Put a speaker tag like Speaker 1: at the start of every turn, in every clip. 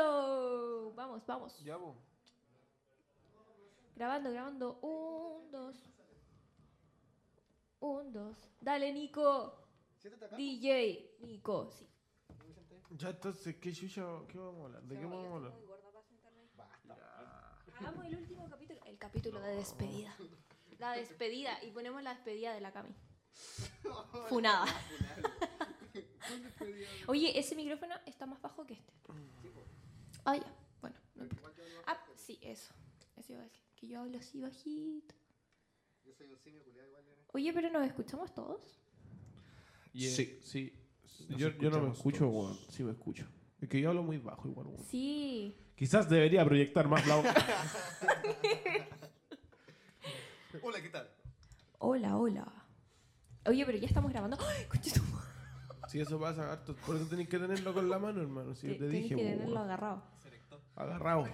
Speaker 1: Esto. Vamos, vamos.
Speaker 2: Ya, bo.
Speaker 1: Grabando, grabando. Un, dos. Un, dos. Dale, Nico.
Speaker 3: Siéntate acá.
Speaker 1: DJ. Nico, sí.
Speaker 2: Ya, entonces, ¿qué chucha? ¿Qué vamos a hablar? ¿De qué vamos a hablar?
Speaker 1: Hagamos el último capítulo. El capítulo de despedida. La despedida. Y ponemos la despedida de la Cami. Funada. Oye, ese micrófono está más bajo que este. Ah, ya. Bueno, no importa. Ah, sí, eso. Eso iba a decir. Que yo hablo así bajito.
Speaker 3: Yo soy un simio culiado igual. ¿eh?
Speaker 1: Oye, pero ¿nos escuchamos todos?
Speaker 2: Sí. eh, Sí. Yo, yo no me escucho, weón. Sí me escucho. Es que yo hablo muy bajo igual, weón.
Speaker 1: Sí.
Speaker 2: Quizás debería proyectar más la voz.
Speaker 3: Hola, ¿qué tal?
Speaker 1: Hola, hola. Oye, pero ya estamos grabando. ¡Ay, concha tu madre!
Speaker 2: Si eso pasa, harto. Por eso tenés que tenerlo con la mano, hermano. Si yo te
Speaker 1: Tenés
Speaker 2: dije,
Speaker 1: que
Speaker 2: weón.
Speaker 1: tenerlo agarrado.
Speaker 2: Agarrado.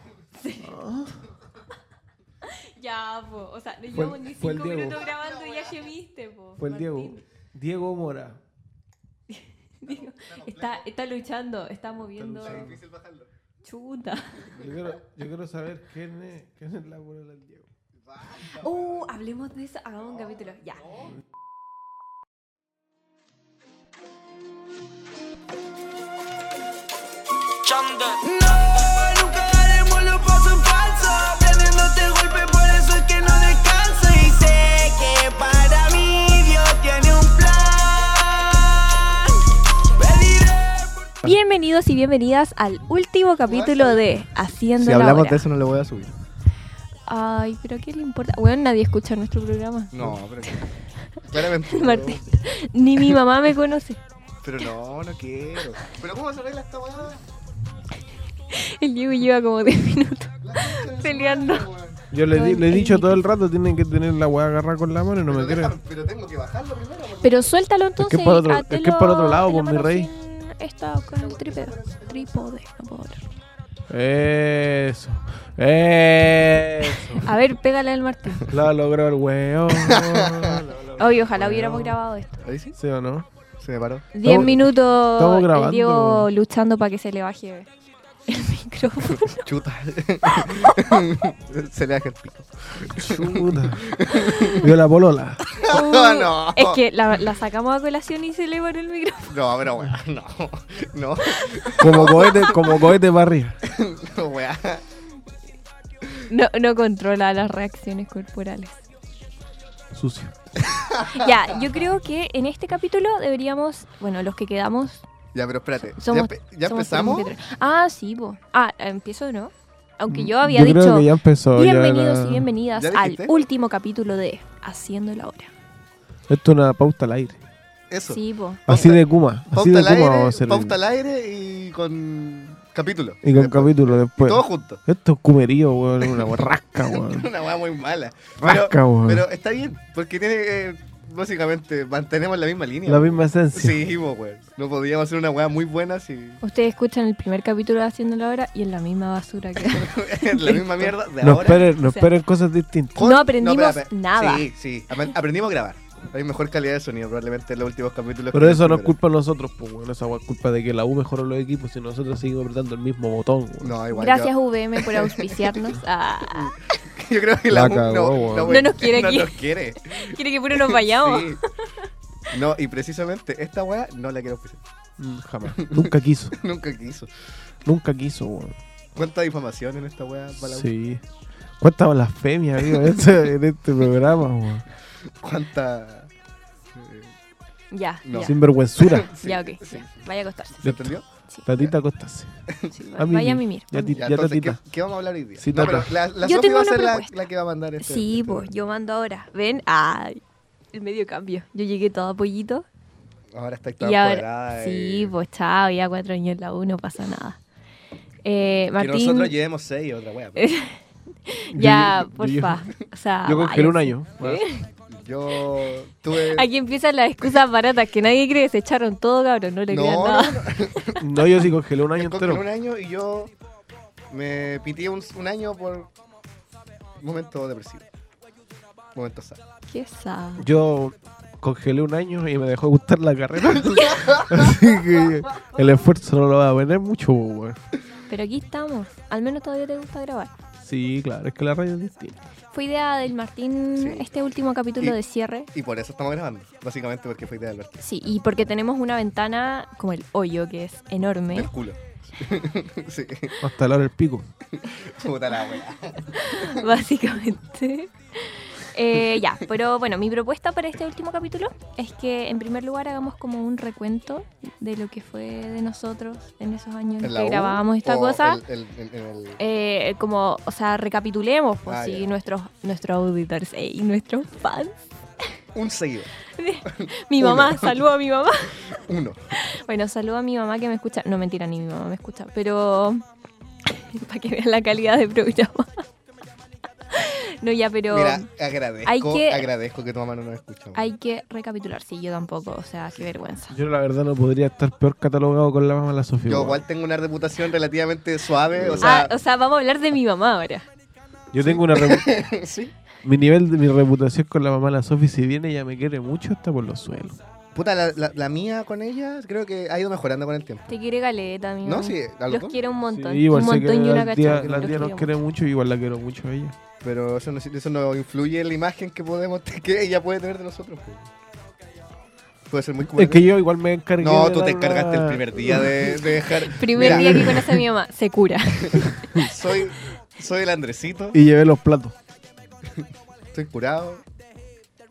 Speaker 1: Ah. Ya, po. O sea, no
Speaker 2: Fue el-
Speaker 1: llevamos ni
Speaker 2: fue el
Speaker 1: cinco
Speaker 2: Diego.
Speaker 1: minutos grabando y ya gemiste, po.
Speaker 2: Fue el Diego.
Speaker 1: Martín.
Speaker 2: Diego Mora.
Speaker 1: Digo,
Speaker 3: complejo.
Speaker 1: está, está luchando, está moviendo.
Speaker 3: Está
Speaker 2: luchando.
Speaker 3: difícil bajarlo.
Speaker 1: Chuta.
Speaker 2: Yo quiero, yo quiero saber quién es, quién es la abuela del Diego.
Speaker 3: Basta.
Speaker 1: Uh, hablemos de eso. Hagamos un capítulo. Ya.
Speaker 3: No.
Speaker 4: No, nunca daremos los pasos en falso Aprendiéndote golpe, por eso es que no descanso Y sé que para mí Dios tiene un plan Pediré por
Speaker 1: Bienvenidos y bienvenidas al último capítulo de Haciendo
Speaker 3: Si
Speaker 1: la
Speaker 3: hablamos
Speaker 1: Hora.
Speaker 3: de eso, no lo voy a subir.
Speaker 1: Ay, pero ¿qué le importa? Bueno, nadie escucha nuestro programa.
Speaker 3: No, pero. Espérame.
Speaker 1: Martín, ni mi mamá me conoce.
Speaker 3: Pero no, no quiero. ¿Pero cómo se arregla esta weá?
Speaker 1: El Diego lleva como 10 minutos.
Speaker 3: La concha de su
Speaker 1: Peleando.
Speaker 3: madre, weón.
Speaker 2: Yo le,
Speaker 1: Todo
Speaker 2: di-
Speaker 1: el-
Speaker 2: le he
Speaker 1: el
Speaker 2: dicho
Speaker 1: micro.
Speaker 2: todo el rato, tienen que tener la weá agarrada con la mano y no me
Speaker 3: Pero
Speaker 2: creen.
Speaker 3: deja- Pero tengo que bajarlo primero. porque-
Speaker 1: Pero suéltalo
Speaker 2: que es
Speaker 1: entonces.
Speaker 2: para otro-
Speaker 1: ah,
Speaker 2: es
Speaker 1: te
Speaker 2: que es
Speaker 1: lo-
Speaker 2: para otro lado,
Speaker 1: te lo
Speaker 2: po, mi
Speaker 1: mano
Speaker 2: rey.
Speaker 1: sin Esta, con el trípode. Trípode, no puedo hablar.
Speaker 2: Eso. Eso.
Speaker 1: A ver, pégale al Martín.
Speaker 2: La logró el weón. La logró el
Speaker 1: Oye, ojalá hubiéramos
Speaker 2: weón.
Speaker 1: grabado esto.
Speaker 3: Ahí sí,
Speaker 2: ¿Sí o no?
Speaker 3: se me paró.
Speaker 1: 10 minutos
Speaker 2: estamos
Speaker 1: el
Speaker 2: grabando.
Speaker 1: Diego luchando para que se le baje el micrófono.
Speaker 3: Chuta. se le baja el pico.
Speaker 2: Chuta. Vio la polola.
Speaker 3: No, no.
Speaker 1: Es que la, la sacamos a colación y se le paró el micrófono.
Speaker 3: No, pero weá, no. No,
Speaker 2: Como cohete, como cohete para arriba.
Speaker 3: no weá.
Speaker 1: No, no controla las reacciones corporales.
Speaker 2: Sucio.
Speaker 1: Ya, yo creo que en este capítulo deberíamos, bueno, los que quedamos
Speaker 3: Ya, pero espérate.
Speaker 1: somos.
Speaker 3: ¿Ya, empe- ya
Speaker 1: somos
Speaker 3: empezamos?
Speaker 1: Pedro. Ah, sí, po. Ah, empiezo no.
Speaker 3: Mm,
Speaker 1: Aunque yo había
Speaker 2: Yo
Speaker 1: dicho.
Speaker 2: creo que ya empezó. ya
Speaker 1: Bienvenidos
Speaker 2: la-
Speaker 1: y bienvenidas
Speaker 3: ¿Ya
Speaker 1: al
Speaker 3: dijiste?
Speaker 1: último capítulo de Haciendo la Hora.
Speaker 2: Esto es una pauta al aire.
Speaker 3: Eso.
Speaker 1: Sí, po.
Speaker 2: Así de Kuma. Así
Speaker 3: Pauta
Speaker 2: de
Speaker 3: al
Speaker 2: Kuma vamos a
Speaker 3: aire,
Speaker 2: hacer.
Speaker 3: pauta al aire y con capítulo.
Speaker 2: Y con
Speaker 3: Después.
Speaker 2: capítulo después.
Speaker 3: Todo junto.
Speaker 2: Esto es cumerío, weón. es Una rasca, weón.
Speaker 3: Una weá muy mala. Pero,
Speaker 2: Rasca, weón.
Speaker 3: pero está bien, porque tiene. eh, básicamente, mantenemos la misma línea.
Speaker 2: La misma esencia.
Speaker 3: Sí, po, weón. No podíamos hacer una weá muy buena si.
Speaker 1: Ustedes escuchan el primer capítulo de Haciendo la Hora y es la misma basura que...
Speaker 3: la misma mierda de
Speaker 2: No
Speaker 3: ahora.
Speaker 2: esperen, no
Speaker 1: O sea,
Speaker 2: esperen cosas distintas.
Speaker 3: Con-
Speaker 1: No aprendimos nada.
Speaker 3: Sí, sí. Apre- Aprendimos a grabar. Hay mejor calidad de sonido probablemente en los últimos capítulos.
Speaker 2: Pero
Speaker 3: que
Speaker 2: eso no
Speaker 3: los
Speaker 2: es culpa de nosotros, pues, weón. Esa weá es culpa de que la U mejoró los equipos y nosotros seguimos apretando el mismo botón,
Speaker 3: primeros.
Speaker 2: weón.
Speaker 3: No, igual.
Speaker 1: Gracias
Speaker 3: Yo,
Speaker 1: VM por auspiciarnos. Ah,
Speaker 3: yo creo que
Speaker 2: La
Speaker 3: la, U
Speaker 2: cagó,
Speaker 3: no,
Speaker 2: weón.
Speaker 3: no, weón,
Speaker 1: No nos quiere
Speaker 3: no
Speaker 1: aquí.
Speaker 3: nos quiere.
Speaker 1: quiere que puro nos vayamos.
Speaker 3: Sí. No, y precisamente esta weá no la quiero ofrecer.
Speaker 2: Mm, Jamás. Nunca quiso.
Speaker 3: Nunca quiso.
Speaker 2: Nunca quiso, weón.
Speaker 3: ¿Cuánta difamación en esta weá? para la U?
Speaker 2: Sí. Cuánta blasfemia, amigo, en este, en este programa, weón.
Speaker 3: ¿Cuánta. eh,
Speaker 1: Ya,
Speaker 3: No.
Speaker 1: ya.
Speaker 2: Sin vergüenzura.
Speaker 3: sí,
Speaker 1: ya, ok.
Speaker 3: sí.
Speaker 1: ya. Vaya a acostarse.
Speaker 3: ¿Se entendió?
Speaker 1: sí.
Speaker 2: Tatita acostase.
Speaker 1: Sí,
Speaker 2: A mimir.
Speaker 1: vaya a mimir.
Speaker 2: Ya,
Speaker 1: a mimir.
Speaker 2: ti- ya
Speaker 3: entonces, ¿qué,
Speaker 2: tatita.
Speaker 3: qué vamos a hablar hoy día?
Speaker 2: Sí,
Speaker 3: no,
Speaker 2: tata.
Speaker 3: pero la, la
Speaker 1: Yo
Speaker 3: Sofi
Speaker 1: tengo
Speaker 3: va a
Speaker 1: una
Speaker 3: ser la,
Speaker 1: propuesta.
Speaker 3: la que va a mandar este.
Speaker 1: Sí,
Speaker 3: este-
Speaker 1: pues yo mando ahora. Ven, ay, el medio cambio. Yo llegué todo pollito.
Speaker 3: Ahora está
Speaker 1: y
Speaker 3: toda
Speaker 1: ahora...
Speaker 3: empoderada.
Speaker 1: Sí,
Speaker 3: y-
Speaker 1: pues chao, ya cuatro años en la U, no pasa nada. Eh, Martín...
Speaker 3: Que nosotros llevemos seis otra pues. weá. pero
Speaker 1: Ya,
Speaker 2: Yo- yo-
Speaker 1: porfa. O sea,
Speaker 2: Yo congelé un
Speaker 1: váyanse.
Speaker 2: año.
Speaker 3: Yo tuve.
Speaker 1: Aquí empiezan las excusas baratas que nadie cree. Se echaron todo, cabrón. No le
Speaker 3: no,
Speaker 1: crean
Speaker 3: no,
Speaker 1: nada.
Speaker 3: no.
Speaker 2: No, yo sí congelé un año
Speaker 3: Con
Speaker 2: entero.
Speaker 3: un año y yo me pitié un, un año por momento depresivo. Momento sad.
Speaker 1: ¿Qué sabe?
Speaker 2: Yo congelé un año y me dejó gustar la carrera. Así que el esfuerzo no lo va a poner mucho, weón.
Speaker 1: Pero aquí estamos. Al menos todavía te gusta grabar.
Speaker 2: Sí, claro, es que la radio es distinta.
Speaker 1: Fue idea del Martín
Speaker 3: Sí.
Speaker 1: este último capítulo
Speaker 3: Y-
Speaker 1: de cierre.
Speaker 3: Y por eso estamos grabando, básicamente porque fue idea de Alberto.
Speaker 1: Sí, y porque tenemos una ventana como el hoyo, que es enorme.
Speaker 3: Del culo. sí,
Speaker 2: Hasta la hora del pico.
Speaker 3: puta la wea.
Speaker 1: básicamente. Eh, ya, pero bueno, mi propuesta para este último capítulo es que en primer lugar hagamos como un recuento de lo que fue de nosotros en esos años en
Speaker 3: ¿En
Speaker 1: que
Speaker 3: U
Speaker 1: grabábamos esta
Speaker 3: o
Speaker 1: cosa.
Speaker 3: el- el- en- en el-
Speaker 1: Eh, como, o sea, recapitulemos, pues
Speaker 3: Ah,
Speaker 1: sí,
Speaker 3: ya.
Speaker 1: nuestros, nuestros auditores eh, y nuestros fans.
Speaker 3: Un seguidor.
Speaker 1: Mi
Speaker 3: Uno.
Speaker 1: mamá, saludo a mi mamá.
Speaker 3: Uno.
Speaker 1: Bueno, saludo a mi mamá que me escucha. No, mentira, ni mi mamá me escucha, pero para que vean la calidad del programa. No, ya, pero...
Speaker 3: Mira, agradezco,
Speaker 1: hay que-
Speaker 3: agradezco que tu mamá no nos escucha. weón.
Speaker 1: Hay que recapitular, sí, yo tampoco, o sea, qué vergüenza.
Speaker 2: Yo la verdad no podría estar peor catalogado con la mamá de la Sofía.
Speaker 3: Yo
Speaker 2: weón.
Speaker 3: igual tengo una reputación relativamente suave, o sea,
Speaker 1: ah, o sea, vamos a hablar de mi mamá ahora.
Speaker 2: Yo tengo una repu-
Speaker 1: Ah,
Speaker 3: sí.
Speaker 2: mi nivel de mi reputación con la mamá de la Sofía, si viene ella me quiere mucho, está por los suelos.
Speaker 3: Puta, la, la- la mía con ella creo que ha ido mejorando con el tiempo.
Speaker 1: Te quiere galeta, mi mamá.
Speaker 3: No, sí, a los
Speaker 1: Los
Speaker 3: dos,
Speaker 1: quiero un montón.
Speaker 2: Sí, igual
Speaker 1: un
Speaker 2: sé que
Speaker 1: montón y una
Speaker 2: la tía,
Speaker 1: cachada.
Speaker 2: la tía nos quiere mucho, igual la quiero mucho a ella.
Speaker 3: pero eso no, eso no influye en la imagen que podemos que ella puede tener de nosotros. pues. Puede ser muy
Speaker 2: Es que
Speaker 3: cobarde.
Speaker 2: yo igual me encargué. de
Speaker 3: No, tú te
Speaker 2: dar una-
Speaker 3: encargaste el primer día de, de dejar.
Speaker 1: Primer
Speaker 3: Mira,
Speaker 1: día que conoce a mi mamá, se cura.
Speaker 3: Soy, soy el Andresito,
Speaker 2: Y llevé los platos.
Speaker 3: estoy curado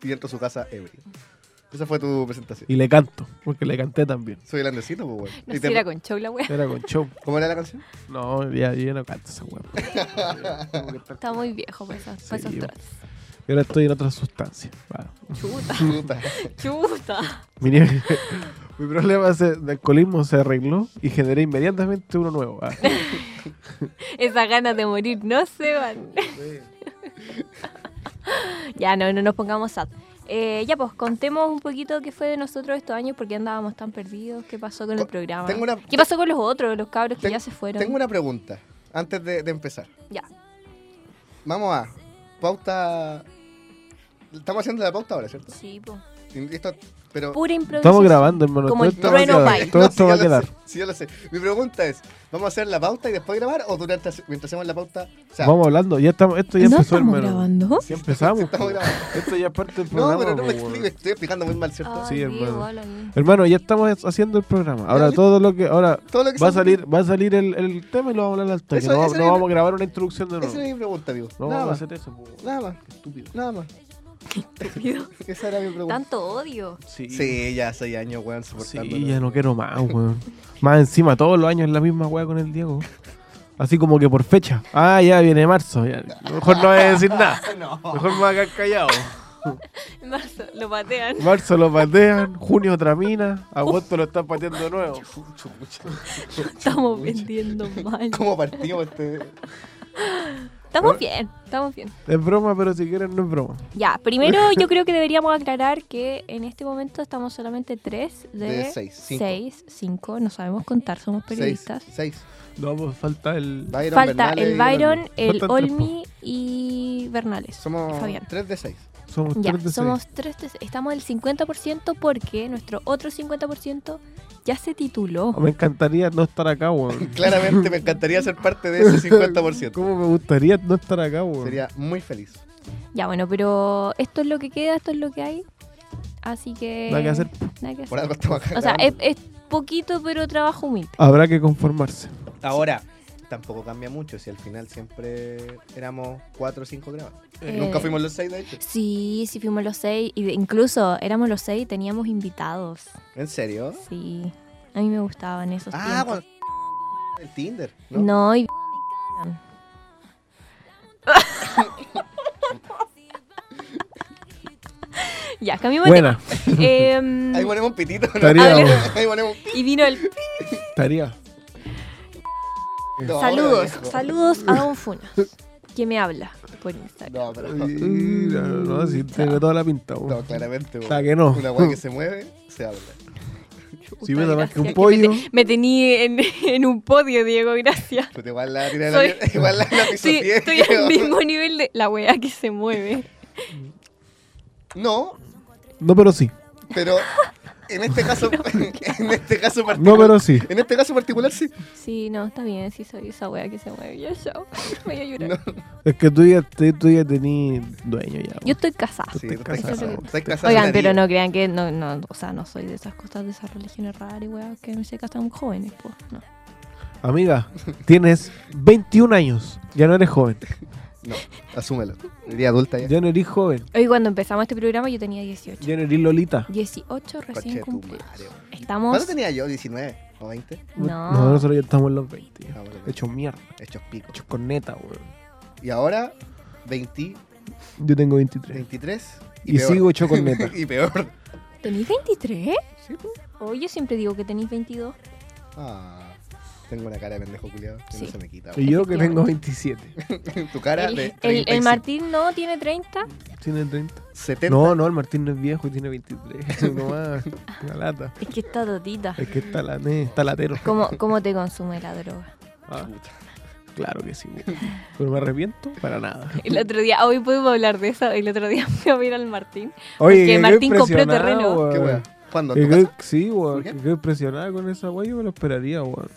Speaker 3: y entro a su casa every. Esa fue tu presentación.
Speaker 2: Y le canto, porque le canté también.
Speaker 3: Soy el Andresito, pues, weón.
Speaker 1: No
Speaker 3: Y
Speaker 1: sé
Speaker 3: te-
Speaker 1: si era con show la wea.
Speaker 2: Era con show.
Speaker 3: ¿Cómo era la canción?
Speaker 2: No, ya, yo ya no canto esa weón.
Speaker 1: Está muy viejo para esos, para esos
Speaker 2: Sí,
Speaker 1: trotes.
Speaker 2: Yo ahora estoy en otra sustancia. Va.
Speaker 1: Chuta,
Speaker 3: Puta.
Speaker 1: chuta.
Speaker 2: Mi, nivel- mi problema se- de alcoholismo se arregló y generé inmediatamente uno nuevo. ah. va.
Speaker 1: Esas ganas de morir no se van. ya, no, no nos pongamos sad. Eh, ya, pues contemos un poquito qué fue de nosotros estos años, por qué andábamos tan perdidos, qué pasó con el
Speaker 3: Co-
Speaker 1: programa.
Speaker 3: tengo una-
Speaker 1: ¿Qué pasó con los otros, los cabros que
Speaker 3: Ten-
Speaker 1: ya se fueron?
Speaker 3: Tengo una pregunta antes de, de empezar.
Speaker 1: Ya.
Speaker 3: Vamos a pauta. Estamos haciendo la pauta ahora, ¿cierto?
Speaker 1: Sí, po.
Speaker 3: Y Esto, pero
Speaker 1: Pura improvisación.
Speaker 2: Estamos grabando, hermano.
Speaker 1: Como
Speaker 2: todo
Speaker 1: el
Speaker 2: esto va a
Speaker 1: trueno
Speaker 2: quedar.
Speaker 1: pai.
Speaker 2: Todo
Speaker 3: No,
Speaker 2: esto
Speaker 3: sí,
Speaker 2: va a
Speaker 3: yo lo
Speaker 2: quedar.
Speaker 3: sé, sí, yo lo sé. Mi pregunta es, ¿vamos a hacer la pauta y después grabar o durante, mientras hacemos la pauta? O sea,
Speaker 2: Vamos hablando. Ya estamos, esto ya
Speaker 1: ¿No
Speaker 2: empezó,
Speaker 1: estamos
Speaker 2: hermano.
Speaker 1: grabando?
Speaker 2: Ya empezamos.
Speaker 3: Estamos
Speaker 2: po.
Speaker 3: grabando.
Speaker 2: esto ya es parte del programa.
Speaker 3: no, pero no me
Speaker 2: po, weón.
Speaker 3: explico, estoy explicando muy mal, ¿cierto?
Speaker 1: Ay,
Speaker 2: Sí,
Speaker 1: Diego,
Speaker 2: hermano.
Speaker 1: habla bien.
Speaker 2: Hermano, ya estamos haciendo el programa. Ahora
Speaker 3: listo.
Speaker 2: todo lo que ahora
Speaker 3: Todo lo que
Speaker 2: va a
Speaker 3: sea-
Speaker 2: salir, va a salir el, el tema y lo vamos a hablar al toque.
Speaker 3: Eso-
Speaker 2: no va-
Speaker 3: eso
Speaker 2: no
Speaker 3: es-
Speaker 2: vamos a grabar una introducción de nuevo.
Speaker 3: Esa es mi pregunta, amigo.
Speaker 2: No
Speaker 3: nada
Speaker 2: vamos a
Speaker 3: más,
Speaker 2: hacer eso. po, weón.
Speaker 3: nada más,
Speaker 2: Estúpido.
Speaker 3: nada más.
Speaker 1: Estúpido.
Speaker 3: Esa era mi pregunta.
Speaker 1: Tanto odio.
Speaker 2: Sí.
Speaker 3: Sí, ya seis años, weón, soportando.
Speaker 2: Sí, ya no quiero más, weón. Más encima, todos los años es la misma weá con el Diego. Así como que por fecha. Ah, ya viene marzo. ya. Mejor no voy a decir nada. Mejor me voy a quedar callado.
Speaker 1: En marzo lo patean.
Speaker 2: Marzo lo patean, junio otra mina, agosto lo están pateando de nuevo.
Speaker 1: Estamos vendiendo mal.
Speaker 3: ¿Cómo ¿Eh? partimos este?
Speaker 1: Estamos bien, estamos bien.
Speaker 2: Es broma, pero si quieren no es broma.
Speaker 1: Ya, primero yo creo que deberíamos aclarar que en este momento estamos solamente tres de,
Speaker 3: De seis, cinco.
Speaker 1: seis, cinco, no sabemos contar, somos periodistas.
Speaker 3: Seis, seis.
Speaker 2: No, pues falta el...
Speaker 3: Byron,
Speaker 1: Falta
Speaker 3: Bernales
Speaker 1: el
Speaker 3: y
Speaker 1: Byron, el
Speaker 2: Faltan tres,
Speaker 1: Olmi y Bernales.
Speaker 3: Somos
Speaker 1: y Fabián.
Speaker 3: tres de seis.
Speaker 2: Somos
Speaker 1: Ya,
Speaker 2: tres de
Speaker 1: somos tres, de- estamos del 50% porque nuestro otro 50% ya se tituló.
Speaker 2: seis. Me encantaría no estar acá, weón.
Speaker 3: Claramente me encantaría ser parte de ese 50%.
Speaker 2: ¿Cómo me gustaría no estar acá, weón?
Speaker 3: Sería muy feliz.
Speaker 1: Ya, bueno, pero esto es lo que queda, esto es lo que hay. Así que...
Speaker 2: Nada que hacer.
Speaker 1: nada que hacer.
Speaker 3: Por algo estamos acá
Speaker 1: O sea, es,
Speaker 3: grabando.
Speaker 1: es poquito, pero trabajo humilde.
Speaker 2: Habrá que conformarse.
Speaker 3: Ahora, tampoco cambia mucho si al final siempre éramos 4 o 5 gramas.
Speaker 1: Eh,
Speaker 3: Nunca fuimos los 6, de hecho.
Speaker 1: Sí, sí fuimos los seis. Y de- incluso éramos los seis y teníamos invitados.
Speaker 3: ¿En serio?
Speaker 1: Sí. A mí me gustaban esos
Speaker 3: Ah,
Speaker 1: tiempos.
Speaker 3: cuando. El Tinder,
Speaker 1: No,
Speaker 3: ¿no?
Speaker 1: y... ya, cambiamos de
Speaker 2: Buena,
Speaker 1: tema. Em,
Speaker 3: Ahí ponemos un pitito. ¿no?
Speaker 2: Estaría,
Speaker 1: Hable-
Speaker 2: weón.
Speaker 3: Ahí ponemos un
Speaker 1: y vino el...
Speaker 2: Estaría.
Speaker 3: pitito.
Speaker 1: saludos,
Speaker 3: Ahora, viejo.
Speaker 1: saludos a Don Funas, que me habla por Instagram.
Speaker 3: No, pero.
Speaker 2: Mira, no, si tengo toda la pinta. weón.
Speaker 3: No, claramente.
Speaker 2: Está
Speaker 3: weón.
Speaker 2: que no.
Speaker 3: Una weá que se mueve, se habla.
Speaker 2: Si hubiera más que un
Speaker 1: Gracias,
Speaker 2: pollo.
Speaker 1: me, te- me tenía en, en un podio, Diego, gracias.
Speaker 3: Pues igual la tira de
Speaker 1: Soy-
Speaker 3: la Igual la, la
Speaker 1: Sí,
Speaker 3: pisoteé,
Speaker 1: estoy al
Speaker 3: weón.
Speaker 1: mismo nivel de la weá que se mueve.
Speaker 3: No,
Speaker 2: No, pero sí.
Speaker 3: pero. en este caso, en este caso particular.
Speaker 2: No, pero sí.
Speaker 3: En este caso particular sí.
Speaker 1: Sí, no, está bien, sí soy esa wea que se mueve. Yo, yo, voy a llorar.
Speaker 3: No,
Speaker 2: Es que tú ya, te- tú ya tenías dueño ya.
Speaker 1: Yo estoy casada.
Speaker 3: sí, tú estás
Speaker 1: casado.
Speaker 3: casado. Estás casado
Speaker 1: Oigan,
Speaker 3: de
Speaker 1: pero
Speaker 3: la vida.
Speaker 1: no crean que no, no, o sea, no soy de esas cosas, de esas religiones raras y weas que no se casan jóvenes, pues. No.
Speaker 2: Amiga, tienes 21 años. Ya no eres joven.
Speaker 3: No, asúmelo. Diría adulta ya.
Speaker 2: Ya no eres joven.
Speaker 1: Hoy cuando empezamos este programa yo tenía 18.
Speaker 2: Ya no eres Lolita.
Speaker 1: 18 recién
Speaker 3: Conche tu
Speaker 1: cumplidos.
Speaker 3: madre, weón.
Speaker 1: Estamos.
Speaker 3: ¿Cuánto tenía yo? ¿19 o 20?
Speaker 1: No.
Speaker 2: No, nosotros ya estamos en los 20.
Speaker 3: Ah, bueno.
Speaker 2: Hecho mierda.
Speaker 3: Hechos picos.
Speaker 2: Hecho corneta, weón.
Speaker 3: Y ahora, 20,
Speaker 2: Yo tengo 23.
Speaker 3: 23.
Speaker 2: Y sigo hecho corneta.
Speaker 3: y peor.
Speaker 1: ¿Tenéis 23?
Speaker 3: Sí, pues.
Speaker 1: Oye, yo siempre digo que tenéis 22.
Speaker 3: Ah, tengo una cara de pendejo culiado que
Speaker 1: Sí.
Speaker 3: no se me quita.
Speaker 2: Y yo que tengo 27.
Speaker 3: weón. tu cara
Speaker 1: El,
Speaker 3: de
Speaker 1: el- el
Speaker 3: 35,
Speaker 1: Martín no tiene 30.
Speaker 2: ¿Tiene 30?
Speaker 3: 70.
Speaker 2: No, no, el Martín no es viejo y tiene 23. Nomás, una lata.
Speaker 1: Es que está dotita.
Speaker 2: Es que está, la, está latero.
Speaker 1: ¿Cómo, ¿Cómo te consume la droga?
Speaker 2: Ah,
Speaker 3: Puta.
Speaker 2: claro que sí. weón. Pero me arrepiento para nada.
Speaker 1: El otro día, hoy podemos hablar de eso. El otro día fui a ver al Martín.
Speaker 2: Oye,
Speaker 1: Porque
Speaker 2: que
Speaker 1: Martín
Speaker 2: quedé
Speaker 1: compró terreno.
Speaker 2: impresionado, weón.
Speaker 3: ¿Qué wea? ¿Cuándo?
Speaker 2: Que
Speaker 3: ¿En tu
Speaker 2: quedé-
Speaker 3: casa?
Speaker 2: sí, weón.
Speaker 3: ¿Por qué?
Speaker 2: Que quedé impresionado con esa weá. Yo me lo esperaría, weón.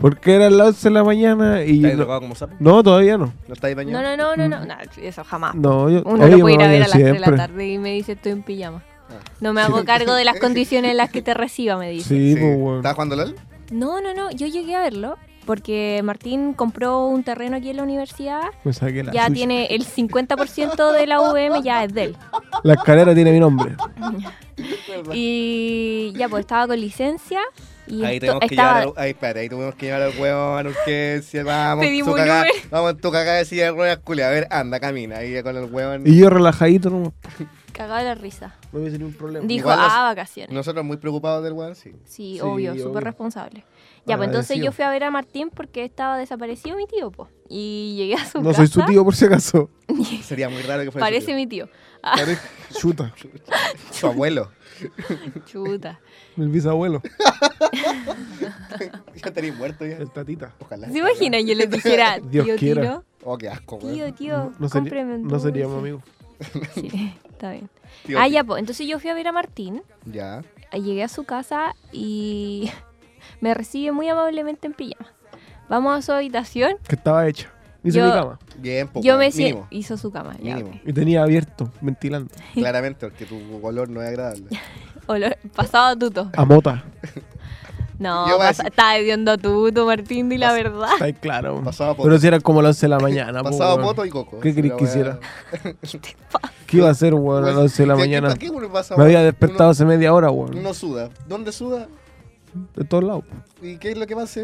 Speaker 2: Porque eran las 11 de la mañana y.
Speaker 3: ¿Estás
Speaker 2: no-
Speaker 3: drogado como sapo?
Speaker 2: no, todavía no.
Speaker 3: ¿No estáis
Speaker 1: No,
Speaker 3: bañado?
Speaker 1: no, no, no, no. no, eso jamás.
Speaker 2: No, yo.
Speaker 1: Uno
Speaker 2: Mm. oye,
Speaker 1: no puede ir a
Speaker 2: me
Speaker 1: ver a
Speaker 2: baño
Speaker 1: las 3 de la
Speaker 2: siempre.
Speaker 1: tarde y me dice estoy en pijama.
Speaker 3: Ah.
Speaker 1: No me hago cargo de las condiciones en las que te reciba, me dice.
Speaker 2: Sí, pues, weón.
Speaker 3: ¿Estás jugando LOL?
Speaker 1: No, no, no, yo llegué a verlo porque Martín compró un terreno aquí en la universidad.
Speaker 2: Me saqué la.
Speaker 1: ya
Speaker 2: chucha.
Speaker 1: tiene el 50% de la UVM, ya es de él.
Speaker 2: La escalera tiene mi nombre.
Speaker 1: Y ya, pues estaba con licencia y
Speaker 3: Ahí
Speaker 1: esto-
Speaker 3: tenemos que
Speaker 1: estaba...
Speaker 3: llevar al- Ay, espérate, ahí tuvimos que llevar al huevón a urgencia. Vamos,
Speaker 1: Pedimos
Speaker 3: tu
Speaker 1: un
Speaker 3: cagada-
Speaker 1: Uber.
Speaker 3: Vamos, tu cagada de silla de ruedas, culia. A ver, anda, camina. Ahí con el huevón.
Speaker 2: Y yo relajadito, no,
Speaker 1: Cagado de la risa.
Speaker 2: no hubiese ningún problema.
Speaker 1: Dijo,
Speaker 3: Igual las-
Speaker 1: ah, vacaciones.
Speaker 3: Nosotros muy preocupados del huevón, sí.
Speaker 1: Sí,
Speaker 2: Sí,
Speaker 1: obvio,
Speaker 2: obvio.
Speaker 1: súper responsable. Ya, pues entonces
Speaker 2: Agradecido.
Speaker 1: yo fui a ver a Martín porque estaba desaparecido mi tío, pues. Y llegué a su
Speaker 2: No
Speaker 1: casa.
Speaker 2: soy su tío, por si acaso.
Speaker 3: Sería muy raro que fuera.
Speaker 1: Parece
Speaker 3: su,
Speaker 1: mi tío. Ah,
Speaker 2: Parece- Chuta,
Speaker 3: tío. Su abuelo.
Speaker 1: Chuta.
Speaker 2: el bisabuelo,
Speaker 3: Ya estaría muerto ya.
Speaker 2: el tatita.
Speaker 3: Ojalá.
Speaker 1: ¿Se imaginan? Yo le dijera,
Speaker 2: Dios
Speaker 1: tío,
Speaker 2: quiera.
Speaker 1: tiro.
Speaker 3: Oh, qué asco,
Speaker 1: Tío,
Speaker 3: weón.
Speaker 1: tío,
Speaker 2: no, sería-
Speaker 1: cómprame un
Speaker 2: no seríamos
Speaker 1: dulce".
Speaker 2: amigos.
Speaker 1: Sí, está bien.
Speaker 3: Tío,
Speaker 1: ah,
Speaker 3: tío.
Speaker 1: ya, pues. Entonces yo fui a ver a Martín,
Speaker 3: Ya.
Speaker 1: llegué a su casa y me recibe muy amablemente en pijama. Vamos a su habitación.
Speaker 2: Que estaba hecha. Hice
Speaker 1: Yo-
Speaker 2: mi cama.
Speaker 3: Bien, pues.
Speaker 1: yo
Speaker 3: weón,
Speaker 1: me siento.
Speaker 3: mínimo.
Speaker 1: Hizo su cama. ya,
Speaker 3: Mínimo.
Speaker 2: Y tenía abierto, ventilando.
Speaker 3: Claramente, porque tu color no es agradable.
Speaker 1: ok. pues. Olor- pasado a tuto.
Speaker 2: A mota.
Speaker 1: No,
Speaker 3: Yo voy a
Speaker 1: pasa-
Speaker 3: decir-
Speaker 1: estaba hediondo a tuto, Martín, di la verdad.
Speaker 2: Está ahí claro.
Speaker 3: Pasaba poto.
Speaker 2: Pero si era como las 11 de la mañana. po,
Speaker 3: Pasado
Speaker 2: pues, weón.
Speaker 3: poto y coco.
Speaker 2: ¿Qué
Speaker 3: Esa
Speaker 2: querés
Speaker 3: la
Speaker 2: que
Speaker 3: weá.
Speaker 2: hiciera?
Speaker 1: ¿Qué te pasa?
Speaker 2: ¿Qué iba a hacer, weón, a las
Speaker 3: Weón,
Speaker 2: 11 de la
Speaker 3: si aquí-
Speaker 2: mañana?
Speaker 3: ¿para qué uno pasa,
Speaker 2: Me había
Speaker 3: weón?
Speaker 2: despertado hace media hora,
Speaker 3: Uno,
Speaker 2: weón.
Speaker 3: uno suda. ¿Dónde suda?
Speaker 2: De todos lados. po.
Speaker 3: ¿Y qué es lo que pasa?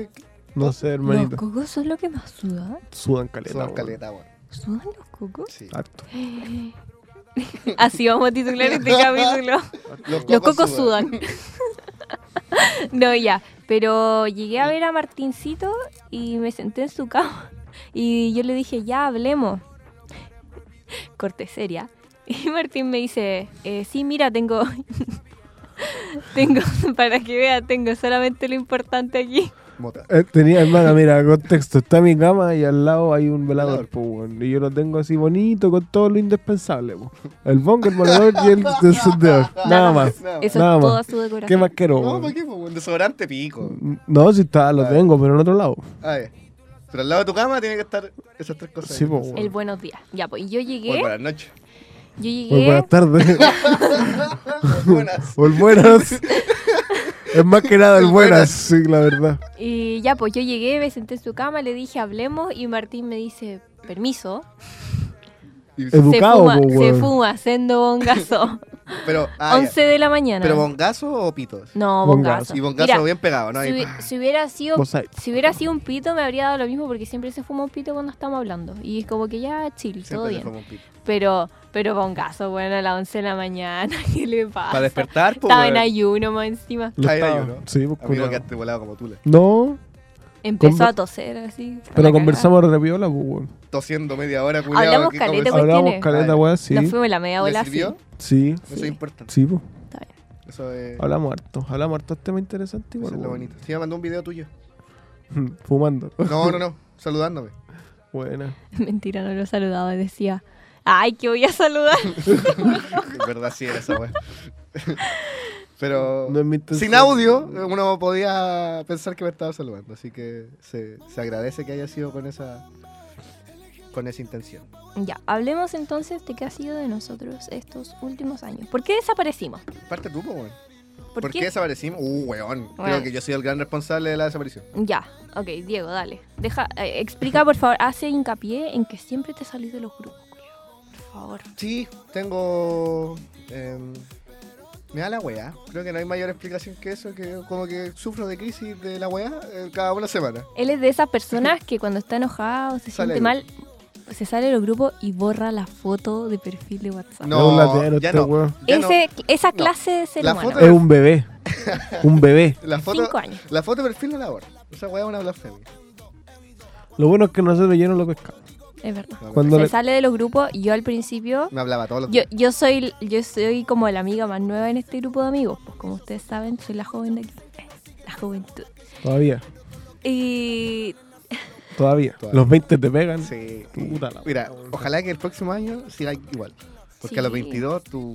Speaker 2: No
Speaker 1: Los
Speaker 2: sé, hermanito.
Speaker 1: cocos son lo que más sudan.
Speaker 2: Sudan caleta.
Speaker 3: Son
Speaker 2: weón. Ah.
Speaker 3: caleta, weón.
Speaker 1: ¿Sudan los cocos?
Speaker 3: Sí.
Speaker 2: Harto.
Speaker 1: Así vamos a titular este capítulo. Los cocos sudan. no, ya. Pero llegué a ver a Martincito y me senté en su cama. Y yo le dije, ya hablemos. Corte seria. Y Martín me dice, "Eh, sí, mira, tengo. tengo, para que vea, tengo solamente lo importante aquí.
Speaker 3: Mota.
Speaker 2: Eh, tenía, hermana, mira, contexto. Está mi cama y al lado hay un velador, po, weón. Y yo lo tengo así bonito con todo lo indispensable, po. El bongo, el volador y el encendedor. Nada más.
Speaker 3: Nada más.
Speaker 1: Eso
Speaker 2: Nada
Speaker 1: es
Speaker 2: más.
Speaker 1: toda su decoración.
Speaker 2: ¿Qué más quiero,
Speaker 3: No, ¿para
Speaker 2: weón?
Speaker 3: qué? po, weón? Desodorante
Speaker 2: Mm.
Speaker 3: pico.
Speaker 2: No, si está, lo tengo, pero en otro lado.
Speaker 3: A ver. Pero al lado de tu cama tiene que estar esas tres cosas.
Speaker 2: Sí,
Speaker 3: ahí.
Speaker 2: po,
Speaker 3: Muy
Speaker 1: El
Speaker 2: weón.
Speaker 1: buenos días. Ya, pues, y yo llegué.
Speaker 3: buenas noches.
Speaker 1: Yo llegué.
Speaker 2: Muy Pues, buenas tardes.
Speaker 3: Ah, buenas.
Speaker 2: O el buenas. es más que nada el buenas, sí, la verdad.
Speaker 1: Y ya, pues yo llegué, me senté en su cama, le dije hablemos y Martín me dice, permiso.
Speaker 3: Y-
Speaker 2: Educado,
Speaker 1: se
Speaker 2: po,
Speaker 1: fuma, se
Speaker 2: weón.
Speaker 1: fuma haciendo bongazo.
Speaker 3: Pero, pues, ah, ya.
Speaker 1: 11 de la mañana.
Speaker 3: ¿Pero bongazo o pitos?
Speaker 1: no,
Speaker 2: Bongazo.
Speaker 1: bongazo.
Speaker 3: Y bongazo
Speaker 1: Mira,
Speaker 3: bien pegado, ¿no?
Speaker 1: si,
Speaker 3: Ahí.
Speaker 1: hubi- si hubiera sido
Speaker 2: Bonsai.
Speaker 1: si hubiera sido un pito me habría dado lo mismo porque siempre se fuma un pito cuando estamos hablando y es como que ya chill, todo
Speaker 3: Siempre se
Speaker 1: bien.
Speaker 3: fuma un pito.
Speaker 1: Pero pero bongazo, bueno, a las 11 de la mañana, ¿qué le pasa?
Speaker 3: Para despertar, pues.
Speaker 1: Ah, Estaba en ayuno más encima.
Speaker 2: Lo
Speaker 3: Ahí
Speaker 2: estaba.
Speaker 3: hay uno.
Speaker 2: Sí, pues,
Speaker 3: Amigo,
Speaker 2: culiao.
Speaker 3: quedaste volado como tú,
Speaker 2: No,
Speaker 1: Empezó
Speaker 2: Conver-
Speaker 1: a toser así. a la
Speaker 2: pero
Speaker 1: cagada.
Speaker 2: conversamos re piola, pues, weón.
Speaker 3: tosiendo media hora, culiao.
Speaker 1: Hablamos
Speaker 3: ¿qué
Speaker 1: caleta,
Speaker 3: conversa-
Speaker 2: Hablábamos
Speaker 1: cuestiones.
Speaker 2: caleta,
Speaker 3: Vale.
Speaker 2: weón, sí.
Speaker 1: Nos fuimos la media
Speaker 3: ¿Le
Speaker 1: ola así.
Speaker 3: sirvió?
Speaker 2: Sí,
Speaker 3: Eso es importante.
Speaker 2: sí, pues.
Speaker 1: Está bien.
Speaker 3: Eso es,
Speaker 2: Hablamos harto. Hablamos harto de temas interesantes,
Speaker 3: eso es
Speaker 2: igual,
Speaker 3: lo
Speaker 2: weón.
Speaker 3: bonito. Sí, me mandó un video tuyo.
Speaker 2: Fumando.
Speaker 3: No, no, no. Saludándome.
Speaker 2: Buena.
Speaker 1: Mentira, no lo saludaba, decía, ay, que voy a saludar.
Speaker 3: En verdad sí era esa weá. Pero
Speaker 2: No es mi intención.
Speaker 3: sin audio uno podía pensar que me estaba saludando. Así que se, se agradece que haya sido con esa con esa intención.
Speaker 1: Ya, hablemos entonces de qué ha sido de nosotros estos últimos años. ¿Por qué desaparecimos?
Speaker 3: Parte tú, po, weón.
Speaker 1: ¿Por,
Speaker 3: ¿Por qué
Speaker 1: qué?
Speaker 3: desaparecimos? Uh, weón. Creo
Speaker 1: Weón.
Speaker 3: que yo soy el gran responsable de la desaparición.
Speaker 1: Ya, ok, Diego, dale. Deja, eh, explica, por favor, hace hincapié en que siempre te salís de los grupos, culiao. Por favor.
Speaker 3: Sí, tengo. em, me da la weá. Creo que no hay mayor explicación que eso. Que como que sufro de crisis de la weá eh, cada una semana.
Speaker 1: Él es de esas personas que cuando está enojado o se
Speaker 3: Sale
Speaker 1: siente mal, se sale de los grupos y borra la foto de perfil de WhatsApp.
Speaker 3: No,
Speaker 2: Es un latero
Speaker 3: ya
Speaker 2: este
Speaker 3: no.
Speaker 2: weón.
Speaker 3: Ya no.
Speaker 1: Ese, Esa
Speaker 3: No.
Speaker 1: clase de ser
Speaker 3: La
Speaker 1: humano.
Speaker 3: foto
Speaker 2: Es un bebé. Un bebé.
Speaker 3: La foto,
Speaker 1: Cinco años.
Speaker 3: la foto de perfil no la borra. Esa weá es una blasfemia.
Speaker 2: Lo bueno es que nosotros ya no lo pescamos.
Speaker 1: Es verdad.
Speaker 3: No,
Speaker 2: Cuando
Speaker 1: se
Speaker 2: le-
Speaker 1: sale de los grupos y yo al principio
Speaker 3: Me hablaba todos los
Speaker 1: yo,
Speaker 3: días.
Speaker 1: yo soy yo soy como la amiga más nueva en este grupo de amigos pues como ustedes saben soy la joven de aquí la juventud
Speaker 2: Todavía.
Speaker 1: y
Speaker 2: Todavía.
Speaker 3: Todavía.
Speaker 2: Los 20 te pegan.
Speaker 3: Sí.
Speaker 2: Puta la
Speaker 3: Mira,
Speaker 2: weá.
Speaker 3: ojalá que el próximo año siga igual. Porque a los
Speaker 1: Sí.
Speaker 3: 22 tu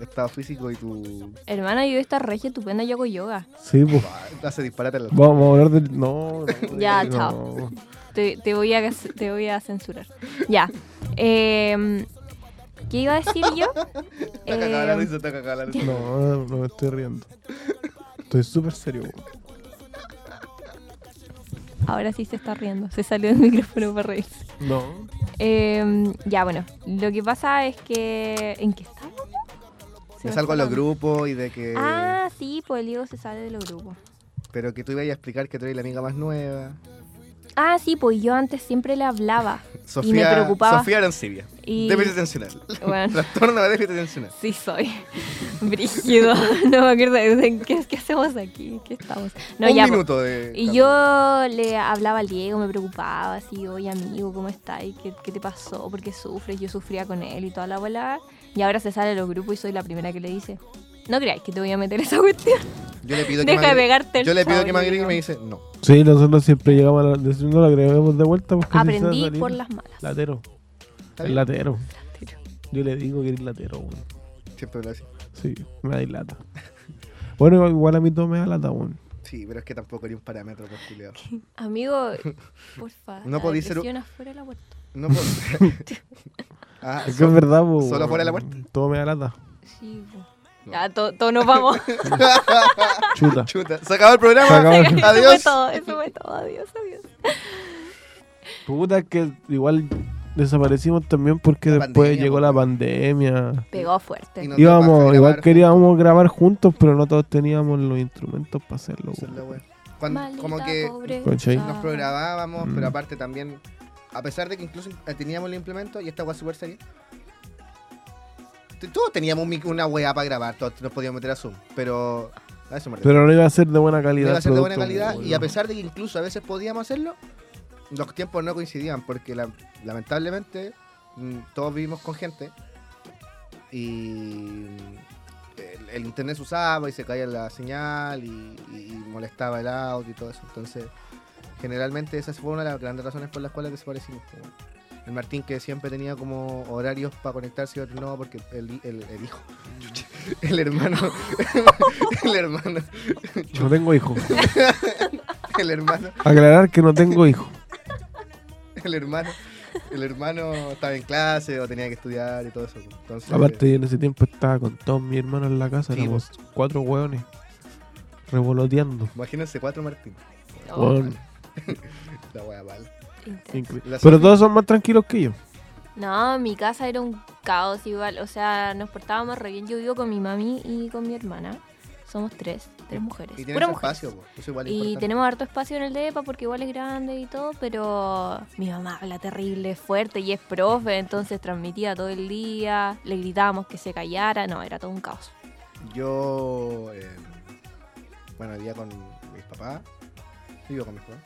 Speaker 3: estado físico y tu.
Speaker 1: hermana yo esta regia estupenda yo hago yoga
Speaker 2: Sí, pues.
Speaker 3: hace disparate la.
Speaker 2: Vamos a hablar del. No, no,
Speaker 1: Ya,
Speaker 2: no.
Speaker 1: chao. te, te voy a te voy a censurar ya Em, qué iba a decir yo
Speaker 3: Está cagada la
Speaker 1: Em,
Speaker 3: risa, está cagada la risa.
Speaker 2: No, no, no me estoy riendo. Estoy súper serio, weón.
Speaker 1: ahora sí se está riendo se salió del micrófono para reírse
Speaker 2: No.
Speaker 1: Em, ya bueno lo que pasa es que en qué estamos Se
Speaker 3: Me
Speaker 1: me
Speaker 3: salgo
Speaker 1: fue
Speaker 3: a
Speaker 1: la
Speaker 3: los
Speaker 1: onda.
Speaker 3: grupos y de que.
Speaker 1: Ah, sí, pues el Diego se sale de los grupos.
Speaker 3: Pero que tú ibas a explicar que tú eres la amiga más nueva.
Speaker 1: Ah, sí, pues yo antes siempre le hablaba.
Speaker 3: Sofía,
Speaker 1: preocupaba.
Speaker 3: Sofía Arancibia.
Speaker 1: Y-
Speaker 3: Déficit atencional.
Speaker 1: Bueno,
Speaker 3: Trastorno de déficit atencional.
Speaker 1: sí soy. Brígido. No me acuerdo. de ¿Qué, qué hacemos aquí? ¿Qué estamos? No,
Speaker 3: Un
Speaker 1: ya. pues.
Speaker 3: minuto de.
Speaker 1: Y yo le hablaba al Diego, me preocupaba, así, oye amigo, ¿cómo estás? ¿Qué, ¿Qué te pasó? ¿Por qué sufres? Yo sufría con él y toda la bola. Y ahora se sale de los grupos y soy la primera que le dice, no creáis que te voy a meter esa cuestión.
Speaker 3: Yo le pido que
Speaker 1: Deja
Speaker 3: me
Speaker 1: de
Speaker 3: agregue-
Speaker 1: pegarte el
Speaker 3: Yo le pido
Speaker 1: chavo,
Speaker 3: que me agregue y
Speaker 1: Diego.
Speaker 3: me dice no.
Speaker 2: Sí, nosotros siempre llegamos a la. No la agregamos de vuelta pues, porque así se va a
Speaker 1: Aprendí
Speaker 2: salir.
Speaker 1: por las malas.
Speaker 2: Latero.
Speaker 3: Está
Speaker 2: El
Speaker 3: bien.
Speaker 2: latero. Yo le digo que eres latero, weón.
Speaker 3: Siempre lo hace.
Speaker 2: Sí, me da lata. Bueno, igual a mí todo me da lata, weón.
Speaker 3: Sí, pero es que tampoco era un parámetro, pues, culiao.
Speaker 1: Amigo, porfa.
Speaker 3: No
Speaker 1: la
Speaker 3: podí ser un-
Speaker 1: depresión afuera de la puerta.
Speaker 3: No puedo. ah,
Speaker 2: Es que
Speaker 3: so-
Speaker 2: es verdad, po,
Speaker 3: ¿solo
Speaker 2: weón.
Speaker 3: fuera de la puerta?
Speaker 2: Todo me da lata.
Speaker 1: Sí, po.
Speaker 3: No.
Speaker 1: Ya, to- todos nos vamos.
Speaker 2: Chuta.
Speaker 3: Chuta. Se acabó el programa.
Speaker 2: Se acabó el-
Speaker 1: Eso fue
Speaker 3: Adiós.
Speaker 1: todo, eso fue todo. Adiós, adiós.
Speaker 2: Puta, que igual desaparecimos también porque
Speaker 3: La
Speaker 2: después
Speaker 3: pandemia,
Speaker 2: llegó
Speaker 3: po,
Speaker 2: la
Speaker 3: weón.
Speaker 2: pandemia.
Speaker 1: Pegó fuerte.
Speaker 3: Y no- te vas a
Speaker 2: Íbamos,
Speaker 3: grabar
Speaker 2: igual
Speaker 3: juntos.
Speaker 2: queríamos grabar juntos, pero no todos teníamos los instrumentos para hacerlo.
Speaker 3: Esa es la
Speaker 2: weón.
Speaker 3: wea. Cuando-
Speaker 1: Maldita
Speaker 3: como que
Speaker 1: pobreza.
Speaker 2: ¿Cachai?
Speaker 3: nos programábamos,
Speaker 2: Mm.
Speaker 3: pero aparte también, a pesar de que incluso eh, teníamos el implemento y esta wea super seria, t- todos teníamos un mic- una wea para grabar, todos nos podíamos meter a Zoom, pero a eso me refiero.
Speaker 2: Pero no iba a ser de buena calidad.
Speaker 3: iba a ser de buena
Speaker 2: producto,
Speaker 3: calidad
Speaker 2: weón.
Speaker 3: y a pesar de que incluso a veces podíamos hacerlo, los tiempos no coincidían porque la- lamentablemente mm, todos vivimos con gente y mm, el, el internet se usaba y se caía la señal y, y- y molestaba el audio y todo eso. Entonces, generalmente esa fue una de las grandes razones por las cuales desaparecimos. pues, bueno. El Martín que siempre tenía como horarios para conectarse y otros no, porque el, hi- el- el hijo, chucha, el hermano, el hermano,
Speaker 2: No tengo hijo.
Speaker 3: el hermano
Speaker 2: Aclarar que no tengo hijo.
Speaker 3: el hermano el hermano estaba en clase o tenía que estudiar y todo eso pues. entonces
Speaker 2: Aparte, yo en ese tiempo estaba con todos mis hermanos en la casa.
Speaker 3: Sí,
Speaker 2: éramos cuatro hueones revoloteando.
Speaker 3: imagínense cuatro Martín
Speaker 1: No,
Speaker 2: Weón.
Speaker 3: la wea mal
Speaker 1: intenso.
Speaker 2: Incre-
Speaker 3: La
Speaker 2: Pero
Speaker 3: Sofi-
Speaker 2: todos son más tranquilos que yo.
Speaker 1: No, mi casa era un caos igual. O sea, nos portábamos re bien. Yo vivo con mi mami y con mi hermana. Somos tres, tres mujeres.
Speaker 3: y tiene
Speaker 1: Pura
Speaker 3: ese
Speaker 1: mujer.
Speaker 3: espacio po. eso igual es
Speaker 1: Y
Speaker 3: importante.
Speaker 1: tenemos harto espacio en el DEPA porque igual es grande y todo, pero mi mamá habla terrible, fuerte y es profe, entonces transmitía todo el día, le gritábamos que se callara, no, era todo un caos.
Speaker 3: yo eh, bueno vivía con mis papás vivo con mis papás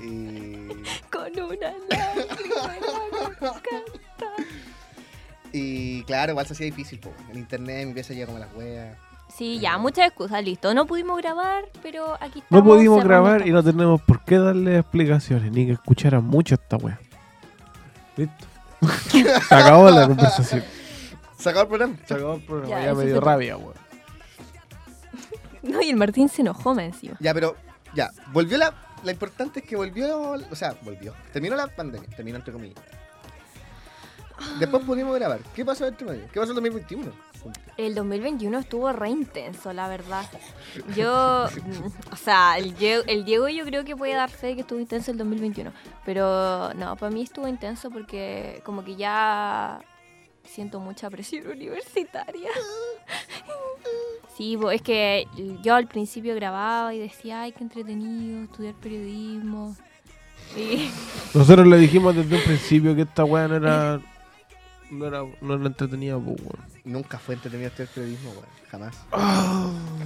Speaker 3: y
Speaker 1: Con una lágrima en la boca.
Speaker 3: y claro igual se hacía difícil po. el internet mi pieza ya como las weas
Speaker 1: Sí, ya, muchas excusas, listo. No pudimos grabar, pero aquí estamos.
Speaker 2: No pudimos
Speaker 1: cerrando
Speaker 2: grabar
Speaker 1: esta
Speaker 2: y no tenemos por qué darle explicaciones, ni que escucharan mucho esta wea. Listo. Se acabó la conversación.
Speaker 3: se acabó el programa
Speaker 2: Se acabó el programa,
Speaker 1: Ya,
Speaker 2: ya,
Speaker 1: eso
Speaker 2: me
Speaker 1: fue
Speaker 2: dio
Speaker 1: todo.
Speaker 2: rabia, weón.
Speaker 1: No, y el Martín se enojó más encima.
Speaker 3: Ya, pero, ya, volvió la. La importante es que volvió, o sea, volvió. Terminó la pandemia, terminó entre comillas.
Speaker 1: Ah.
Speaker 3: Después pudimos grabar. ¿Qué pasó entre medio? ¿Qué pasó en 2021?
Speaker 1: El 2021 estuvo re intenso, la verdad. Yo, mm, o sea, el Diego, el Diego yo creo que puede dar fe de que estuvo intenso el 2021. Pero no, para mí estuvo intenso porque como que ya siento mucha presión universitaria. Sí, bo, es que yo al principio grababa y decía, ay, qué entretenido estudiar periodismo. Y
Speaker 2: Nosotros le dijimos desde un principio que esta weá no era. No era, no era entretenida, pues, weón.
Speaker 3: Nunca fue entretenido este periodismo, weón. Jamás.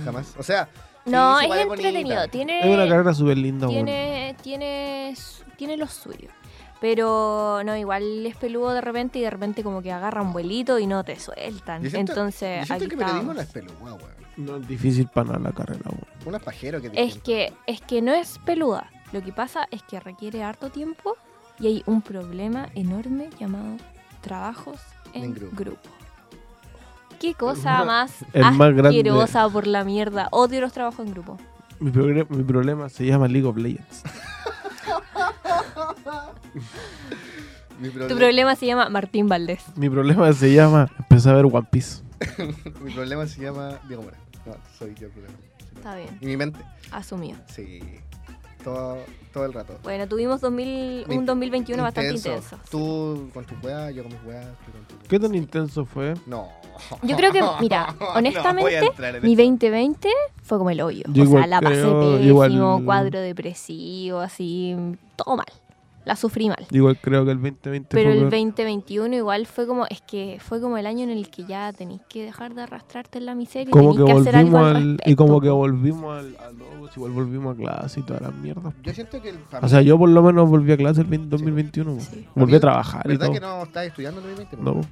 Speaker 3: Jamás. O sea. sí,
Speaker 1: no,
Speaker 3: su
Speaker 1: es
Speaker 3: weá bonita.
Speaker 1: entretenido. Tiene,
Speaker 2: Es una carrera súper linda, weón.
Speaker 1: Eh, tiene, tiene, su- tiene lo suyo. Pero no, igual es peludo de repente y de repente como que agarra un vuelito y no te sueltan.
Speaker 3: Yo siento-
Speaker 1: Entonces,
Speaker 3: yo siento
Speaker 1: aquí
Speaker 3: que periodismo
Speaker 1: estamos.
Speaker 3: no es peluda, weón.
Speaker 2: No es difícil para nada la carrera, weón.
Speaker 3: Unos pajeros que te
Speaker 1: es que es que no es peluda. Lo que pasa es que requiere harto tiempo y hay un problema enorme llamado trabajos en,
Speaker 3: En grupo.
Speaker 1: grupo. Qué cosa más
Speaker 2: el más grande.
Speaker 1: asquerosa por la mierda. Odio los trabajos en grupo.
Speaker 2: Mi, progre- mi problema se llama League of Legends.
Speaker 3: Mi
Speaker 1: Tu
Speaker 3: problema,
Speaker 1: problema se llama Martín Valdés.
Speaker 2: Mi problema se llama empezar a ver One Piece.
Speaker 3: mi problema se llama Diego Mora. No, soy yo el problema.
Speaker 1: Está bien,
Speaker 3: Y mi mente,
Speaker 1: asumido.
Speaker 3: sí. Todo, todo el rato.
Speaker 1: Bueno, tuvimos 2000
Speaker 3: Mi-
Speaker 1: un 2021 bastante intenso.
Speaker 3: Tú con tus weas, yo con mis weas, tú con tus
Speaker 2: ¿Qué tan intenso fue?
Speaker 3: No.
Speaker 1: Yo creo que, mira,
Speaker 3: No voy a
Speaker 1: honestamente,
Speaker 3: entrar en
Speaker 1: Mi
Speaker 3: eso.
Speaker 1: 2020 fue como el hoyo.
Speaker 2: Yo
Speaker 1: o sea,
Speaker 2: igual
Speaker 1: la pasé
Speaker 2: creo-
Speaker 1: pésimo,
Speaker 2: igual-
Speaker 1: cuadro depresivo, así, todo mal. La sufrí mal.
Speaker 2: Igual creo que el 2020
Speaker 1: Pero
Speaker 2: fue
Speaker 1: el
Speaker 2: peor.
Speaker 1: 2021 igual fue como, es que fue como el año en el que ya tenéis que dejar de arrastrarte en la miseria y
Speaker 2: como
Speaker 1: tenéis
Speaker 2: que
Speaker 1: que, hacer algo
Speaker 2: volvimos
Speaker 1: al
Speaker 2: al, y
Speaker 1: respecto.
Speaker 2: como que volvimos al, a logos, igual volvimos a clase y todas las mierdas.
Speaker 3: Yo siento que el
Speaker 2: O sea, yo por lo menos volví a clase el 20 2021. po.
Speaker 1: Sí.
Speaker 2: Volví a trabajar y
Speaker 3: ¿Verdad
Speaker 2: todo.
Speaker 3: que no estás estudiando en el 2020?
Speaker 2: No, po.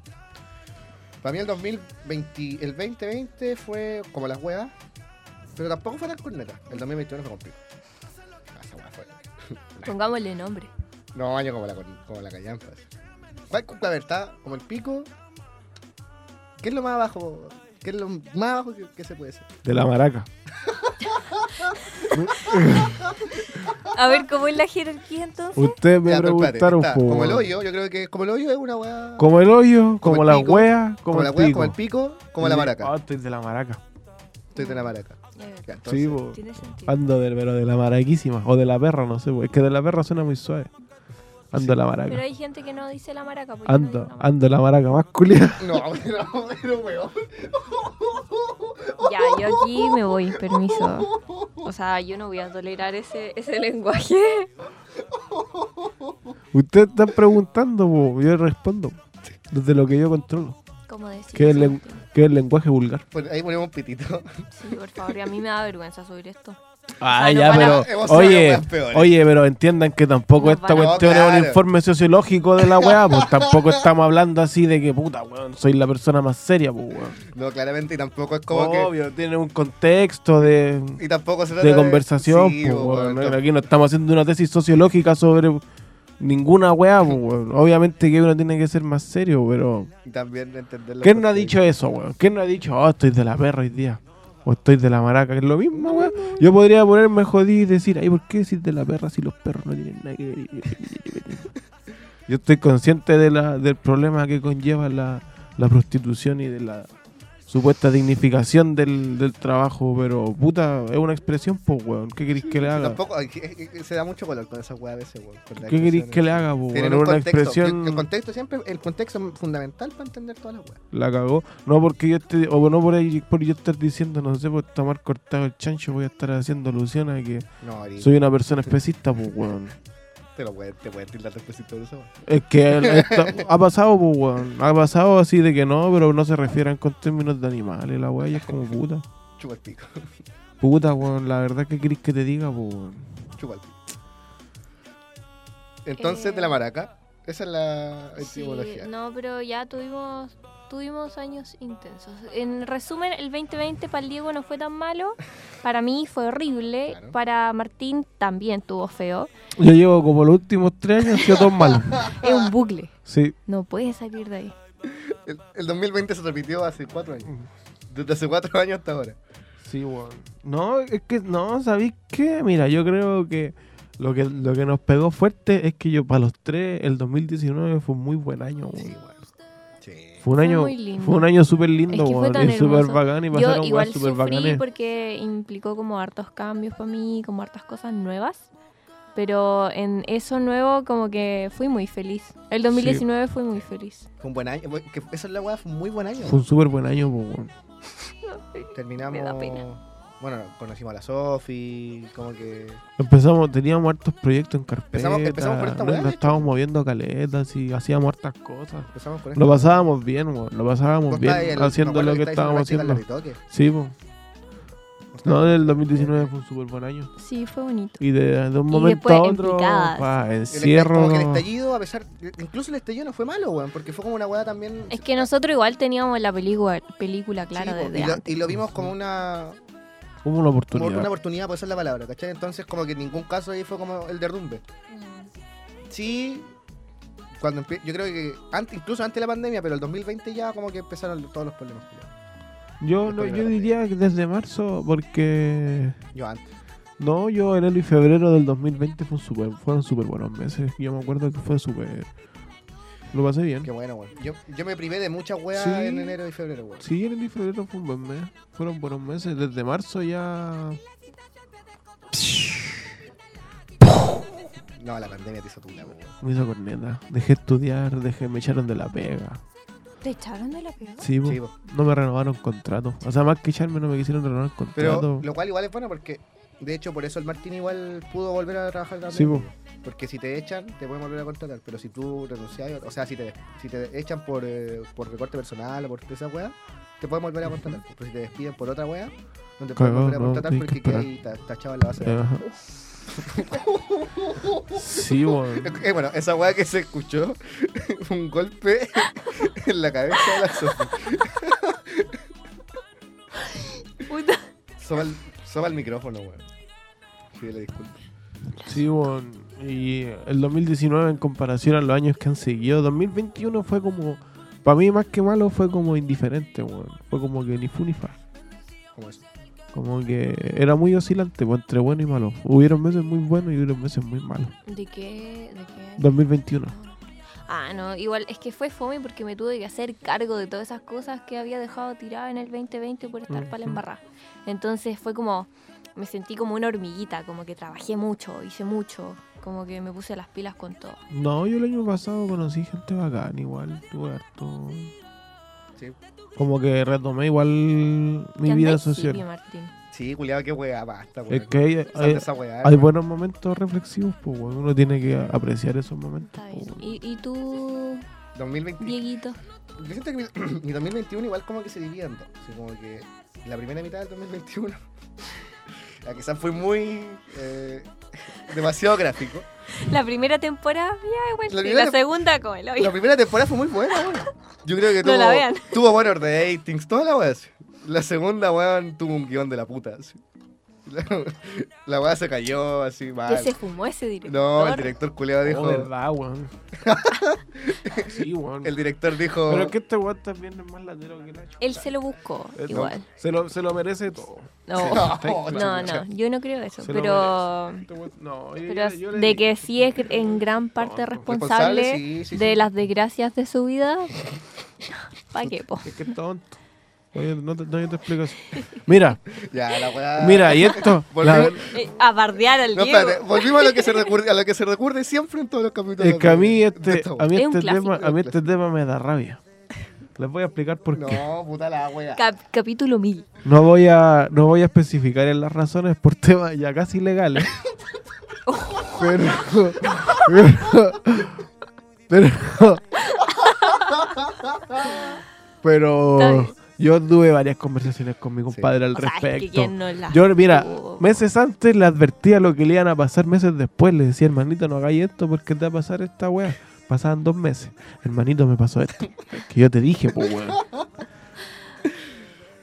Speaker 3: Para mí el 2020, el 2020 fue como las huevas, pero tampoco fue tan corneta. El 2021 fue complicado. Ah, Esa hueá fue.
Speaker 1: Pongámosle nombre.
Speaker 3: No, año como la, corn- como la callampa. así. ¿Cuál es la verdad? Como el pico. ¿Qué es lo más abajo? ¿Qué es lo más abajo que, que se puede hacer?
Speaker 2: de la maraca.
Speaker 1: A ver, ¿cómo es la jerarquía entonces?
Speaker 2: Ustedes me
Speaker 3: Ya, pero espérate,
Speaker 2: preguntaron
Speaker 3: está
Speaker 2: po,
Speaker 3: Como el hoyo, yo creo que como el hoyo es una hueá.
Speaker 2: Como el hoyo, como,
Speaker 3: Como el
Speaker 2: la
Speaker 3: pico,
Speaker 2: wea, como,
Speaker 3: Como la
Speaker 2: el
Speaker 3: hueá,
Speaker 2: pico.
Speaker 3: como el pico, como la
Speaker 2: Sí.
Speaker 3: maraca.
Speaker 2: Ah, estoy de la maraca.
Speaker 3: Estoy de la maraca.
Speaker 1: Ya, ya,
Speaker 3: Ya, entonces,
Speaker 2: Sí, po.
Speaker 1: Tiene sentido.
Speaker 2: Ando del, pero de la maraquísima. O de la perra, no sé. po. Es que de la perra suena muy suave. Ando de la
Speaker 1: Pero
Speaker 2: maraca.
Speaker 1: hay gente que no dice la maraca. ¿por qué no
Speaker 2: Ando,
Speaker 1: dice la maraca?
Speaker 2: ando de la maraca masculina.
Speaker 3: No, pero, pero weón.
Speaker 1: Ya, yo aquí me voy, permiso. O sea, yo no voy a tolerar ese, ese lenguaje.
Speaker 2: Ustedes están preguntando, po, yo respondo. Desde lo que yo controlo.
Speaker 1: ¿Cómo decir?
Speaker 2: Que es,
Speaker 1: eso,
Speaker 2: len-
Speaker 1: Martín?
Speaker 2: que es el lenguaje vulgar.
Speaker 3: Bueno, ahí ponemos un pitito.
Speaker 1: Sí, por favor, y a mí me da vergüenza subir esto. O
Speaker 2: Ah,
Speaker 1: sea,
Speaker 2: ya,
Speaker 1: nos van
Speaker 3: a-
Speaker 2: pero.
Speaker 3: hemos sido
Speaker 2: Oye,
Speaker 3: las peores.
Speaker 2: oye, pero entiendan que tampoco
Speaker 1: Nos
Speaker 2: esta
Speaker 1: van a-
Speaker 2: cuestión
Speaker 3: No,
Speaker 2: es un
Speaker 3: claro.
Speaker 2: informe sociológico de la weá, pues tampoco estamos hablando así de que puta, weón, soy la persona más seria, pues weón.
Speaker 3: No, claramente, y tampoco es como que.
Speaker 2: Obvio, tiene un contexto de,
Speaker 3: Y tampoco se trata
Speaker 2: de conversación,
Speaker 3: Sí,
Speaker 2: pues
Speaker 3: po,
Speaker 2: weón.
Speaker 3: weón,
Speaker 2: Aquí no estamos haciendo una tesis sociológica sobre ninguna weá, pues weón. Obviamente que uno tiene que ser más serio, pero.
Speaker 3: Y también entenderlo.
Speaker 2: ¿Quién no ha dicho eso, weón? ¿Quién no ha dicho, oh, estoy de la perra hoy día? O estoy de la maraca, que es lo mismo, weón. Yo podría ponerme jodido y decir, ay, ¿por qué decir de la perra si los perros no tienen nada que ver? Yo estoy consciente de la, del problema que conlleva la, la prostitución y de la supuesta dignificación del, del trabajo, pero puta, es una expresión, pues, weón. ¿Qué queréis que le haga?
Speaker 3: Tampoco, ay, que- que- que se da mucho color con esa weá a veces, weón. con las
Speaker 2: ¿Qué queréis
Speaker 3: expresiones.
Speaker 2: que le haga, po, weón?
Speaker 3: Tienen
Speaker 2: Es
Speaker 3: un
Speaker 2: una
Speaker 3: contexto.
Speaker 2: expresión.
Speaker 3: Yo- El contexto siempre, el contexto es fundamental para entender todas las weas.
Speaker 2: La cagó. No porque yo esté, o no por, ahí- por yo estar diciendo, no sé, por tomar cortado el chancho, voy a estar haciendo alusión a que
Speaker 3: No, Ari,
Speaker 2: soy una persona especista, pues weón.
Speaker 3: te lo puedes, te puedes tildar después de esa wea.
Speaker 2: Es que el- esta- ha pasado, pues weón. Ha pasado así de que no, pero no se refieran con términos de animales, la weá, y es como puta.
Speaker 3: Chupa el pico,
Speaker 2: Puta, weón, la verdad que querés que te diga, pues weón.
Speaker 3: chupa el pico. Entonces,
Speaker 1: Eh,
Speaker 3: de la maraca, esa es la
Speaker 1: Sí,
Speaker 3: etimología.
Speaker 1: no, pero ya tuvimos tuvimos años intensos. En resumen, el 2020 para el Diego no fue tan malo, para mí fue horrible,
Speaker 3: Claro.
Speaker 1: para Martín también tuvo feo.
Speaker 2: Yo llevo como los últimos tres años siendo todo malo.
Speaker 1: Es un bucle,
Speaker 2: Sí.
Speaker 1: no puedes salir de ahí.
Speaker 3: El, el 2020 se repitió hace cuatro años. Desde hace cuatro años hasta ahora.
Speaker 2: Sí, weón. No, es que, no, ¿sabéis qué? Mira, yo creo que lo que, lo que nos pegó fuerte es que yo, para los tres, el 2019 fue un muy buen año, weón.
Speaker 3: Sí, weón. Sí.
Speaker 2: Fue un
Speaker 1: Fue
Speaker 2: año,
Speaker 1: muy lindo.
Speaker 2: fue un año súper lindo,
Speaker 1: Es que fue
Speaker 2: weón,
Speaker 1: tan
Speaker 2: y súper
Speaker 1: hermoso.
Speaker 2: bacán, y
Speaker 1: Yo
Speaker 2: pasaron
Speaker 1: igual
Speaker 2: weas
Speaker 1: sufrí
Speaker 2: súper bacanes.
Speaker 1: porque implicó como hartos cambios para mí, como hartas cosas nuevas. Pero en eso nuevo como que fui muy feliz. El 2019 fui muy feliz.
Speaker 3: Fue un buen año. Fue- que esa es la weá, fue un muy buen año.
Speaker 2: Fue un súper buen año, po, weón.
Speaker 3: Terminamos.
Speaker 1: Me da pena.
Speaker 3: Bueno, conocimos a la Sofi, como que.
Speaker 2: Empezamos, teníamos hartos proyectos en carpeta.
Speaker 3: Empezamos- empezamos por esta
Speaker 2: nos-
Speaker 3: weá,
Speaker 2: nos
Speaker 3: de hecho.
Speaker 2: estábamos moviendo caletas y hacíamos hartas cosas.
Speaker 3: Empezamos con esto.
Speaker 2: Lo pasábamos bien, weón. Lo pasábamos
Speaker 3: Vos
Speaker 2: bien
Speaker 3: estabas en el- me
Speaker 2: haciendo
Speaker 3: acuerdo
Speaker 2: lo que
Speaker 3: estabas
Speaker 2: estábamos
Speaker 3: en la chica en la
Speaker 2: haciendo.
Speaker 3: Ritoque.
Speaker 2: Sí, po.
Speaker 3: O sea,
Speaker 2: No, el 2019 fue un súper buen año.
Speaker 1: Sí, fue bonito.
Speaker 2: Y de, de un
Speaker 1: Y
Speaker 2: momento
Speaker 1: después
Speaker 2: a otro,
Speaker 1: emplicadas.
Speaker 2: pa,
Speaker 3: el estallido-
Speaker 2: encierro.
Speaker 3: Como que el estallido, a pesar. Incluso el estallido no fue malo, weón, porque fue como una weá también.
Speaker 1: Es que nosotros igual teníamos la película, película clara
Speaker 3: Sí, po,
Speaker 1: desde
Speaker 3: y, lo,
Speaker 1: antes.
Speaker 3: y lo vimos como una,
Speaker 2: Hubo una
Speaker 3: como
Speaker 2: oportunidad.
Speaker 3: una oportunidad, por esa es la palabra, ¿cachai? Entonces, como que en ningún caso ahí fue como el derrumbe. Sí, cuando empie- yo creo que antes, incluso antes de la pandemia, pero el 2020 ya como que empezaron todos los problemas.
Speaker 2: Yo,
Speaker 3: Después
Speaker 2: no-
Speaker 3: de la
Speaker 2: yo
Speaker 3: pandemia.
Speaker 2: diría que desde marzo, porque.
Speaker 3: Yo antes.
Speaker 2: No, yo enero y febrero del 2020 fue un super, fueron súper buenos meses. Yo me acuerdo que fue súper. Lo pasé bien.
Speaker 3: Qué bueno, weón. Yo, yo me privé de muchas weas
Speaker 2: Sí.
Speaker 3: en enero y febrero, weón.
Speaker 2: Sí, enero y febrero fue un buen mes. Fueron buenos meses. Desde marzo ya.
Speaker 3: No, la pandemia te hizo tu weón.
Speaker 2: Me hizo corneta. Dejé estudiar, dejé, me echaron de la pega.
Speaker 1: ¿Te echaron de la pega?
Speaker 2: Sí, po.
Speaker 3: Sí, pues. po.
Speaker 2: no me renovaron contrato. O sea, más que echarme, no me quisieron renovar
Speaker 3: Pero
Speaker 2: contrato.
Speaker 3: lo cual igual es bueno porque, de hecho, por eso el Martín igual pudo volver a trabajar también.
Speaker 2: Sí, po.
Speaker 3: Porque si te echan, te pueden volver a contratar. Pero si tú renuncias, o sea, si te, si te echan por, eh, por recorte personal o por esa wea, te pueden volver a contratar. Pero si te despiden por otra wea, no te pueden
Speaker 2: Cagao,
Speaker 3: volver a
Speaker 2: no,
Speaker 3: contratar
Speaker 2: tenés que
Speaker 3: porque queda ahí ta- tachado en la base de datos.
Speaker 2: Ajá. sí, weón.
Speaker 3: Eh, bueno, esa weá que se escuchó fue un golpe en la cabeza de la Sofi.
Speaker 1: Puta.
Speaker 3: Soba el, soba el micrófono, weón. Sí, la disculpa.
Speaker 2: Sí, weón. Y el 2019 en comparación a los años que han seguido, 2021 fue como, para mí más que malo, fue como indiferente, weón. Fue como que ni fu ni fa.
Speaker 3: ¿Cómo es?
Speaker 2: Como que era muy oscilante, pues, entre bueno y malo. Hubieron meses muy buenos y hubieron meses muy malos.
Speaker 1: ¿De qué? ¿De qué?
Speaker 2: 2021.
Speaker 1: Ah, no, igual es que fue fome porque me tuve que hacer cargo de todas esas cosas que había dejado tiradas en el 2020 por estar para la
Speaker 2: Ujú.
Speaker 1: embarrada. Entonces fue como, me sentí como una hormiguita, como que trabajé mucho, hice mucho, como que me puse las pilas con todo.
Speaker 2: No, yo el año pasado conocí gente bacán, igual. Tuve harto.
Speaker 3: Sí.
Speaker 2: Como que retomé igual mi
Speaker 1: ¿Qué
Speaker 2: vida
Speaker 1: andáis,
Speaker 2: social.
Speaker 1: hippie, Martín?
Speaker 3: Sí, culiado, qué weá, basta, weón.
Speaker 2: Es que eh, hay,
Speaker 3: Sal
Speaker 2: hay-
Speaker 3: de esa weá, eh.
Speaker 2: hay
Speaker 3: hermano.
Speaker 2: buenos momentos reflexivos, pues, weón. Uno tiene que apreciar esos momentos.
Speaker 1: Está
Speaker 2: pues,
Speaker 1: bien.
Speaker 2: weón.
Speaker 1: ¿Y, y tú,
Speaker 3: 2020.
Speaker 1: Dieguito?
Speaker 3: Yo siento que mi, mi 2021 igual como que se divide en dos. Así como que la primera mitad del 2021, la quizás fue muy... eh, demasiado gráfico.
Speaker 1: La primera temporada, ya igual.
Speaker 3: La
Speaker 1: sí,
Speaker 3: primera
Speaker 1: la
Speaker 3: tem-
Speaker 1: segunda con el hoyo.
Speaker 3: La primera temporada fue muy buena, weón. Yo creo que
Speaker 1: No
Speaker 3: tuvo,
Speaker 1: la vean.
Speaker 3: tuvo buenos ratings, toda la weá. así. La segunda, weón, tuvo un guión de la puta. así. La, la weá se cayó, así,
Speaker 1: Que
Speaker 3: mal.
Speaker 1: se fumó ese director.
Speaker 3: No, el director culiado dijo...
Speaker 2: Oh, verdad, weón. sí, weón.
Speaker 3: el director dijo...
Speaker 2: Pero es que este weón también es más latero que el hacho.
Speaker 1: Él se lo buscó,
Speaker 2: Eh, no,
Speaker 1: igual.
Speaker 2: Se lo, se lo merece todo.
Speaker 1: No,
Speaker 3: No,
Speaker 1: no, no, yo no creo eso,
Speaker 2: Se lo
Speaker 1: pero...
Speaker 2: merece. Este weón- no, yo-
Speaker 1: Pero
Speaker 2: yo- yo le
Speaker 1: de
Speaker 2: di-
Speaker 1: que sí es en gran parte
Speaker 2: Tonto.
Speaker 1: responsable,
Speaker 3: sí, sí,
Speaker 1: de
Speaker 3: sí.
Speaker 1: las desgracias de su vida, ¿pa' qué, po?
Speaker 2: Es que es tonto. Oye, no te, no, yo te explico eso. Mira,
Speaker 3: Ya, la weá...
Speaker 2: mira, y esto. la-
Speaker 3: Volvimos-
Speaker 1: Eh, a bardear al
Speaker 3: No,
Speaker 1: Diego.
Speaker 3: espérate, volvimos a lo que se recuerde, a lo que se recuerde siempre en todos los capítulos.
Speaker 2: es que a mí
Speaker 3: de
Speaker 2: este,
Speaker 3: esta
Speaker 2: a mí
Speaker 1: Es un
Speaker 2: este,
Speaker 1: clásico.
Speaker 2: tema, a mí este tema me da rabia. Les voy a explicar por qué.
Speaker 3: No, puta la wea.
Speaker 1: Cap- capítulo 1000.
Speaker 2: No voy a, no voy a especificar en las razones por temas ya casi legales. pero, pero, pero, pero
Speaker 1: Está bien.
Speaker 2: yo tuve varias conversaciones con mi compadre al
Speaker 1: O sea, es que
Speaker 2: respecto.
Speaker 1: quién no
Speaker 3: Ah,
Speaker 1: la
Speaker 2: Yo, mira,
Speaker 3: oh.
Speaker 1: tuvo.
Speaker 2: meses antes le advertía lo que le iban a pasar meses después. Le decía, hermanito, no hagáis esto porque te va a pasar esta weá. Pasaban dos meses. Hermanito, me pasó esto. Que yo te dije, pues weón.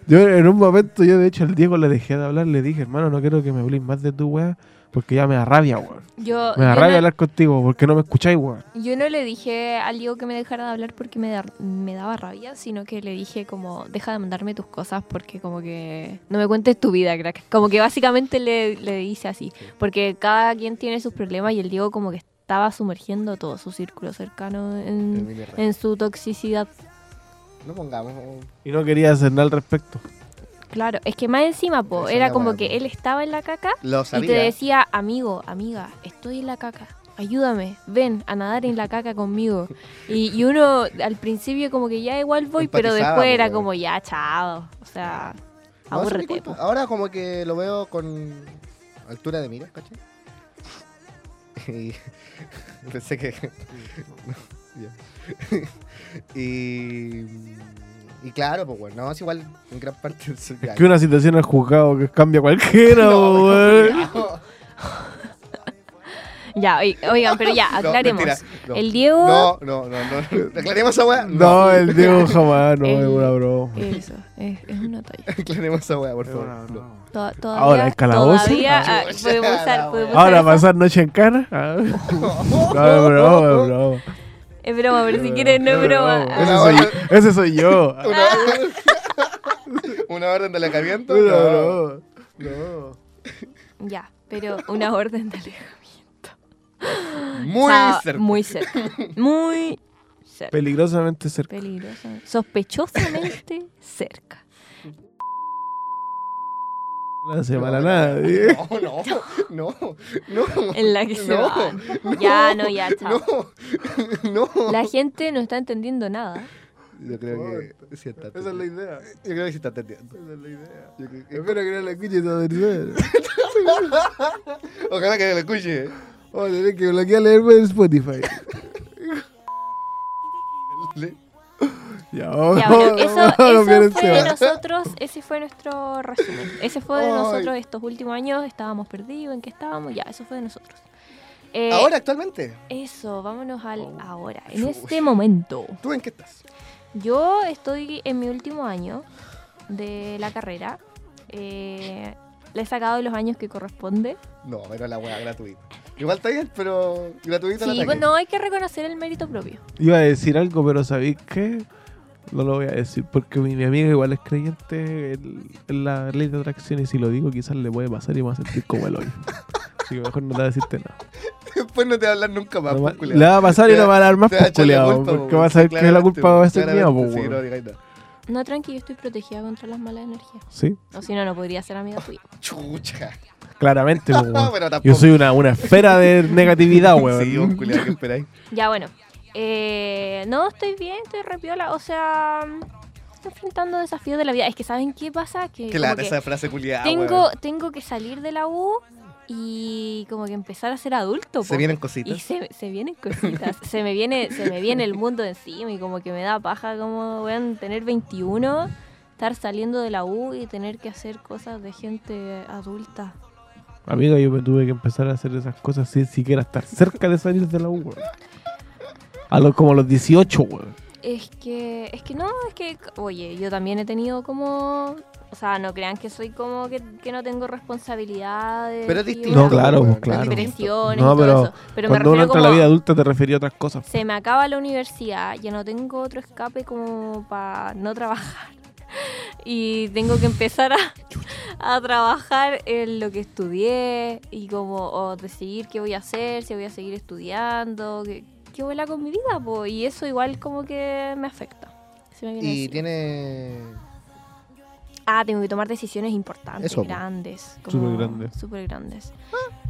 Speaker 2: Yo en un momento, yo de hecho al Diego le dejé de hablar, le dije, hermano, no quiero que me habléis más de tu weá. Porque ya me da rabia, weón.
Speaker 3: Oh,
Speaker 1: Yo,
Speaker 2: Me da
Speaker 1: yo
Speaker 2: rabia
Speaker 1: no,
Speaker 2: hablar contigo porque no me escucháis, weón.
Speaker 1: yo no le dije al Diego que me dejara de hablar porque me, da- me daba rabia, sino que le dije como, deja de mandarme tus cosas porque como que no me cuentes tu vida, crack. Como que básicamente le, le dice así, porque cada quien tiene sus problemas y el Diego como que estaba sumergiendo todo su círculo cercano en,
Speaker 3: Emilia Herrera.
Speaker 1: en su toxicidad.
Speaker 3: No pongamos. eh.
Speaker 2: Y no quería hacer nada al respecto.
Speaker 1: Claro, es que más encima, po,
Speaker 3: Esa es
Speaker 1: era
Speaker 3: la
Speaker 1: como
Speaker 3: wea, po.
Speaker 1: que él estaba en la caca
Speaker 3: Lo
Speaker 1: Y te
Speaker 3: sabía.
Speaker 1: decía, amigo, amiga, estoy en la caca. Ayúdame, ven a nadar en la caca conmigo. Y, y uno al principio como que ya igual voy, pero
Speaker 3: Empatizaba,
Speaker 1: después era
Speaker 3: pues.
Speaker 1: como ya, chao. O sea,
Speaker 3: No, eso me
Speaker 1: aburrete.
Speaker 3: cuento. Ahora como que lo veo con altura de mira, ¿cachai? Y pensé que... Ya. y... mm, Y claro, pues bueno, no, es igual en gran parte del sur-
Speaker 2: Que una situación al juzgado que cambia cualquiera,
Speaker 3: No,
Speaker 2: weón.
Speaker 3: no,
Speaker 1: po. Ya, oi- oigan, pero ya, aclaremos.
Speaker 3: mentira, no.
Speaker 1: El Diego-
Speaker 3: No, no, no, no. Aclaremos esa weá.
Speaker 2: No, eh. el Diego jamás, no,
Speaker 1: El-
Speaker 2: es una broma.
Speaker 1: Eso, es, es una talla.
Speaker 3: Aclaremos esa weá, por
Speaker 2: Es una
Speaker 3: favor.
Speaker 2: broma.
Speaker 3: No.
Speaker 1: To- todavía,
Speaker 2: Ahora, ¿el calabozo?
Speaker 1: Todavía, ah,
Speaker 3: Chucha,
Speaker 1: podemos
Speaker 3: la
Speaker 1: usar, podemos usar
Speaker 2: Ahora
Speaker 1: eso.
Speaker 2: pasar noche en cana. Ah. No, es broma, es broma.
Speaker 1: Es broma, pero si quieren no es broma.
Speaker 2: Ese
Speaker 1: Ah,
Speaker 2: soy, ese soy yo.
Speaker 3: Una, orden- una orden de alejamiento.
Speaker 2: Ah. Una
Speaker 3: No.
Speaker 2: broma. No.
Speaker 1: Ya, pero una orden de alejamiento.
Speaker 3: Muy
Speaker 1: Ah,
Speaker 3: cerca.
Speaker 1: Muy cerca. Muy cerca.
Speaker 2: Peligrosamente cerca.
Speaker 1: Peligrosa. Sospechosamente cerca.
Speaker 2: No se para nada. ¿eh?
Speaker 3: No, no, no, no.
Speaker 1: En la que se
Speaker 3: No,
Speaker 1: va.
Speaker 3: no,
Speaker 1: ya, no, ya, chao.
Speaker 3: No, no.
Speaker 1: La gente no está entendiendo nada.
Speaker 3: Yo creo que sí está
Speaker 2: Esa es la
Speaker 3: atendiendo.
Speaker 2: idea.
Speaker 3: Yo creo que sí está atendiendo.
Speaker 2: Esa es la idea.
Speaker 3: Yo creo que-
Speaker 2: Espero que no la escuche esa versión.
Speaker 3: Ojalá que lo escuche.
Speaker 2: Oh, tenés que bloquearle en Spotify.
Speaker 3: Le-
Speaker 2: Ya,
Speaker 1: Ya, bueno, eso, eso
Speaker 2: vienen
Speaker 1: fue de nosotros, ese fue nuestro resumen. Ese fue de
Speaker 3: Ay.
Speaker 1: nosotros estos últimos años, estábamos perdidos, ¿en qué estábamos? Ya, eso fue de nosotros. Eh,
Speaker 3: Ahora, Oh, actualmente,
Speaker 1: Eso, vámonos al ahora. En
Speaker 3: Chuy.
Speaker 1: este momento.
Speaker 3: ¿tú en qué estás?
Speaker 1: Yo estoy en mi último año de la carrera. Eh, le he sacado los años que corresponde.
Speaker 3: No, pero la weá gratuita. Igual está bien, pero gratuita la
Speaker 1: Sí,
Speaker 3: ataque.
Speaker 1: no hay que reconocer el mérito propio.
Speaker 2: Iba a decir algo, pero ¿sabéis qué? No lo voy a decir porque mi, mi amiga igual es creyente en, en la ley de atracción y si lo digo quizás le puede pasar y me va a sentir como el hoyo. Así que mejor no te voy a decirte nada.
Speaker 3: Después no te va a hablar nunca más,
Speaker 2: No va-
Speaker 3: pues, culiao.
Speaker 2: le va a pasar y
Speaker 3: Te
Speaker 2: no va a dar más
Speaker 3: te va a
Speaker 2: por
Speaker 3: echar la
Speaker 2: culiao,
Speaker 3: culpa,
Speaker 2: porque
Speaker 3: po,
Speaker 2: va a saber que la
Speaker 3: claramente,
Speaker 2: culpa este va a ser mía,
Speaker 3: claramente, pues,
Speaker 2: po,
Speaker 3: sí, no
Speaker 2: weón.
Speaker 3: digáis nada.
Speaker 1: No, tranqui, yo estoy protegida contra las malas energías.
Speaker 2: Sí,
Speaker 1: O si no, no podría ser amiga tuya.
Speaker 3: Chucha.
Speaker 2: claramente, po, weón.
Speaker 3: Pero tampoco.
Speaker 2: Yo soy una, una esfera de negatividad,
Speaker 3: Sí, vos,
Speaker 2: weón.
Speaker 3: culiao, ¿qué esperáis?
Speaker 1: Ya, bueno. Eh, no, estoy bien, estoy repiola. O sea, estoy enfrentando desafíos de la vida. Es que, ¿saben qué pasa? Que,
Speaker 3: Qué
Speaker 1: como
Speaker 3: lata
Speaker 1: que
Speaker 3: esa frase culiada.
Speaker 1: tengo, tengo que salir de la U y como que empezar a ser adulto.
Speaker 3: Se
Speaker 1: po.
Speaker 3: vienen
Speaker 1: pues, Y
Speaker 3: cositas.
Speaker 1: se, se vienen cositas. se, me viene, se me viene el mundo encima y como que me da paja como, weón, tener 21, estar saliendo de la U y tener que hacer cosas de gente adulta.
Speaker 2: Amiga, yo me tuve que empezar a hacer esas cosas sin siquiera estar cerca de salir de la U, weón. A los, como a los 18, weón.
Speaker 1: Es que, es que no, es que, oye, yo también he tenido como... O sea, no crean que soy como que, que no tengo responsabilidades.
Speaker 3: Pero es
Speaker 1: que yo-
Speaker 3: distinto,
Speaker 2: No, claro,
Speaker 3: weón,
Speaker 2: pues,
Speaker 3: es
Speaker 2: claro.
Speaker 3: distinto.
Speaker 1: Presiones
Speaker 2: No,
Speaker 1: y
Speaker 2: pero
Speaker 1: todo eso. Pero me
Speaker 2: Cuando uno
Speaker 1: refiero
Speaker 2: entra
Speaker 1: como
Speaker 2: a la vida adulta te refería a otras cosas.
Speaker 1: se me acaba la universidad, ya no tengo otro escape como para no trabajar. Y tengo que empezar a, a trabajar en lo que estudié y como o decidir qué voy a hacer, si voy a seguir estudiando, qué, qué vuela con mi vida. po. Y eso igual como que me afecta. Se me viene
Speaker 3: Y
Speaker 1: encima.
Speaker 3: tiene.
Speaker 1: Ah, tengo que tomar decisiones importantes,
Speaker 3: Eso, po.
Speaker 1: grandes.
Speaker 2: Súper grandes.
Speaker 1: Súper grandes.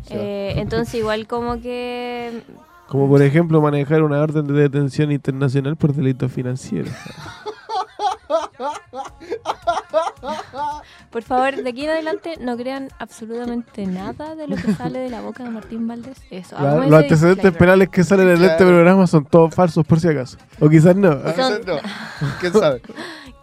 Speaker 3: Se va.
Speaker 1: Eh, entonces igual como que
Speaker 2: Como por ejemplo manejar una orden de detención internacional por delitos financieros.
Speaker 1: Por favor, de aquí en adelante no crean absolutamente nada de lo que sale de la boca de Martín Valdés. Eso.
Speaker 2: La-
Speaker 1: hagamos
Speaker 2: los
Speaker 1: ese
Speaker 2: antecedentes
Speaker 1: disclaimer.
Speaker 2: penales que salen en este
Speaker 3: Claro.
Speaker 2: programa son todos falsos por si acaso. O quizás no.
Speaker 3: Ah,
Speaker 1: Son-
Speaker 3: quizás no. ¿Quién sabe?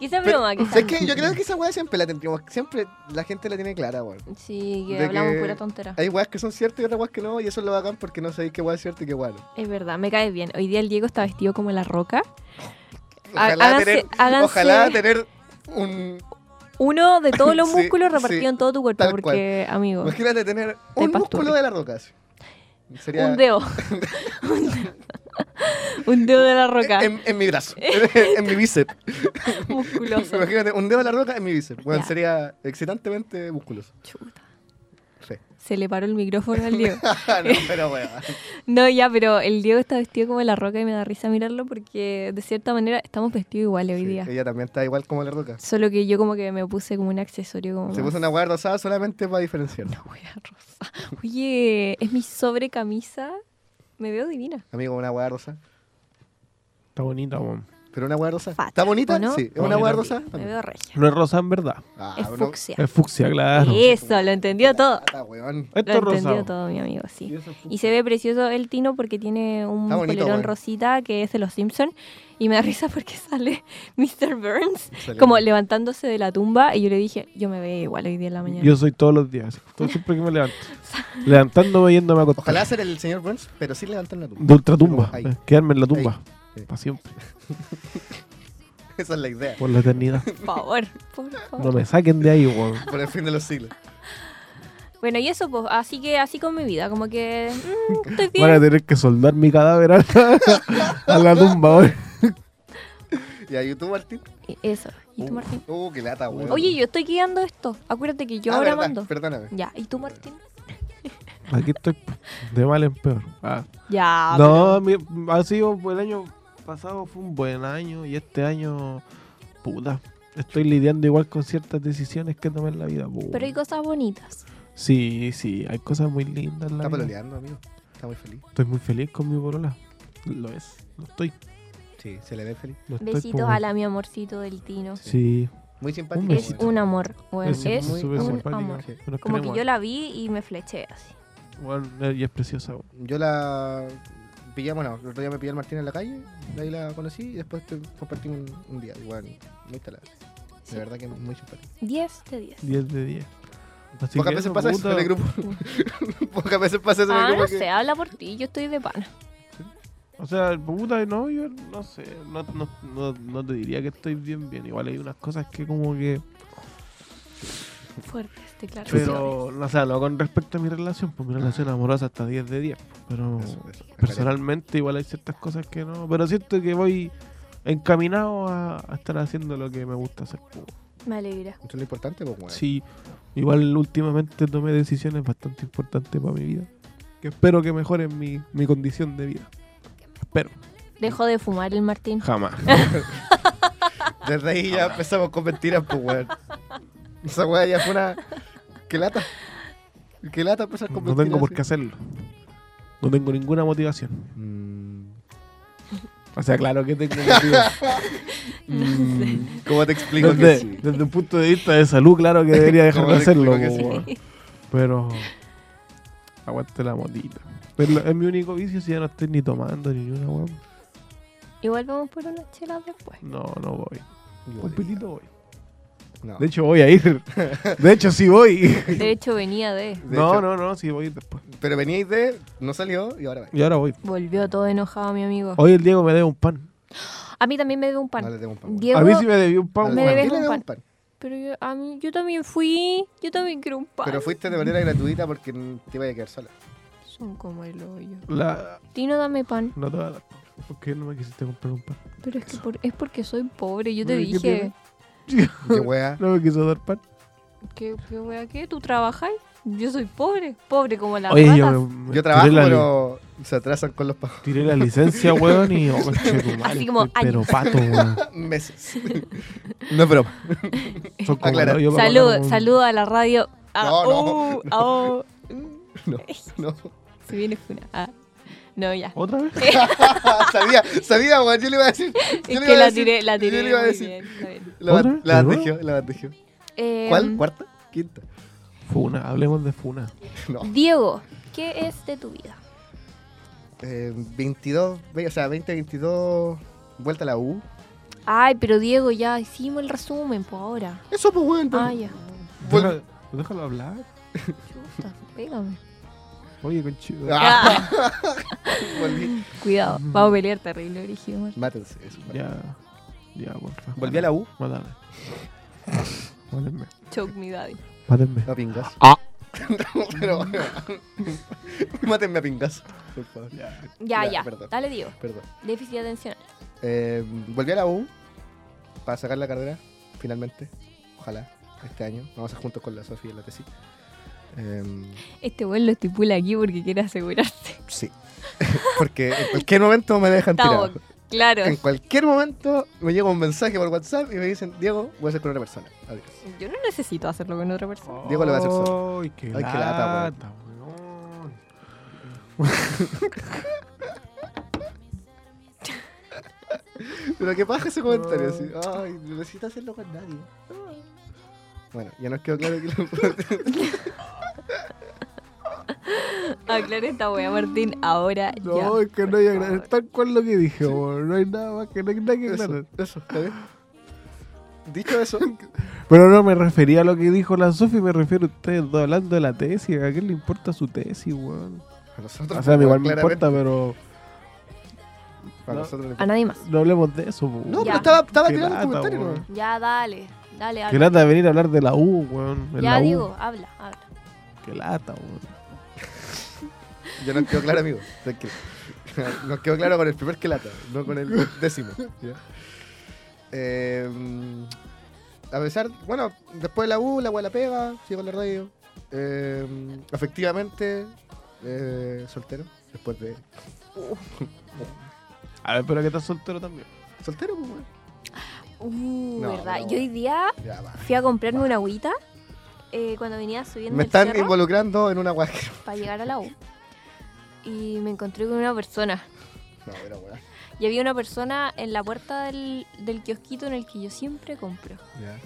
Speaker 1: Quizá
Speaker 3: Pero,
Speaker 1: broma, quizá.
Speaker 3: ¿sabes qué? Yo creo que esa weá siempre la tendríamos. Siempre la gente la tiene clara, weón.
Speaker 1: Sí, que
Speaker 3: de
Speaker 1: hablamos
Speaker 3: que-
Speaker 1: pura tontera.
Speaker 3: Hay weas que son ciertas y otras weas que no, y eso es lo bacán porque no sabéis qué weá es cierto y qué weá no.
Speaker 1: Es verdad, me cae bien. Hoy día el Diego está vestido como la roca. Ha-
Speaker 3: Ojalá
Speaker 1: háganse-
Speaker 3: tener.
Speaker 1: háganse-
Speaker 3: Ojalá tener un.
Speaker 1: Uno de todos los
Speaker 3: Sí,
Speaker 1: músculos
Speaker 3: sí,
Speaker 1: repartido en todo tu cuerpo,
Speaker 3: tal
Speaker 1: porque, amigo,
Speaker 3: Imagínate tener
Speaker 1: Te
Speaker 3: un músculo
Speaker 1: pastura.
Speaker 3: de la roca. así. Sería
Speaker 1: un dedo. Un dedo. un dedo de la roca,
Speaker 3: En, en mi brazo, en, mi bíceps.
Speaker 1: musculoso.
Speaker 3: Imagínate, un dedo de la roca en mi bíceps. Bueno,
Speaker 1: Ya.
Speaker 3: sería excitantemente musculoso.
Speaker 1: Chuta.
Speaker 3: Sí.
Speaker 1: Se le paró el micrófono al Diego.
Speaker 3: no, pero bueno.
Speaker 1: No, ya, pero el Diego está vestido como la roca y me da risa mirarlo porque de cierta manera estamos vestidos iguales hoy
Speaker 3: Sí,
Speaker 1: día.
Speaker 3: ella también está igual como la roca.
Speaker 1: Solo que yo como que me puse como un accesorio como
Speaker 3: Se
Speaker 1: más-
Speaker 3: puso una guarda rosada solamente para diferenciar.
Speaker 1: una hueá rosa. Oye, es mi sobrecamisa. Me veo divina.
Speaker 3: Amigo, una guarda rosa.
Speaker 2: Está bonita, weón.
Speaker 3: Pero una guarda rosa.
Speaker 1: Fata,
Speaker 3: ¿Está bonita?
Speaker 1: ¿o no?
Speaker 3: Sí, es
Speaker 2: Bonita.
Speaker 3: una guarda rosa.
Speaker 1: Me veo regia.
Speaker 2: No es rosa en verdad.
Speaker 3: Ah,
Speaker 1: es
Speaker 3: bueno,
Speaker 1: fucsia.
Speaker 2: Es fucsia, claro.
Speaker 1: Eso, lo entendió todo.
Speaker 3: pata, weón.
Speaker 2: Esto
Speaker 1: Lo
Speaker 2: es
Speaker 1: entendió
Speaker 2: rosado.
Speaker 1: todo, mi amigo, sí.
Speaker 2: Y eso es fucsia.
Speaker 1: Y se ve precioso el Tino porque tiene un
Speaker 3: Está bonito,
Speaker 1: polerón
Speaker 3: bueno.
Speaker 1: rosita que es de los Simpsons. Y me da risa porque sale Mr. Burns
Speaker 3: Sale
Speaker 1: como
Speaker 3: bien.
Speaker 1: levantándose de la tumba. Y yo le dije, yo me veo igual hoy día en la mañana.
Speaker 2: Yo soy todos los días. Todo siempre que me levanto. Levantándome yéndome a acostar.
Speaker 3: Ojalá ser el señor Burns, pero sí levantar la tumba.
Speaker 2: De ultratumba.
Speaker 3: Ahí.
Speaker 2: eh, Quedarme en la tumba.
Speaker 3: Ahí.
Speaker 2: Para siempre.
Speaker 3: Esa es la idea.
Speaker 2: Por la eternidad.
Speaker 1: Por favor, por favor.
Speaker 2: No me saquen de ahí, weón.
Speaker 3: Por el fin de los siglos.
Speaker 1: Bueno, y eso, pues, así que así con mi vida, como que mm, estoy bien.
Speaker 2: Van a tener que soldar mi cadáver a la, a la tumba, weón.
Speaker 3: ¿Y a YouTube, Martín?
Speaker 1: Y Eso. ¿Y tú,
Speaker 3: Uh,
Speaker 1: Martín?
Speaker 3: Uh, qué lata, weón.
Speaker 1: Oye, yo estoy guiando esto. Acuérdate que yo
Speaker 3: Ah,
Speaker 1: ahora
Speaker 3: verdad,
Speaker 1: mando.
Speaker 3: Perdóname.
Speaker 1: Ya, ¿y tú, Martín?
Speaker 2: Aquí estoy de mal en peor. Ah.
Speaker 1: Ya.
Speaker 2: No, mi- ha sido el año pasado fue un buen año y este año, puta, estoy lidiando igual con ciertas decisiones que tomé en la vida. po.
Speaker 1: Pero hay cosas bonitas.
Speaker 2: Sí, sí, hay cosas muy lindas. en la
Speaker 3: Está
Speaker 2: vida.
Speaker 3: pololeando, amigo. Está muy feliz.
Speaker 2: Estoy muy feliz con mi bolola. Lo es, lo estoy.
Speaker 3: Sí, se le ve feliz.
Speaker 2: lo estoy,
Speaker 1: Besitos
Speaker 2: po.
Speaker 1: a la mi amorcito del Tino.
Speaker 2: Sí,
Speaker 3: Muy simpático.
Speaker 2: Un
Speaker 1: Es
Speaker 2: besito.
Speaker 1: un amor, bueno,
Speaker 2: es
Speaker 1: es,
Speaker 2: súper
Speaker 3: muy-
Speaker 1: un
Speaker 2: simpática.
Speaker 1: amor.
Speaker 3: Sí.
Speaker 2: Nos
Speaker 1: Como que
Speaker 2: queremos.
Speaker 1: yo la vi y me fleché así.
Speaker 2: Bueno, eh, y es preciosa. bueno.
Speaker 3: Yo la pillé, bueno, el otro día me pillé al Martín en la calle, de ahí la conocí y después te compartí un, un día. Igual, muy talada.
Speaker 1: Sí.
Speaker 3: De verdad que muy simpático.
Speaker 1: 10 de 10.
Speaker 2: 10 de 10. Así
Speaker 3: Pocas
Speaker 2: que
Speaker 3: veces
Speaker 2: eso,
Speaker 3: pasa eso
Speaker 2: puta,
Speaker 3: en el grupo. Pocas veces pasa eso en el
Speaker 1: Ah,
Speaker 3: grupo.
Speaker 1: no
Speaker 3: que-
Speaker 1: sé, habla por ti, yo estoy de pana.
Speaker 2: O sea, puta, no, yo no sé, no, no, no, no te diría que estoy bien, bien. Igual hay unas cosas que como que...
Speaker 1: Fuertes declaraciones.
Speaker 2: Pero, no, o sea, no con respecto a mi relación, pues mi relación amorosa está 10 de 10. Pero
Speaker 3: Eso, eso, me
Speaker 2: personalmente igual hay ciertas cosas que no... Pero siento que voy encaminado a, a estar haciendo lo que me gusta hacer. pues.
Speaker 1: Me alegra.
Speaker 3: parece. Eso es lo importante, pues, weón.
Speaker 2: Sí, igual últimamente tomé decisiones bastante importantes para mi vida. Que espero que mejoren mi, mi condición de vida. Espero.
Speaker 1: Dejó de fumar el Martín.
Speaker 2: Jamás.
Speaker 3: Desde ahí ya empezamos con mentiras, pues, weón. Esa weá ya fue una. ¡Qué lata! ¡Qué lata empezar con
Speaker 2: No
Speaker 3: mentiras!
Speaker 2: tengo por
Speaker 3: así.
Speaker 2: qué hacerlo. No tengo ninguna motivación.
Speaker 3: Mm,
Speaker 2: O sea, claro que tengo motivación.
Speaker 3: ¿Cómo te explico que
Speaker 2: desde,
Speaker 3: sí?
Speaker 2: desde un punto de vista de salud, claro que debería dejar de
Speaker 3: ¿Cómo te
Speaker 2: hacerlo.
Speaker 3: explico que
Speaker 2: po, weón. Pero aguante la motita. Es, lo- es mi único vicio si ya no estoy ni tomando ni una weón.
Speaker 1: Igual vamos por una chela después.
Speaker 2: No, no voy. Un pitito voy.
Speaker 3: No.
Speaker 2: De hecho, voy a ir. De hecho, sí voy.
Speaker 1: De hecho, venía de.
Speaker 3: De
Speaker 2: No,
Speaker 3: hecho-
Speaker 2: no, no, sí voy después.
Speaker 3: Pero veníais de, no salió y ahora va.
Speaker 2: Y ahora voy.
Speaker 1: Volvió todo enojado, mi amigo.
Speaker 2: Hoy el Diego me debe un pan.
Speaker 1: A mí también me debe un pan.
Speaker 3: No le tengo un pan.
Speaker 1: Diego,
Speaker 2: A mí sí me debió un pan.
Speaker 1: Me
Speaker 2: weón.
Speaker 1: debes
Speaker 3: ¿Quién le
Speaker 1: un
Speaker 3: debe
Speaker 1: pan? pero yo, a mí, yo también fui. Yo también quiero un pan.
Speaker 3: Pero fuiste de manera gratuita porque te iba a quedar sola.
Speaker 1: Son como el hoyo.
Speaker 2: La,
Speaker 1: Tino, dame pan.
Speaker 2: no te va a dar. ¿Por qué no me quisiste comprar un pan?
Speaker 1: Pero es que por- es porque soy pobre. Yo te
Speaker 2: Ay, qué
Speaker 1: dije.
Speaker 3: Qué wea.
Speaker 2: No me quiso dar pan.
Speaker 1: ¿Qué, qué wea qué? ¿Tú trabajáis? Yo soy pobre, pobre como la
Speaker 2: Oye,
Speaker 1: ratas.
Speaker 2: yo, me-
Speaker 3: Yo trabajo,
Speaker 2: tiré la,
Speaker 3: pero se atrasan con los pagos.
Speaker 2: tiré la licencia, weón, y oh, conchetumare,
Speaker 1: Así como
Speaker 2: estoy pero pato, weón.
Speaker 3: Meses. no es broma.
Speaker 2: Son como
Speaker 3: Aclara.
Speaker 2: el hoyo para
Speaker 1: Salud,
Speaker 2: pagar un-
Speaker 1: saludo a la radio. Ah,
Speaker 3: No, no.
Speaker 1: oh, ah, oh.
Speaker 3: No, no.
Speaker 1: Se viene funa. Ah. No, ya.
Speaker 2: ¿Otra vez?
Speaker 1: Eh.
Speaker 3: Ah, sabía, sabía, weón. Yo le iba a decir.
Speaker 1: Es
Speaker 3: Yo le
Speaker 1: que
Speaker 3: iba a
Speaker 1: la
Speaker 3: decir,
Speaker 1: tiré, la tiré.
Speaker 3: Yo le iba a
Speaker 1: muy
Speaker 3: decir.
Speaker 1: bien, está bien.
Speaker 3: La, bat-
Speaker 2: ¿Otra?
Speaker 3: la
Speaker 2: ¿De
Speaker 3: bandejeo, la bandejeo.
Speaker 1: Eh,
Speaker 3: ¿Cuál? ¿Cuarta? ¿Quinta?
Speaker 2: Funa, hablemos de Funa.
Speaker 3: No.
Speaker 1: Diego, ¿qué es de tu vida?
Speaker 3: Eh, 22, ve- o sea, 20, 22, vuelta a la U.
Speaker 1: Ay, pero Diego, ya hicimos el resumen, pues ahora.
Speaker 3: Eso, pues, weón.
Speaker 1: Ah, ya.
Speaker 3: Vuel-
Speaker 2: Déjalo, déjalo hablar.
Speaker 1: Chuta, pégame.
Speaker 2: Oye, conchido.
Speaker 3: Ah, volví.
Speaker 1: Cuidado, vamos a pelear terrible, Brígido.
Speaker 3: Mátense, eso.
Speaker 2: Ya, ya, por favor.
Speaker 3: Volví a la U.
Speaker 2: Mátame. Mátenme.
Speaker 1: Choke me daddy.
Speaker 2: Mátenme.
Speaker 3: A pingas.
Speaker 2: Ah.
Speaker 3: Pero bueno. Mátenme a pingas, por favor.
Speaker 1: Ya,
Speaker 3: Ya,
Speaker 1: ya.
Speaker 3: perdón.
Speaker 1: Dale, Diego.
Speaker 3: Perdón.
Speaker 1: Déficit atencional.
Speaker 3: Eh, volví a la U para sacar la carrera, finalmente. Ojalá, este año. Vamos a hacer juntos con la Sofía y la tesis. Em,
Speaker 1: Este buen lo estipula aquí porque quiere asegurarse.
Speaker 3: sí. Porque en cualquier momento me dejan
Speaker 1: Estamos,
Speaker 3: tirado.
Speaker 1: claro.
Speaker 3: En cualquier momento me llega un mensaje por WhatsApp y me dicen, Diego, voy a ser con otra persona. Adiós.
Speaker 1: Yo no necesito hacerlo con otra persona.
Speaker 3: Diego lo va a hacer solo.
Speaker 2: Ay, qué
Speaker 3: Ay, qué lata,
Speaker 2: lata, weón.
Speaker 3: Pero que baja ese comentario así. Ay, no necesito hacerlo con nadie. Bueno, ya nos quedó claro que lo... Ah,
Speaker 1: Aclara Ah, esta wea, Martín, ahora
Speaker 2: No,
Speaker 1: ya.
Speaker 2: es que no hay
Speaker 1: por
Speaker 2: aclarar.
Speaker 1: favor.
Speaker 2: Tal cual lo que dije, weón. No hay nada más que no hay nada que
Speaker 3: eso,
Speaker 2: aclarar.
Speaker 3: eso, está bien. Dicho eso,
Speaker 2: Pero no me refería a lo que dijo la Sofi, me refiero a ustedes dos hablando de la tesis. ¿A quién le importa su tesis, weón?
Speaker 3: a nosotros,
Speaker 2: O sea, a mí igual me
Speaker 3: claramente,
Speaker 2: importa, pero
Speaker 3: a
Speaker 2: ¿no?
Speaker 3: nosotros le
Speaker 1: A nadie más.
Speaker 2: no hablemos de eso, weón.
Speaker 3: No,
Speaker 1: Ya.
Speaker 3: pero estaba, estaba
Speaker 2: Qué
Speaker 3: tirando
Speaker 2: lata,
Speaker 3: el comentario.
Speaker 2: weón.
Speaker 3: ¿no?
Speaker 1: Ya, dale. Dale,
Speaker 2: Qué
Speaker 1: habla.
Speaker 2: lata venir a hablar de la U, weón. en
Speaker 1: Ya,
Speaker 2: la U.
Speaker 1: Diego, habla, habla.
Speaker 2: Qué lata, weón.
Speaker 3: Ya nos quedó claro, amigo. Tranquilo. Nos quedó claro con el primer que lata, no con el décimo. ¿ya? Eh, a pesar, bueno, después de la U, la hueá la pega, sigo con la radio. Eh, afectivamente, eh, soltero. Después de.
Speaker 2: A ver, pero que estás soltero también.
Speaker 3: Soltero, pues, weón.
Speaker 1: Uh,
Speaker 3: No,
Speaker 1: verdad.
Speaker 3: no.
Speaker 1: Yo hoy día
Speaker 3: Ya va.
Speaker 1: fui a comprarme una agüita eh, cuando venía subiendo
Speaker 3: Me
Speaker 1: el
Speaker 3: están
Speaker 1: cerro
Speaker 3: involucrando en una hueá que
Speaker 1: para llegar a la U. Y me encontré con una persona.
Speaker 3: No, pero weón.
Speaker 1: Y había una persona en la puerta del, del kiosquito en el que yo siempre compro.
Speaker 3: Ya.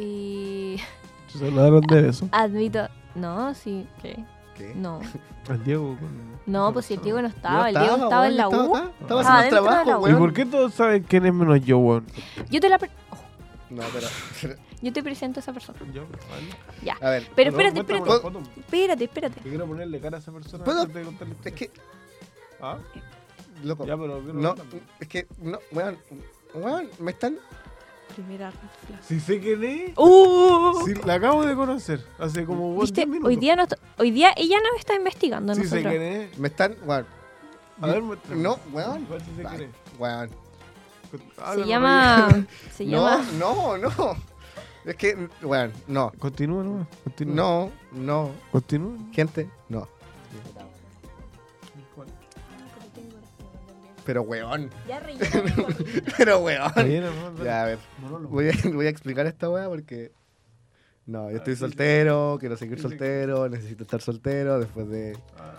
Speaker 1: Y
Speaker 2: Se saludaron de beso.
Speaker 1: admito... No, sí, ¿qué?
Speaker 3: ¿Qué?
Speaker 1: No.
Speaker 2: Al Diego con.
Speaker 1: No, pues si el Diego no estaba. El Diego
Speaker 3: Yo
Speaker 1: estaba en la
Speaker 3: weón,
Speaker 1: U.
Speaker 3: Estaba, estaba
Speaker 1: Estaba
Speaker 3: haciendo
Speaker 1: dentro
Speaker 3: el
Speaker 1: de la U.
Speaker 3: trabajo,
Speaker 2: ¿Y
Speaker 3: weón.
Speaker 2: por qué todos saben quién es menos yo, weón?
Speaker 1: Yo te la... pre- oh,
Speaker 3: No, pero.
Speaker 1: Yo te presento a esa persona.
Speaker 2: Yo,
Speaker 3: A ver.
Speaker 1: Pero espérate,
Speaker 3: cuéntame
Speaker 1: espérate. Espérate, espérate.
Speaker 2: quiero ponerle cara a esa persona.
Speaker 3: ¿Puedo?
Speaker 2: antes de contarle
Speaker 3: Es que,
Speaker 2: Ah,
Speaker 3: loco.
Speaker 2: ya, pero. pero
Speaker 3: No,
Speaker 2: cuéntame.
Speaker 3: es que, no, weón, weón, me están.
Speaker 1: Primera red flag.
Speaker 2: Si sé quién es.
Speaker 1: ¡Uh!
Speaker 2: Si la acabo de conocer. Hace como vos
Speaker 1: ¿Viste?
Speaker 2: 10 minutos.
Speaker 1: Hoy día, no está- hoy día ella nos está investigando. a
Speaker 2: Si sé
Speaker 1: nosotros.
Speaker 2: quién es.
Speaker 3: Me están. Weón,
Speaker 2: A ver, muéstrame.
Speaker 3: no, weón.
Speaker 2: ¿Cuál si sé quién es?
Speaker 3: Weón.
Speaker 1: Se
Speaker 2: Háblame,
Speaker 1: llama... Se
Speaker 3: Ah, No,
Speaker 1: llama...
Speaker 3: no, no. Es que, weón, no.
Speaker 2: María. Continúa, no. Continúa.
Speaker 3: No, no.
Speaker 2: Continúa.
Speaker 3: Gente, no. Pero, weón.
Speaker 1: Ya
Speaker 3: Pero, weón.
Speaker 2: Ahí era, no, dale.
Speaker 3: Ya, a ver.
Speaker 2: Monólogo.
Speaker 3: Voy a, voy a explicar esta weá porque. No, yo
Speaker 2: Ah,
Speaker 3: estoy soltero, quiero seguir soltero, necesito estar soltero después de.
Speaker 2: Ah,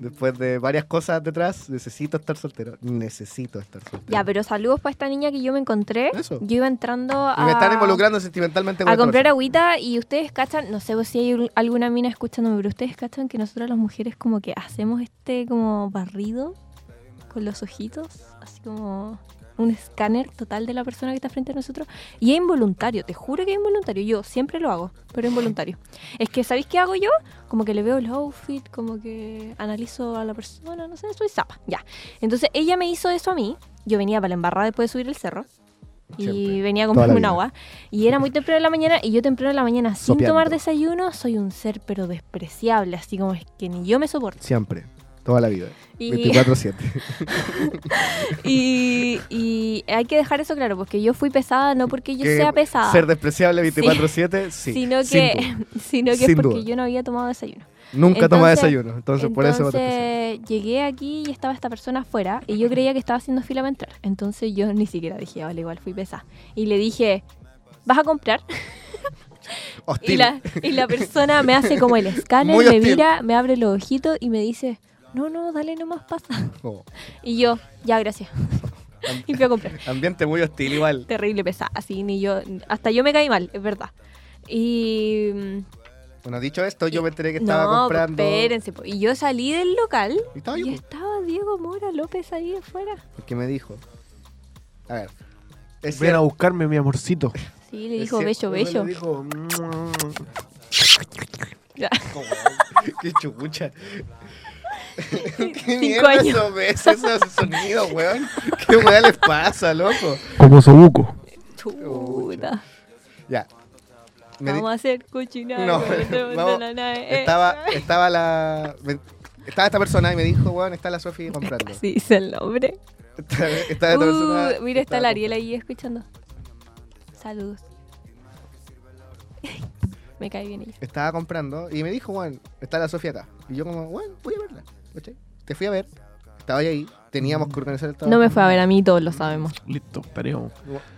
Speaker 3: Después de varias cosas detrás, necesito estar soltero. Necesito estar soltero.
Speaker 1: Ya, pero saludos para esta niña que yo me encontré.
Speaker 3: Eso.
Speaker 1: Yo iba entrando a...
Speaker 3: Y me están involucrando sentimentalmente
Speaker 1: ah,
Speaker 3: con
Speaker 1: A
Speaker 3: esta
Speaker 1: comprar
Speaker 3: persona.
Speaker 1: agüita y ustedes cachan, no sé vos si hay un- alguna mina escuchándome, pero ustedes cachan que nosotras las mujeres como que hacemos este como barrido con los ojitos, así como un escáner total de la persona que está frente a nosotros. Y es involuntario, te juro que es involuntario, yo siempre lo hago, pero es involuntario. Es que, ¿sabéis qué hago yo? Como que le veo el outfit, como que analizo a la persona, no sé, soy zapa, ya. Entonces ella me hizo eso a mí, yo venía para la embarrada después de subir el cerro.
Speaker 3: Siempre.
Speaker 1: Y venía a
Speaker 3: Toda la
Speaker 1: comprarme un
Speaker 3: vida.
Speaker 1: agua. Y era muy temprano en la mañana y yo temprano en la mañana sin
Speaker 3: Sopeando.
Speaker 1: tomar desayuno soy un ser pero despreciable, así como es que ni yo me soporto.
Speaker 3: Siempre. Toda la vida.
Speaker 1: Y,
Speaker 3: 24-7.
Speaker 1: y, y hay que dejar eso claro, porque yo fui pesada no porque yo
Speaker 3: Que
Speaker 1: sea pesada,
Speaker 3: Ser despreciable 24-7, sí.
Speaker 1: sino
Speaker 3: sin
Speaker 1: que,
Speaker 3: duda.
Speaker 1: sino que es
Speaker 3: Sin
Speaker 1: porque
Speaker 3: duda.
Speaker 1: yo no había tomado desayuno.
Speaker 3: Nunca toma
Speaker 1: Entonces-
Speaker 3: desayuno. Entonces, por eso voto especial.
Speaker 1: Entonces, llegué aquí y estaba esta persona afuera y yo creía que estaba haciendo fila para entrar. Entonces yo ni siquiera dije, "Ah, vale, igual fui pesada. Y le dije, ¿vas a comprar? Y
Speaker 3: Hostil.
Speaker 1: la, y la persona me hace como el escáner,
Speaker 3: Muy
Speaker 1: me
Speaker 3: hostil.
Speaker 1: mira, me abre los ojitos y me dice, no, no, dale nomás pasa.
Speaker 3: Oh,
Speaker 1: Y yo, ya, gracias. y fui a comprar.
Speaker 3: ambiente muy hostil igual.
Speaker 1: Terrible pesada, así, ni yo, hasta yo me caí mal, es verdad. Y... mm,
Speaker 3: Bueno, dicho esto, yo me enteré que estaba
Speaker 1: no,
Speaker 3: comprando.
Speaker 1: espérense. po. Y yo salí del local
Speaker 3: Y estaba yo,
Speaker 1: y
Speaker 3: po.
Speaker 1: estaba Diego Mora López ahí afuera.
Speaker 3: Porque me dijo. A ver. Es
Speaker 2: Ven a
Speaker 3: cierto,
Speaker 2: buscarme, mi amorcito.
Speaker 1: Sí, le
Speaker 3: Es
Speaker 1: dijo,
Speaker 3: cierto,
Speaker 1: bello, bello.
Speaker 2: dijo.
Speaker 1: Ya.
Speaker 3: weón. Qué chucucha. ¿Qué
Speaker 1: Cinco
Speaker 3: mierda
Speaker 1: años.
Speaker 3: eso ves? Esos sonidos, weón. ¿Qué weón les pasa, loco?
Speaker 2: Como sobuco.
Speaker 1: Chuta.
Speaker 3: Ya. me di-
Speaker 1: Vamos a hacer cochinada.
Speaker 3: No,
Speaker 1: cuando entremos
Speaker 3: vamos,
Speaker 1: en la nave. Eh,
Speaker 3: Estaba, estaba la. me- estaba esta persona y me dijo, weón, está la Sofi comprando.
Speaker 1: Sí, dice el nombre.
Speaker 3: Estaba estaba esta persona.
Speaker 1: Uh, mira, está
Speaker 3: estaba
Speaker 1: la Ariel ahí escuchando. Saludos. Me cae bien ella.
Speaker 3: estaba comprando y me dijo, bueno, está la Sofía acá. Y yo como, bueno, voy a verla. ¿cachai? Te fui a ver, estaba ahí, teníamos que organizar el trabajo.
Speaker 1: No me fue a ver a mí, todos lo sabemos.
Speaker 2: Listo, tareamos.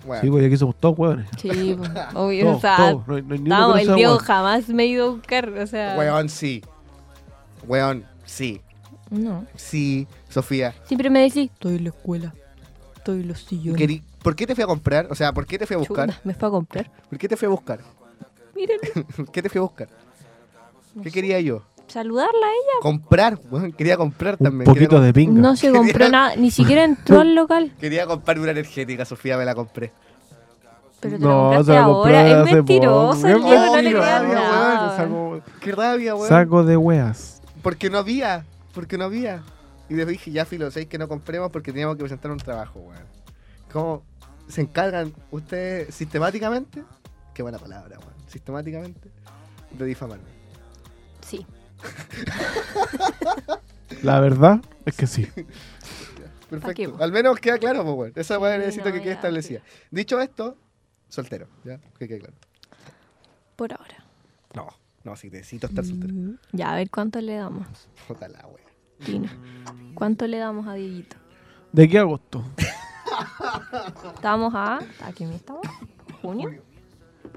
Speaker 3: Bueno,
Speaker 2: Sí, pues aquí somos todos hueones.
Speaker 1: Sí, pues, obvio.
Speaker 2: Todos,
Speaker 1: o sea,
Speaker 2: todos. No, hay- no hay ni uno
Speaker 1: vamos,
Speaker 2: que no
Speaker 1: el
Speaker 2: sea
Speaker 1: Diego
Speaker 2: hueón.
Speaker 1: jamás me ha ido a buscar. O sea,
Speaker 3: weón, sí. Weón, sí.
Speaker 1: no.
Speaker 3: Sí, Sofía.
Speaker 1: Siempre me decís, estoy en la escuela, estoy en los sillones.
Speaker 3: Querí- ¿Por qué te fui a comprar? O sea, ¿por qué te fui a buscar?
Speaker 1: Chuta, me fue a comprar.
Speaker 3: ¿Por qué te fui a buscar?
Speaker 1: Mírenlo.
Speaker 3: ¿Por qué te fui a buscar?
Speaker 1: No
Speaker 3: ¿Qué
Speaker 1: sé.
Speaker 3: quería yo?
Speaker 1: Saludarla a ella.
Speaker 3: Comprar, weón. Quería comprar
Speaker 2: Un
Speaker 3: también.
Speaker 2: poquito
Speaker 3: quería,
Speaker 2: de pinga.
Speaker 1: No se compró
Speaker 3: Quería-
Speaker 1: nada, ni siquiera entró al local.
Speaker 3: quería comprar una energética, Sofía, me la compré.
Speaker 1: Pero te
Speaker 2: No,
Speaker 1: lo compraste
Speaker 2: se lo compró
Speaker 1: ahora. Es
Speaker 2: hace
Speaker 1: mentiroso,
Speaker 2: poco.
Speaker 1: el Diego no
Speaker 3: Oh,
Speaker 1: le
Speaker 3: qué
Speaker 1: creo
Speaker 3: rabia,
Speaker 1: nada.
Speaker 3: weón, saco- Qué rabia, weón.
Speaker 2: Saco de weas.
Speaker 3: Porque no había, porque no había. Y les dije, ya filo, seis que no compremos porque teníamos que presentar un trabajo, weón. ¿Cómo se encargan ustedes sistemáticamente? Qué buena palabra, weón. Sistemáticamente de difamarme.
Speaker 1: Sí.
Speaker 2: La verdad es que sí.
Speaker 1: ¿Pa' qué,
Speaker 3: Perfecto.
Speaker 1: po?
Speaker 3: Al menos queda claro, pues, weón. Esa weón
Speaker 1: Sí,
Speaker 3: necesito
Speaker 1: no,
Speaker 3: que quede
Speaker 1: ya,
Speaker 3: establecida. Dicho esto, soltero, ¿ya? Que quede claro.
Speaker 1: Por ahora.
Speaker 3: No, no, sí, necesito estar
Speaker 1: Mm.
Speaker 3: soltero.
Speaker 1: Ya, a ver cuánto le damos,
Speaker 3: Ojalá, weón.
Speaker 1: Tina. ¿Cuánto le damos a Dieguito?
Speaker 2: ¿De qué agosto?
Speaker 1: Estamos a. ¿A qué mes estamos? ¿Junio?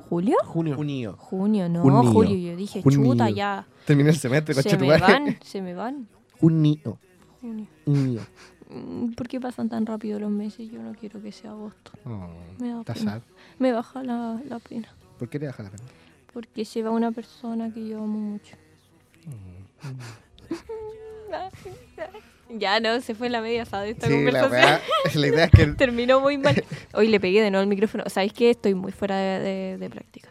Speaker 1: ¿Julio?
Speaker 2: Junio.
Speaker 3: Junio.
Speaker 1: Junio, no,
Speaker 3: Junio.
Speaker 1: julio. Yo dije,
Speaker 3: Junio.
Speaker 1: chuta, ya.
Speaker 3: Terminé el semestre,
Speaker 1: Se
Speaker 3: coche tu
Speaker 1: me
Speaker 3: madre.
Speaker 1: van, se me van.
Speaker 3: Junio.
Speaker 1: Junio.
Speaker 3: Junio.
Speaker 1: Mm, ¿Por qué pasan tan rápido los meses? Yo no quiero que sea agosto. Me
Speaker 3: Oh,
Speaker 1: da
Speaker 3: estás
Speaker 1: pena.
Speaker 3: sad.
Speaker 1: Me baja la, la pena.
Speaker 3: ¿Por qué te baja la pena?
Speaker 1: Porque lleva una persona que yo amo mucho.
Speaker 3: Mm.
Speaker 1: ya no, se fue la media ¿sabes? esta
Speaker 3: Sí, la,
Speaker 1: conversación.
Speaker 3: weá, la idea es que
Speaker 1: Terminó muy mal. Hoy le pegué de nuevo el micrófono. Sabéis que estoy muy fuera de, de- de práctica.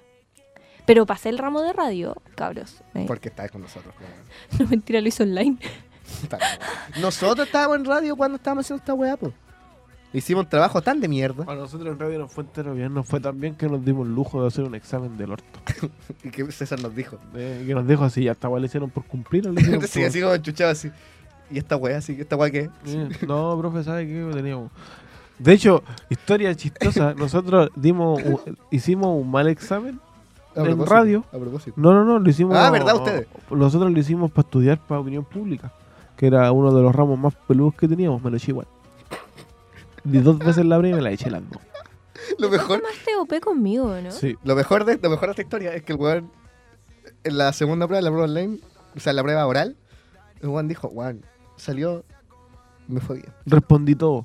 Speaker 1: Pero pasé el ramo de radio, cabros. Me-
Speaker 3: Porque estáis con nosotros. pues, weón.
Speaker 1: No mentira, lo hice online.
Speaker 3: Está bien, weón. Nosotros estábamos en radio cuando estábamos haciendo esta weá, pues. Hicimos un trabajo tan de mierda.
Speaker 2: A nosotros en radio nos fue entero bien, nos fue tan bien que nos dimos el lujo de hacer un examen del orto.
Speaker 3: Y que César nos dijo.
Speaker 2: Eh, que nos dijo así, hasta igual le hicieron por cumplir. o le hicieron
Speaker 3: Sí,
Speaker 2: por-
Speaker 3: así como enchuchado así. Y esta weá, así, esta weá que.
Speaker 2: Eh, no, profe, ¿sabe qué teníamos? De hecho, historia chistosa, nosotros dimos un- hicimos un mal examen. En radio.
Speaker 3: A propósito.
Speaker 2: No, no, no, lo hicimos.
Speaker 3: Ah, ¿verdad, ustedes?
Speaker 2: Nosotros lo hicimos para estudiar para opinión pública, que era uno de los ramos más peludos que teníamos, me lo eché igual. Di dos veces la primera y me la eché las dos.
Speaker 3: Lo mejor,
Speaker 1: Más TOP conmigo,
Speaker 3: ¿Ah?
Speaker 1: ¿no?
Speaker 2: Sí.
Speaker 3: lo, mejor de, lo mejor de esta historia es que el weón, en la segunda prueba, la prueba online, o sea, la prueba oral, el weón dijo, weón, salió, me fue bien.
Speaker 2: Respondí todo.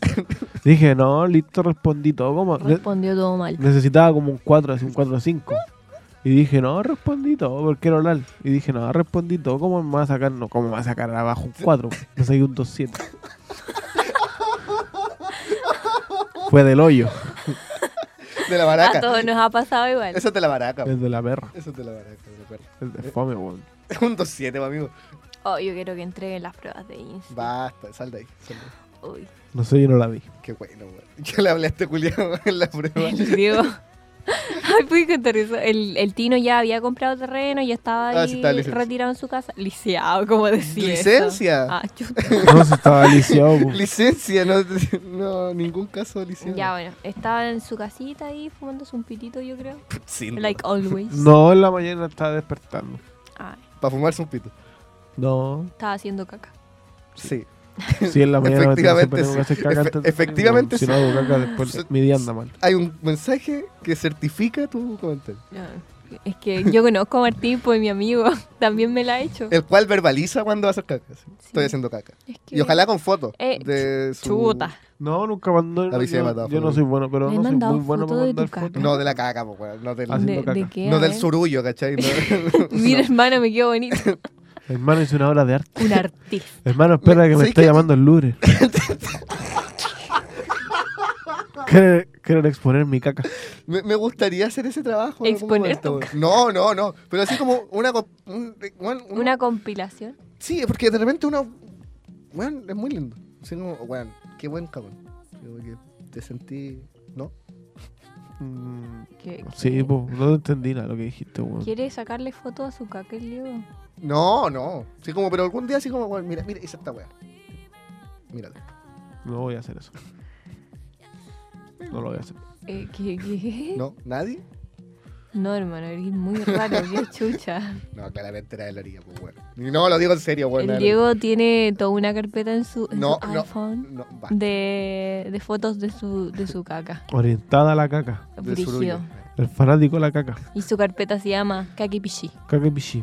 Speaker 2: Dije, no, listo, respondí todo. ¿Cómo? Ne-
Speaker 1: Respondió todo mal.
Speaker 2: Necesitaba como un 4, así un 4 o 5. Y dije, no, respondí todo, porque era oral. Y dije, no, respondí todo, ¿cómo me va a sacar? No, ¿cómo me va a sacar abajo un 4? Me saqué un 2-7. Fue del hoyo,
Speaker 3: De la
Speaker 1: A
Speaker 3: baraca.
Speaker 1: todos nos ha pasado igual.
Speaker 3: Eso es de la baraca.
Speaker 2: es de la perra,
Speaker 3: Eso es de la baraca, de la perra.
Speaker 2: es de fome, weón.
Speaker 3: Es un 2-7, amigo.
Speaker 1: Oh, yo quiero que entreguen las pruebas de Insta.
Speaker 3: Basta, sal de ahí. Sal de ahí.
Speaker 1: Uy,
Speaker 2: No sé, yo no la vi.
Speaker 3: Qué bueno, weón. Yo le hablé a este culiado en la prueba.
Speaker 1: el Diego. Ay, pude contar eso. El, el Tino ya había comprado terreno, ya estaba
Speaker 3: Ah,
Speaker 1: ahí
Speaker 3: sí, estaba licenciado.
Speaker 1: retirado en su casa. Liceado, como decía.
Speaker 3: Licencia.
Speaker 1: Ah, chuta.
Speaker 2: No, se estaba aliciado, po.
Speaker 3: Licencia, no, no, ningún caso de licencia.
Speaker 1: Ya bueno, estaba en su casita ahí fumándose un pitito, yo creo.
Speaker 3: Sin duda.
Speaker 1: Like always.
Speaker 2: No, en la mañana estaba despertando.
Speaker 1: Ay,
Speaker 3: Para fumarse un pito.
Speaker 2: No,
Speaker 1: estaba haciendo caca.
Speaker 3: Sí.
Speaker 2: sí, en la mañana
Speaker 3: Efectivamente,
Speaker 2: me tengo que hacer caca
Speaker 3: Efe-
Speaker 2: antes de salir,
Speaker 3: efectivamente
Speaker 2: weón. Si no
Speaker 3: sí.
Speaker 2: hago caca,
Speaker 3: Sí.
Speaker 2: después mi día anda mal.
Speaker 3: Hay un mensaje que certifica tu comentario.
Speaker 1: No, Es que yo conozco a Martín, pues mi amigo también me la ha hecho.
Speaker 3: El cual verbaliza cuando va a hacer caca. sí.
Speaker 1: Sí.
Speaker 3: Estoy haciendo caca.
Speaker 1: Es que-
Speaker 3: Y ojalá con fotos.
Speaker 1: Eh,
Speaker 3: de su...
Speaker 1: Chuta.
Speaker 2: No, nunca mandó.
Speaker 3: A mí sí me ha
Speaker 2: yo,
Speaker 3: mandado
Speaker 2: yo no
Speaker 3: fotos.
Speaker 2: soy bueno, pero
Speaker 1: Me
Speaker 2: no
Speaker 1: han
Speaker 2: soy
Speaker 1: mandado
Speaker 2: muy bueno
Speaker 1: fotos
Speaker 2: para
Speaker 1: de tu
Speaker 2: mandar
Speaker 1: caca.
Speaker 2: fotos.
Speaker 3: No de la caca, po, weón. No del,
Speaker 2: Ah, sí.
Speaker 1: ¿De,
Speaker 2: haciendo caca.
Speaker 1: de qué? A
Speaker 3: no del
Speaker 1: ver.
Speaker 3: surullo, ¿cachai? No-
Speaker 1: Mira, hermano, me quedo bonito.
Speaker 2: Hermano, hice una obra de arte.
Speaker 1: Un artista.
Speaker 2: Hermano, espera
Speaker 3: Me-
Speaker 2: que me
Speaker 3: ¿sabes
Speaker 2: está
Speaker 3: qué?
Speaker 2: llamando el Louvre. Quieren quieren exponer mi caca.
Speaker 3: Me, me gustaría hacer ese trabajo. en algún
Speaker 1: Exponer tu
Speaker 3: momento. No, no, no. Pero así como una. co- un- un- un-
Speaker 1: Una compilación.
Speaker 3: Sí, porque de repente uno. Bueno, es muy lindo. Así como, weón, qué buen cabrón. Yo creo que te sentí. ¿No?
Speaker 2: Mm,
Speaker 1: Que-
Speaker 2: sí,
Speaker 1: que-
Speaker 3: pues.
Speaker 2: po, no entendí nada lo que dijiste, weón.
Speaker 1: ¿Quiere sacarle foto a su caca el Diego?
Speaker 3: No, no. Sí, como, pero algún día así como, bueno, mira, mira, hice esta weá. Mírala.
Speaker 2: No voy a hacer eso. No lo voy a hacer.
Speaker 1: Eh, ¿qué, qué? No.
Speaker 3: ¿No? ¿Nadie?
Speaker 1: hermano, eres muy raro, qué chucha.
Speaker 3: No, claramente era de la orilla, pues bueno. No, lo digo en serio, weón.
Speaker 1: El
Speaker 3: era-
Speaker 1: Diego tiene toda una carpeta en su, en
Speaker 3: No,
Speaker 1: su
Speaker 3: no.
Speaker 1: iPhone
Speaker 3: No, va.
Speaker 1: de, de fotos de su, de su caca.
Speaker 2: Orientada a la caca.
Speaker 3: de su
Speaker 1: Brígido.
Speaker 3: orilla.
Speaker 2: El fanático de la caca.
Speaker 1: Y su carpeta se llama Kaki Pichi.
Speaker 2: Caca pichi.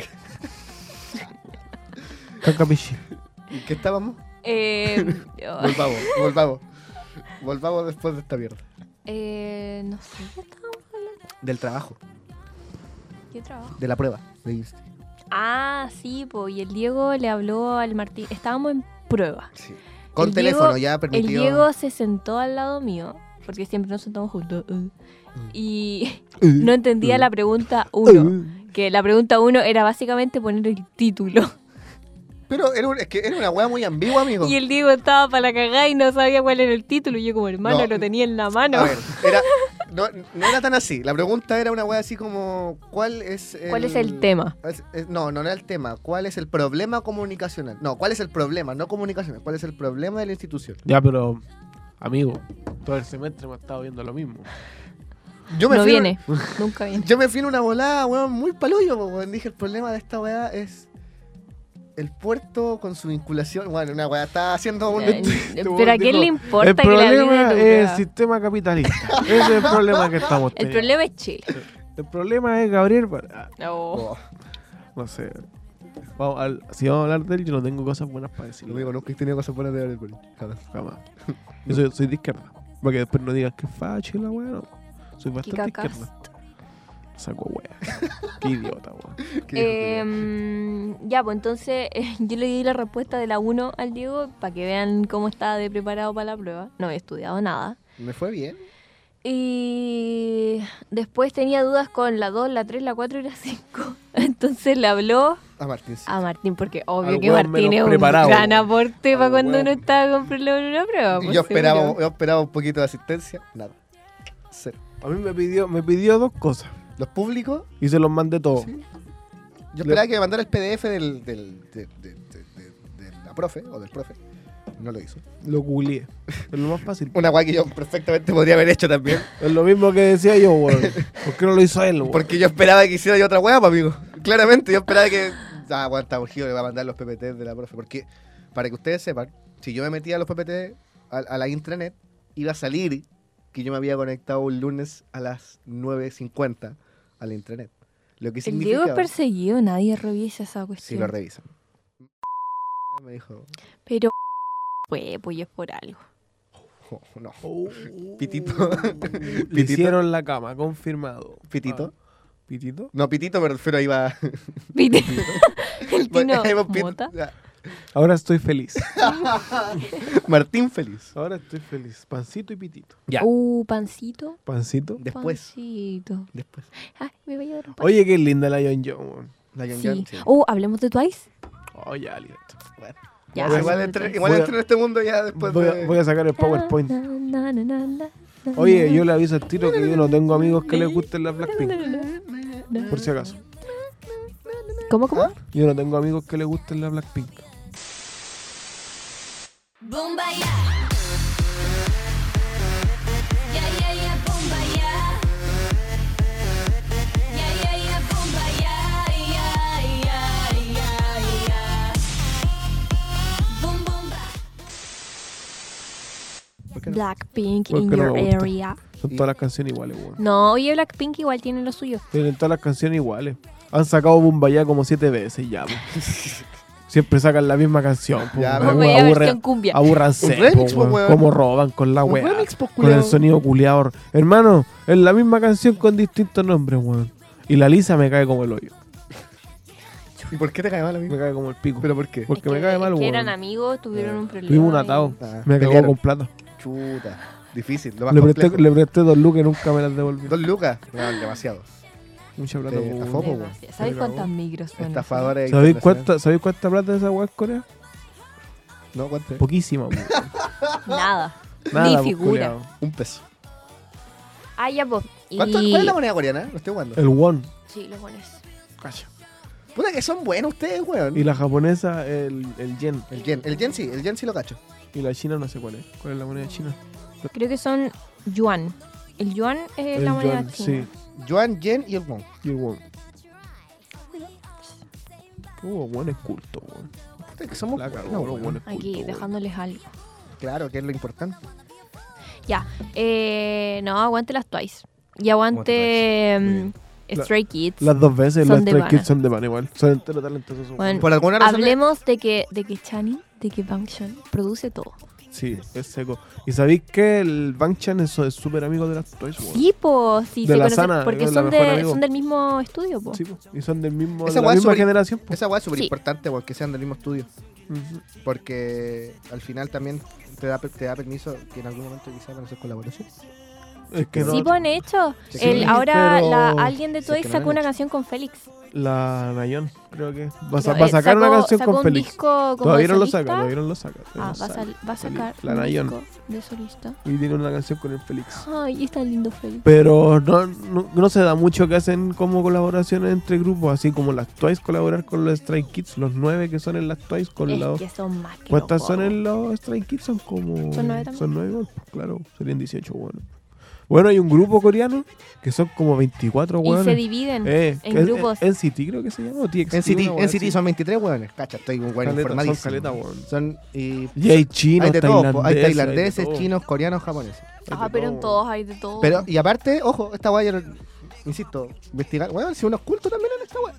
Speaker 2: Caca pichi.
Speaker 3: ¿Y qué estábamos?
Speaker 1: Eh,
Speaker 3: Volvamos, volvamos. Volvamos después de esta mierda.
Speaker 1: eh, no sé, ¿qué estábamos hablando?
Speaker 3: Del trabajo,
Speaker 1: ¿Qué trabajo?
Speaker 3: de la prueba, de Insta.
Speaker 1: Ah, sí, po, y el Diego le habló al Martín. Estábamos en prueba.
Speaker 3: Sí. Con
Speaker 1: El
Speaker 3: teléfono
Speaker 1: Diego-
Speaker 3: ya
Speaker 1: El
Speaker 3: permitido.
Speaker 1: Diego se sentó al lado mío, porque siempre nos sentamos juntos.
Speaker 3: Mm.
Speaker 1: uh, Y
Speaker 3: Uh,
Speaker 1: no entendía la pregunta 1. Que la pregunta 1 era básicamente poner el título.
Speaker 3: Pero era un- es que era una weá muy ambigua, amigo.
Speaker 1: Y el Diego estaba para la cagada y no sabía cuál era el título. Y yo como hermano
Speaker 3: No.
Speaker 1: lo tenía en la mano.
Speaker 3: A ver, era, no, no era tan así. La pregunta era una weá así como, ¿cuál es el...
Speaker 1: ¿Cuál es el tema?
Speaker 3: Es- es- no, no era el tema. ¿Cuál es el problema comunicacional? No, ¿cuál es el problema? No comunicacional. ¿Cuál es el problema de la institución?
Speaker 2: Ya, pero, amigo, todo el semestre hemos estado viendo lo mismo.
Speaker 3: Yo
Speaker 1: no
Speaker 3: fui-
Speaker 1: viene. Nunca viene.
Speaker 3: Yo me fui en una volada, weón, muy palollo, po, weón. Dije, el problema de esta weá es el puerto con su vinculación. Bueno, una weá está haciendo un.
Speaker 1: Ya,
Speaker 2: weón
Speaker 1: Eh, Pero a quién
Speaker 2: dijo,
Speaker 1: le importa
Speaker 2: el
Speaker 1: que la
Speaker 2: problema
Speaker 1: vida
Speaker 2: es el sistema capitalista. Ese es el problema que estamos
Speaker 1: El
Speaker 2: teniendo.
Speaker 1: problema es Chile.
Speaker 2: El problema es Gabriel. Bar- ah,
Speaker 1: No.
Speaker 3: Oh,
Speaker 2: No sé. Vamos al- si vamos a hablar de él, yo no tengo cosas buenas para decir.
Speaker 3: lo digo, nunca he tenido cosas buenas de ver el colegio. Jamás.
Speaker 2: Jamás. Yo soy, soy de izquierda. Para que después no digas que es facho y la weá. no. Soy bastante
Speaker 1: cacas.
Speaker 2: izquierda. Saco weá. Qué idiota, weón.
Speaker 3: ¿Qué dijo tu weá?
Speaker 1: Em, ya, pues entonces eh, yo le di la respuesta de la 1 al Diego para que vean cómo estaba de preparado para la prueba. No había estudiado nada.
Speaker 3: Me fue bien.
Speaker 1: Y después tenía dudas con la 2, la 3, la 4 y la 5. Entonces le habló
Speaker 3: A Martín. sí.
Speaker 1: a Martín, porque obvio
Speaker 2: Al
Speaker 1: que
Speaker 2: hueón
Speaker 1: Martín
Speaker 2: menos
Speaker 1: es un
Speaker 2: preparado.
Speaker 1: gran aporte
Speaker 2: Al
Speaker 1: para cuando
Speaker 2: hueón.
Speaker 1: uno estaba con problemas en una prueba.
Speaker 3: Y
Speaker 1: pues,
Speaker 3: yo, esperaba,
Speaker 1: seguro.
Speaker 3: yo esperaba un poquito de asistencia. Nada. Cero.
Speaker 2: A mí me pidió, me pidió dos cosas.
Speaker 3: Los públicos,
Speaker 2: Y se los mandé todos.
Speaker 3: yo esperaba que me mandara el PDF del, del, de, de- de- de- de la profe o del profe. No lo hizo.
Speaker 2: Lo googleé. Es lo más fácil.
Speaker 3: Una weá que yo perfectamente podría haber hecho también.
Speaker 2: Es lo mismo que decía yo, weón. ¿Por qué no lo hizo él, weón?
Speaker 3: Porque yo esperaba que hiciera yo otra weá, pues, amigo. Claramente, yo esperaba que. Ah, aguanta, Urgido le va a mandar los PPT de la profe. Porque, para que ustedes sepan, si yo me metía a los PPT a, a la intranet, iba a salir que yo me había conectado un lunes a las 9.50 a la intranet. Lo que
Speaker 1: el Diego es
Speaker 3: significa.
Speaker 1: perseguido, nadie revisa esa
Speaker 3: Si
Speaker 1: cuestión.
Speaker 3: lo revisan. Me dijo,
Speaker 1: Pero fue, pues y es por algo.
Speaker 3: "Oh, no. Pitito.
Speaker 2: Pitito. Le hicieron la cama, confirmado.
Speaker 3: Pitito.
Speaker 2: Ah, Pitito.
Speaker 3: No, Pitito, me refiero, ahí va.
Speaker 1: ¿Viste? el Tino
Speaker 3: ahí va Pit-
Speaker 1: Mota.
Speaker 3: Ah,
Speaker 2: Ahora estoy feliz.
Speaker 3: Martín Feliz.
Speaker 2: Ahora estoy feliz. Pancito y pitito.
Speaker 3: Ya.
Speaker 1: Uh, pancito.
Speaker 2: Pancito.
Speaker 3: Después.
Speaker 1: Pancito.
Speaker 3: Después.
Speaker 1: Ay, me voy a dar un pan.
Speaker 2: Oye, qué linda la John John, weón.
Speaker 3: La Yon
Speaker 1: Sí.
Speaker 3: Yon, sí.
Speaker 1: Uh, hablemos de Twice.
Speaker 2: Oye, listo.
Speaker 3: Bueno.
Speaker 1: Ya,
Speaker 2: Voy a-
Speaker 3: igual
Speaker 1: hablemos de
Speaker 3: entré,
Speaker 1: Twice.
Speaker 3: igual
Speaker 2: Voy a-
Speaker 3: entré en este mundo ya después
Speaker 2: Voy
Speaker 3: de...
Speaker 2: a, voy a sacar el PowerPoint.
Speaker 1: Na, na, na, na, na,
Speaker 2: Oye,
Speaker 1: na,
Speaker 2: yo le aviso al tiro que yo no tengo amigos que les gusten las Blackpink.
Speaker 1: na.
Speaker 2: Por si acaso.
Speaker 1: ¿Cómo, cómo?
Speaker 2: Yo no tengo amigos que les gusten las Blackpink.
Speaker 5: Bomba ya. Ya, ya, ya, bomba ya. Ya, ya, ya, bomba ya. Ya, ya, ya, ya. Bum, bomba.
Speaker 3: ¿Por qué no?
Speaker 1: Blackpink
Speaker 2: Porque
Speaker 1: in
Speaker 2: no
Speaker 1: your
Speaker 2: me gusta.
Speaker 1: area.
Speaker 2: Son
Speaker 3: Y-
Speaker 2: todas las canciones iguales, weón.
Speaker 1: No, oye, Blackpink igual tiene lo suyo.
Speaker 2: Tienen todas las canciones iguales. Han sacado Bumbaya como siete veces ya. po. Siempre sacan la misma canción. po,
Speaker 3: Ya,
Speaker 2: pues, weón.
Speaker 3: pero-
Speaker 1: Bumbaya
Speaker 2: Aburre-
Speaker 1: versión cumbia.
Speaker 2: Aburranse.
Speaker 3: Un remix,
Speaker 2: po, weón.
Speaker 3: po, weón.
Speaker 2: Como roban con la
Speaker 3: Un
Speaker 2: weá.
Speaker 3: remix, po,
Speaker 2: Con el
Speaker 3: culiao.
Speaker 2: sonido culiador. Hermano, es la misma canción con distintos nombres, weón. Y la lisa me cae como el hoyo.
Speaker 3: ¿Y por qué te cae mal a mí?
Speaker 2: Me cae como el pico.
Speaker 3: ¿Pero por qué?
Speaker 2: porque
Speaker 1: Es
Speaker 2: me cae mal,
Speaker 1: es que
Speaker 2: weón.
Speaker 1: eran amigos, tuvieron un problema.
Speaker 2: Tuvimos
Speaker 1: y-
Speaker 2: un atado.
Speaker 3: Ah,
Speaker 2: me cagó
Speaker 3: pelearon.
Speaker 2: con plata.
Speaker 3: Chuta. Difícil, lo más
Speaker 2: Le
Speaker 3: complejo.
Speaker 2: presté, le presté dos lucas y nunca me las devolvió.
Speaker 3: Dos lucas. No, demasiado.
Speaker 2: Mucha plata.
Speaker 3: Te
Speaker 2: po, weón.
Speaker 3: estafó, po.
Speaker 1: Demasiado. ¿Sabes
Speaker 2: Me cagó.
Speaker 1: cuántas micros son?
Speaker 3: Estafadores.
Speaker 2: ¿Sabéis
Speaker 3: internacionales.
Speaker 2: cuánta, ¿Sabéis cuánta plata de esa weá es Corea?
Speaker 3: No, ¿cuánto? es?
Speaker 2: Poquísima, weón.
Speaker 1: Nada.
Speaker 2: Nada, po,
Speaker 1: figura.
Speaker 2: culiao.
Speaker 3: Un peso.
Speaker 1: Ah, ya, pues.
Speaker 3: ¿Cuánto-
Speaker 1: Y-
Speaker 3: ¿Cuál es la moneda coreana? Lo estoy jugando.
Speaker 2: El won.
Speaker 1: Sí, los buenos.
Speaker 3: Cacho. Puta que son buenos ustedes, weón.
Speaker 2: Y la japonesa, el, el yen.
Speaker 3: El yen. El yen sí, el yen sí lo cacho.
Speaker 2: Y la china no sé cuál es. ¿Cuál es la moneda china?
Speaker 1: Creo que son yuan. El yuan es la moneda
Speaker 2: yuan,
Speaker 1: china.
Speaker 3: Yuan, yen y el won.
Speaker 2: Sí, y el won. Uh, won es culto, won.
Speaker 3: Puta que somos
Speaker 2: La cagó,
Speaker 3: buenos,
Speaker 2: los
Speaker 3: weón.
Speaker 2: wones
Speaker 1: Aquí,
Speaker 2: culto, weón.
Speaker 1: dejándoles algo.
Speaker 3: Claro, que es lo importante.
Speaker 1: Ya. eh, no, aguante las Twice. Y aguante
Speaker 3: Muy
Speaker 1: mm, Stray Kids.
Speaker 2: Las dos veces
Speaker 1: Son
Speaker 2: las
Speaker 1: de
Speaker 2: tres
Speaker 1: pana.
Speaker 2: kids son de pan igual. Son enteros talentosos. son
Speaker 1: Bueno,
Speaker 3: Por alguna razón.
Speaker 1: Hablemos de que, de que Chani, de que Function produce todo.
Speaker 2: Sí, es seco. ¿Y sabéis que el Bang Chan es es súper amigo de las Twice? weón?
Speaker 1: Sí, pues, sí,
Speaker 2: De
Speaker 1: se
Speaker 2: la
Speaker 1: conocen
Speaker 2: Sana,
Speaker 1: porque
Speaker 2: es la
Speaker 1: son,
Speaker 2: mejor
Speaker 1: de,
Speaker 2: amigo.
Speaker 1: son del mismo estudio, po.
Speaker 2: Sí, po. y son del mismo,
Speaker 3: Esa
Speaker 2: de la
Speaker 3: weá es
Speaker 2: misma
Speaker 3: súper-
Speaker 2: generación. po.
Speaker 3: Esa weá es súper
Speaker 1: Sí.
Speaker 3: importante, weón, que sean del mismo estudio.
Speaker 2: Ujú.
Speaker 3: Porque al final también te da, te da permiso que en algún momento quizás van a hacer colaboración.
Speaker 2: Es que no,
Speaker 1: Sí, pues, han hecho.
Speaker 3: Sí,
Speaker 1: El-
Speaker 3: sí,
Speaker 1: ahora
Speaker 2: pero-
Speaker 1: la- alguien de
Speaker 3: Sí, es que
Speaker 1: Twice
Speaker 3: no lo
Speaker 1: sacó
Speaker 3: han
Speaker 1: una
Speaker 3: hecho.
Speaker 1: canción con Félix.
Speaker 2: la Nayon, creo que. Va, a sa-
Speaker 1: No,
Speaker 2: va
Speaker 1: eh,
Speaker 2: a sacar
Speaker 1: sacó-
Speaker 2: una canción
Speaker 1: sacó
Speaker 2: con
Speaker 1: un
Speaker 2: Félix.
Speaker 1: disco como
Speaker 2: Todavía
Speaker 1: de
Speaker 2: no lo
Speaker 1: solista.
Speaker 2: saca, todavía no lo saca. todavía
Speaker 1: Ah,
Speaker 2: no
Speaker 1: va a,
Speaker 2: sale.
Speaker 1: sal- va a sacar
Speaker 2: La
Speaker 1: un
Speaker 2: Nayon.
Speaker 1: disco de solista.
Speaker 2: Y tiene una canción con el Félix.
Speaker 1: Ay, es tan lindo Félix.
Speaker 2: Pero no, no, no se da mucho que hacen como colaboraciones entre grupos, así como las Twice colaborar con los Stray Kids, los nueve que son en las Twice con
Speaker 1: Es
Speaker 2: los...
Speaker 1: que son más
Speaker 3: Pues
Speaker 1: que
Speaker 2: ¿Cuántas
Speaker 1: los
Speaker 2: son
Speaker 1: guapos.
Speaker 2: en los Stray Kids? Son como...
Speaker 1: Son nueve también.
Speaker 2: Son nueve, bueno, claro, serían 18, bueno. Bueno, hay un grupo coreano que son como 24,
Speaker 1: Y
Speaker 2: hueones.
Speaker 1: se dividen.
Speaker 2: Eh,
Speaker 1: en
Speaker 2: que es-
Speaker 1: grupos.
Speaker 2: eh, NCT creo que se llama, o TXT.
Speaker 3: En City,
Speaker 2: una hueá
Speaker 3: en City
Speaker 2: así.
Speaker 3: son 23 weones. Cacha, estoy un weón
Speaker 2: Caleta,
Speaker 3: informadísimo.
Speaker 2: son caleta, weón.
Speaker 3: Son y
Speaker 2: Y hay chinos,
Speaker 3: hay de todo, po, hay
Speaker 2: tailandeses,
Speaker 3: tailandeses,
Speaker 2: hay de todo.
Speaker 3: chinos, coreanos, japoneses.
Speaker 1: Ah, pero en todos hay de todo.
Speaker 3: Pero, y aparte, ojo, esta weá, yo no- insisto, investigar, weón, si uno es culto también en esta weá.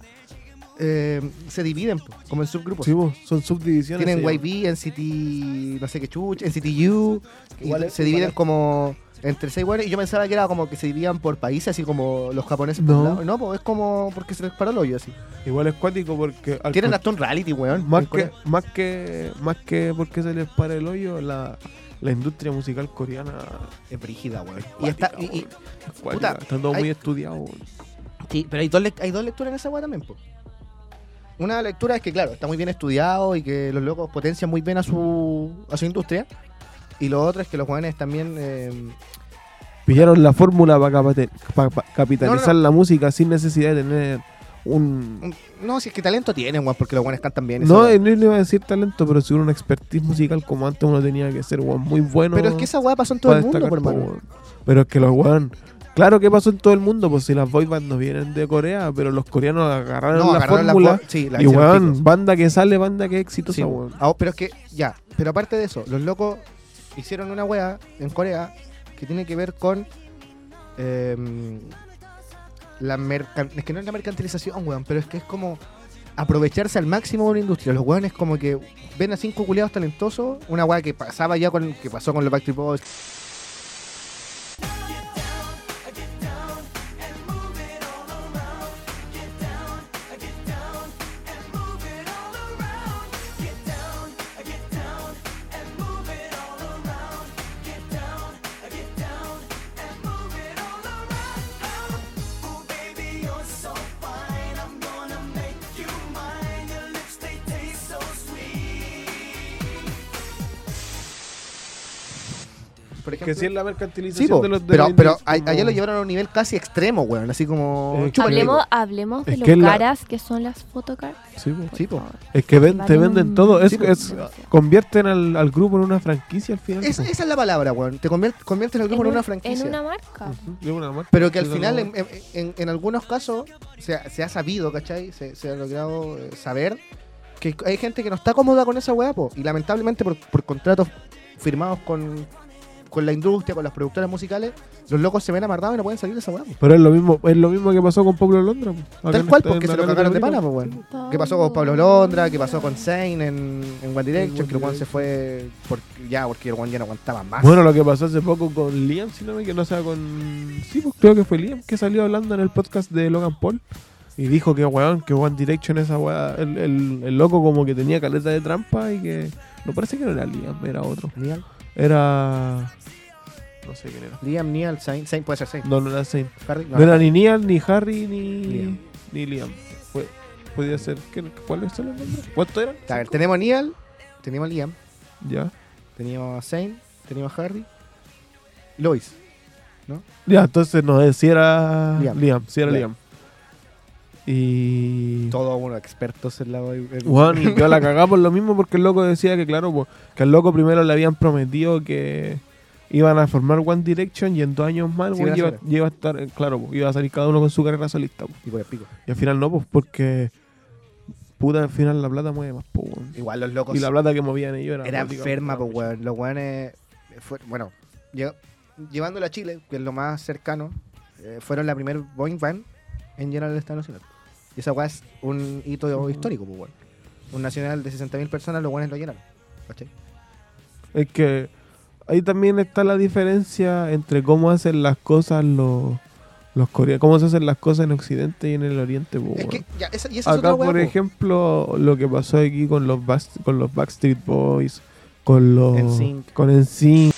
Speaker 3: Eh, se dividen, po, como en subgrupos.
Speaker 2: Sí, po, son subdivisiones.
Speaker 3: Tienen
Speaker 2: se llaman.
Speaker 3: YB, NCT, no sé qué chucha, NCTU, y
Speaker 2: Igual es-
Speaker 3: se dividen
Speaker 2: igual es-
Speaker 3: como entre seis weones. Y yo pensaba que era como que se dividían por países, así como los japoneses. por
Speaker 2: No.
Speaker 3: un lado. no, po, es como porque se les paró el hoyo, así.
Speaker 2: Igual es cuático porque... al
Speaker 3: Tienen hasta un reality, weón.
Speaker 2: más
Speaker 3: en
Speaker 2: que,
Speaker 3: Corea.
Speaker 2: más que más que porque se les para el hoyo la, la industria musical coreana
Speaker 3: Es brígida, weón. Y
Speaker 2: cuática,
Speaker 3: está, y- y-
Speaker 2: weón. es cuática.
Speaker 3: puta,
Speaker 2: están todos
Speaker 3: hay-
Speaker 2: muy estudiados weón.
Speaker 3: Sí, pero hay dos, lec- hay dos lecturas en esa weá también, po. Una lectura es que, claro, está muy bien estudiado y que los locos potencian muy bien a su, a su industria. Y lo otro es que los jóvenes también. eh,
Speaker 2: pillaron la fórmula para capitalizar
Speaker 3: No,
Speaker 2: la música sin necesidad de tener un
Speaker 3: no, si es que talento tienen, weón, porque los jóvenes cantan bien. esa
Speaker 2: no,
Speaker 3: weá.
Speaker 2: eh, no le iba a decir talento, pero si una expertise musical como antes uno tenía que ser weón, muy bueno.
Speaker 3: pero es que esa weá pasó en todo
Speaker 2: pa
Speaker 3: el mundo,
Speaker 2: destacar,
Speaker 3: por
Speaker 2: po,
Speaker 3: hermano.
Speaker 2: weón. Pero es que los weón. Claro que pasó en todo el mundo, pues si las boy bands no vienen de Corea, pero los coreanos agarraron
Speaker 3: No,
Speaker 2: la
Speaker 3: agarraron la
Speaker 2: fórmula.
Speaker 3: weá- sí, la
Speaker 2: y
Speaker 3: hicieron
Speaker 2: weón,
Speaker 3: pico.
Speaker 2: banda que sale, banda que exitosa,
Speaker 3: Sí,
Speaker 2: weón.
Speaker 3: ah, pero es que, ya, pero aparte de eso, los locos hicieron una weá en Corea que tiene que ver con em, la mercan- es que no es la mercantilización, weón, pero es que es como aprovecharse al máximo de una industria. Los weones como que ven a cinco culiados talentosos, una weá que pasaba ya con que pasó con los Backstreet Boys. Por ejemplo.
Speaker 2: Que si es la
Speaker 3: Sí,
Speaker 2: mercantilización
Speaker 3: po,
Speaker 2: de los de
Speaker 3: pero,
Speaker 2: la
Speaker 3: pero
Speaker 2: industria,
Speaker 3: a- allá
Speaker 2: como-
Speaker 3: lo llevaron a un nivel casi extremo, weón, así como...
Speaker 2: Eh,
Speaker 3: chúpale,
Speaker 1: hablemos,
Speaker 3: digo.
Speaker 1: hablemos de
Speaker 2: Es
Speaker 1: lo
Speaker 2: que la-
Speaker 1: caras que son las photocards.
Speaker 2: Sí, po.
Speaker 1: por
Speaker 3: Sí, po.
Speaker 1: favor.
Speaker 2: Es que ven- te
Speaker 1: Valen
Speaker 2: venden
Speaker 1: un-
Speaker 2: todo. Es,
Speaker 1: Sí, po.
Speaker 2: es- convierten al, al grupo en una franquicia al final.
Speaker 3: Es-
Speaker 2: po.
Speaker 3: esa es la palabra, weón. Te convier- conviertes en el grupo en,
Speaker 1: un-
Speaker 3: una franquicia.
Speaker 1: En una marca.
Speaker 2: Ujú, de una marca.
Speaker 3: Pero que al
Speaker 2: Sí,
Speaker 3: final,
Speaker 2: no-
Speaker 3: en, en- en- en algunos casos, se ha, se ha sabido, ¿cachai? Se, se ha logrado eh, saber que hay gente que no está cómoda con esa weá, po. Y lamentablemente, por, por contratos firmados con, con la industria, con las productoras musicales, los locos se ven amarrados y no pueden salir de esa weá, po.
Speaker 2: Pero es lo mismo, es lo mismo que pasó con Pablo Londra. po. Acá
Speaker 3: Tal
Speaker 2: en
Speaker 3: cual,
Speaker 2: esta-
Speaker 3: porque
Speaker 2: en
Speaker 3: se lo
Speaker 2: la
Speaker 3: cagaron de pana,
Speaker 2: Latinoamérica.
Speaker 3: po, weón. Mm. ¿Qué pasó con Pablo Londra? ¿Qué pasó con Zane en, en One Direction?
Speaker 2: One
Speaker 3: Que el weón se
Speaker 2: Direction.
Speaker 3: fue porque, ya, porque el weón ya no aguantaba más.
Speaker 2: Bueno, lo que pasó hace poco con Liam, si no me equivoco, o sea, con... Sí, pues creo que fue Liam que salió hablando en el podcast de Logan Paul y dijo que, weón, que One Direction esa weá, el, el- el loco como que tenía caleta de trampa y que... No parece que no era Liam, era otro.
Speaker 3: Liam,
Speaker 2: Era... No sé quién era.
Speaker 3: Liam, Neal, Zane. Zane puede ser Zane.
Speaker 2: No, no era Saint.
Speaker 3: Harry,
Speaker 2: No, era ni Neal, ni Harry, ni
Speaker 3: Ah. Liam.
Speaker 2: Liam. Ni Liam. Fue- podía ser... ¿qué- ¿Cuáles son los nombres? ¿Cuántos eran?
Speaker 3: A ver, tenemos Neal, tenemos Liam.
Speaker 2: Ya.
Speaker 3: Teníamos a Zane, teníamos a Hardy. Lois. ¿no?
Speaker 2: Ya, entonces no, eh, si era
Speaker 3: Liam.
Speaker 2: Liam, si era
Speaker 3: Liam.
Speaker 2: Liam. Y.
Speaker 3: Todos unos expertos en la en-
Speaker 2: Bueno, y yo la cagaba por lo mismo porque el loco decía que, claro, po, que al loco primero le habían prometido que iban a formar One Direction y en dos años más, el
Speaker 3: Sí,
Speaker 2: weón
Speaker 3: era
Speaker 2: iba,
Speaker 3: solo.
Speaker 2: iba a estar, eh, claro, po, iba a salir cada uno con su carrera solista. po.
Speaker 3: Y por el pico.
Speaker 2: Y al final no, pues porque. Puta, al final la plata mueve más, po, weón.
Speaker 3: Igual los locos
Speaker 2: Y la plata que movían ellos era.
Speaker 3: era
Speaker 2: prácticamente
Speaker 3: enferma,
Speaker 2: una
Speaker 3: pues,
Speaker 2: mucha.
Speaker 3: weón. Los weones. fue- Bueno, lle- llevándola a Chile, que es lo más cercano, eh, fueron la primer Boeing van en llenar el Estado Nacional. Y esa weá es un hito
Speaker 2: Mm.
Speaker 3: histórico, pues, weón. Un nacional de 60.000 personas, los weones lo llenaron. ¿Cachai?
Speaker 2: Es que ahí también está la diferencia entre cómo hacen las cosas los, los coreanos, cómo se hacen las cosas en Occidente y en el Oriente. po,
Speaker 3: Es
Speaker 2: weón.
Speaker 3: que, ya, esa, y esa es otra
Speaker 2: Acá,
Speaker 3: weá, pues.
Speaker 2: por
Speaker 3: po.
Speaker 2: ejemplo, lo que pasó aquí con los, Backst- con los Backstreet Boys, con los.
Speaker 3: NSYNC.
Speaker 2: Con NSYNC.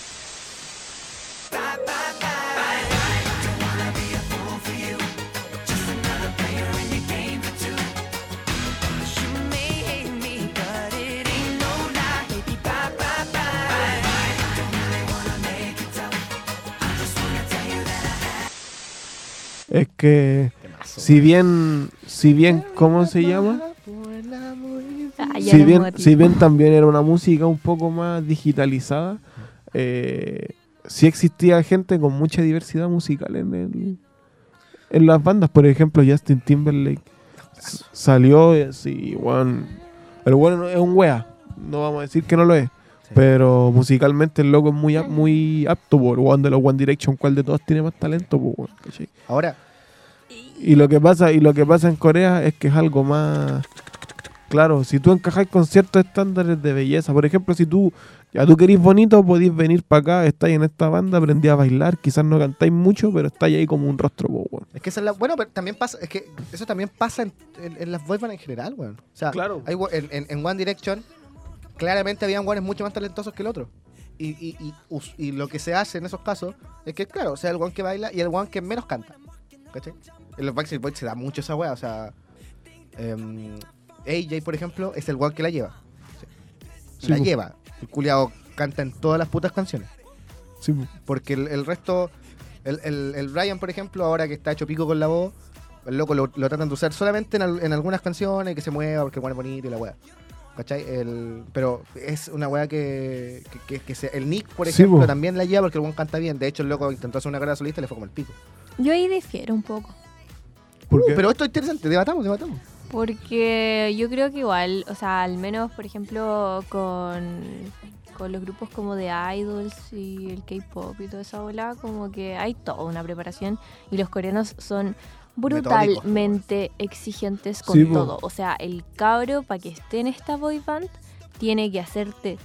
Speaker 2: Es que
Speaker 3: Temazo.
Speaker 2: si bien, si bien, ¿cómo se llama?
Speaker 1: Ah, ya
Speaker 2: si
Speaker 1: era
Speaker 2: bien,
Speaker 1: emotivo.
Speaker 2: si bien también era una música un poco más digitalizada, eh, sí existía gente con mucha diversidad musical en, el, en las bandas. Por ejemplo, Justin Timberlake s- salió y así, weón. El bueno es un wea, no vamos a decir que no lo es.
Speaker 3: Sí.
Speaker 2: Pero musicalmente el loco es muy, ap- muy apto, por weón de los One Direction, cuál de todos tiene más talento, po, weón, ¿cachai?
Speaker 3: Ahora,
Speaker 2: Y lo que pasa, y lo que pasa en Corea es que es algo más claro, si tú encajáis con ciertos estándares de belleza, por ejemplo, si tú ya tú querís bonito, podéis venir para acá, estáis en esta banda, aprendí a bailar, quizás no cantáis mucho, pero estáis ahí como un rostro, po, weón.
Speaker 3: Es que esa es la. Bueno, pero también pasa. Es que eso también pasa en, en- en las boy bands en general, weón. O sea,
Speaker 2: Claro.
Speaker 3: hay we- en, en- en One Direction, claramente habían weones mucho más talentosos que el otro. Y, y- y us- y lo que se hace en esos casos es que, claro, o sea, el one que baila y el one que menos canta. ¿Cachai? En los Backstreet Boys se da mucho esa weá. O sea, em, AJ, por ejemplo, es el one que la lleva.
Speaker 2: Sí, pues.
Speaker 3: la
Speaker 2: po.
Speaker 3: lleva. El culiao canta en todas las putas canciones.
Speaker 2: Sí, po.
Speaker 3: Porque el, el resto, el, el, el Brian, por ejemplo, ahora que está hecho pico con la voz, el loco lo, lo tratan de usar solamente en, al- en algunas canciones, que se mueva, porque el weón es bonito y la weá. ¿Cachai? El, pero es una weá que, que, que- que se- el Nick, por
Speaker 2: Sí,
Speaker 3: ejemplo,
Speaker 2: po.
Speaker 3: también la lleva porque el weón canta bien. De hecho, el loco intentó hacer una carrera solista y le fue como el pico.
Speaker 1: Yo ahí difiero un poco.
Speaker 2: ¿Por
Speaker 3: Uh,
Speaker 2: qué?
Speaker 3: pero esto es interesante, debatamos, debatamos.
Speaker 1: Porque yo creo que igual, o sea, al menos, por ejemplo, con, con los grupos como de idols y el K-pop y toda esa bola, como que hay toda una preparación y los coreanos son brutalmente exigentes con
Speaker 2: Sí, po.
Speaker 1: todo. O sea, el cabro, para que esté en esta boy band, tiene que hacerte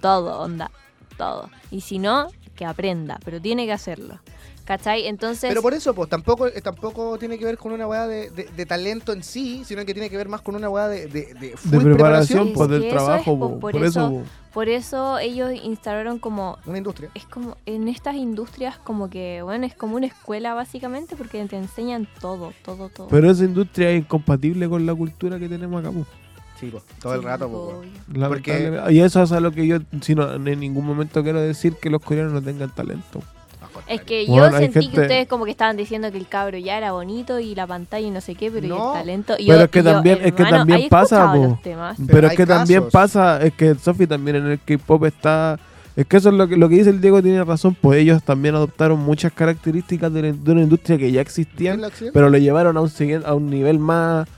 Speaker 1: todo, onda, todo. Y si no, que aprenda, pero tiene que hacerlo. ¿Cachai? Entonces...
Speaker 3: Pero por eso, pues, tampoco, eh, tampoco tiene que ver con una weá de, de- de talento en sí, sino que tiene que ver más con una weá de, de, de full
Speaker 2: de preparación,
Speaker 1: Uh, preparación,
Speaker 2: pues
Speaker 1: sí,
Speaker 2: del
Speaker 1: eso es,
Speaker 2: trabajo,
Speaker 1: po,
Speaker 2: po.
Speaker 1: por
Speaker 2: por, eso,
Speaker 1: eso-
Speaker 2: po.
Speaker 1: Por eso ellos instauraron como
Speaker 3: Una industria.
Speaker 1: es como en estas industrias como que bueno es como una escuela básicamente porque te enseñan todo todo todo
Speaker 2: pero esa industria es incompatible con la cultura que tenemos acá, po.
Speaker 3: Sí, pues, todo el
Speaker 1: Sí,
Speaker 3: rato, pues.
Speaker 1: obvio.
Speaker 3: weón.
Speaker 2: Lamentablemente. Y eso es a lo que yo, si no, en ningún momento quiero decir que los coreanos no tengan talento.
Speaker 3: Al contrario.
Speaker 1: es que
Speaker 2: Bueno,
Speaker 1: yo
Speaker 2: hay
Speaker 1: sentí
Speaker 2: gente-
Speaker 1: que ustedes como que estaban diciendo que el cabro ya era bonito y la pantalla y no sé qué pero y
Speaker 3: No,
Speaker 1: el talento y
Speaker 2: pero
Speaker 1: yo-
Speaker 2: es que
Speaker 1: y yo,
Speaker 2: también- es que
Speaker 1: hermano,
Speaker 2: también
Speaker 1: ¿hay
Speaker 2: pasa,
Speaker 1: escuchado
Speaker 2: po.
Speaker 1: los temas?
Speaker 2: Pero,
Speaker 3: Pero
Speaker 2: es
Speaker 3: hay
Speaker 2: que también
Speaker 3: casos.
Speaker 2: pasa, es que Sofi también en el K-pop está. Es que eso es lo que, lo que dice el Diego, tiene razón, pues ellos también adoptaron muchas características de, la- de una industria que ya
Speaker 3: ¿Tiene
Speaker 2: existían,
Speaker 3: la acción?
Speaker 2: pero lo llevaron a un, siguien- a un nivel más,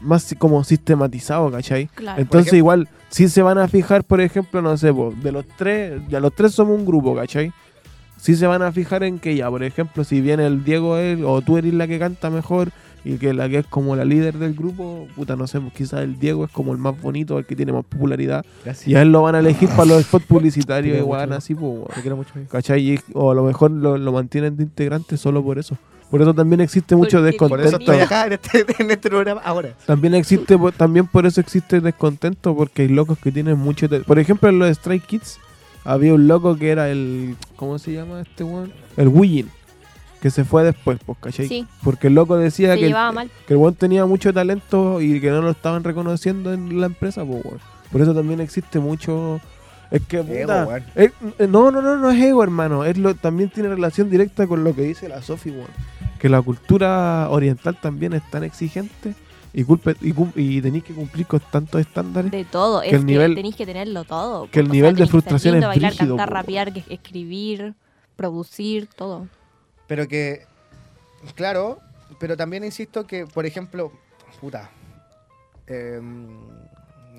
Speaker 2: más si- como sistematizado, ¿cachai?
Speaker 1: claro
Speaker 2: Entonces
Speaker 3: ejemplo-
Speaker 2: igual, si se van a fijar, por ejemplo, no sé, po, de los tres, ya los tres somos un grupo, ¿cachai? Si se van a fijar en que ya, por ejemplo, si viene el Diego él, o tú eres la que canta mejor y que la que es como la líder del grupo, puta, no sé, pues, quizás el Diego es como el más bonito, el que tiene más popularidad, y a él lo van a elegir para los spots publicitarios
Speaker 3: Te
Speaker 2: y
Speaker 3: quiero
Speaker 2: van
Speaker 3: mucho.
Speaker 2: así, pues,
Speaker 3: Te quiero mucho, amigo.
Speaker 2: ¿cachai? Y- o a lo mejor lo, lo mantienen de integrante solo por eso. Por eso también existe mucho
Speaker 1: Porque-
Speaker 2: descontento.
Speaker 3: Por eso estoy
Speaker 1: Contento.
Speaker 3: acá en este, en este programa ahora.
Speaker 2: También existe, po- también por eso existe descontento, porque hay locos que tienen mucho... te- Por ejemplo, en los Stray Kids había un loco que era el... ¿Cómo se llama este weón? El Wiggin, que se fue después, pues, ¿cachai?
Speaker 1: Sí.
Speaker 2: Porque el loco decía
Speaker 1: se
Speaker 2: que el,
Speaker 1: llevaba mal
Speaker 2: que el weón tenía mucho talento y que no lo estaban reconociendo en la empresa, pues, weón. Por eso también existe mucho... Es que puta,
Speaker 3: weón.
Speaker 2: es- eh, no, no, no, no es ego, hermano. Es lo, también tiene relación directa con lo que dice la Sofi, weón. Que la cultura oriental también es tan exigente y, culpe- y, cum- y tenéis que cumplir con tantos estándares.
Speaker 1: De todo,
Speaker 2: Que
Speaker 1: es
Speaker 2: el nivel-
Speaker 1: que tenéis que tenerlo todo.
Speaker 2: que el
Speaker 1: po.
Speaker 2: nivel de
Speaker 1: tenés que estar
Speaker 2: frustración
Speaker 1: lindo,
Speaker 2: es
Speaker 1: bailar,
Speaker 2: brígido,
Speaker 1: cantar,
Speaker 2: po.
Speaker 1: rapear, que- escribir, producir, todo.
Speaker 3: Pero que, claro, pero también insisto que, por ejemplo, puta, em,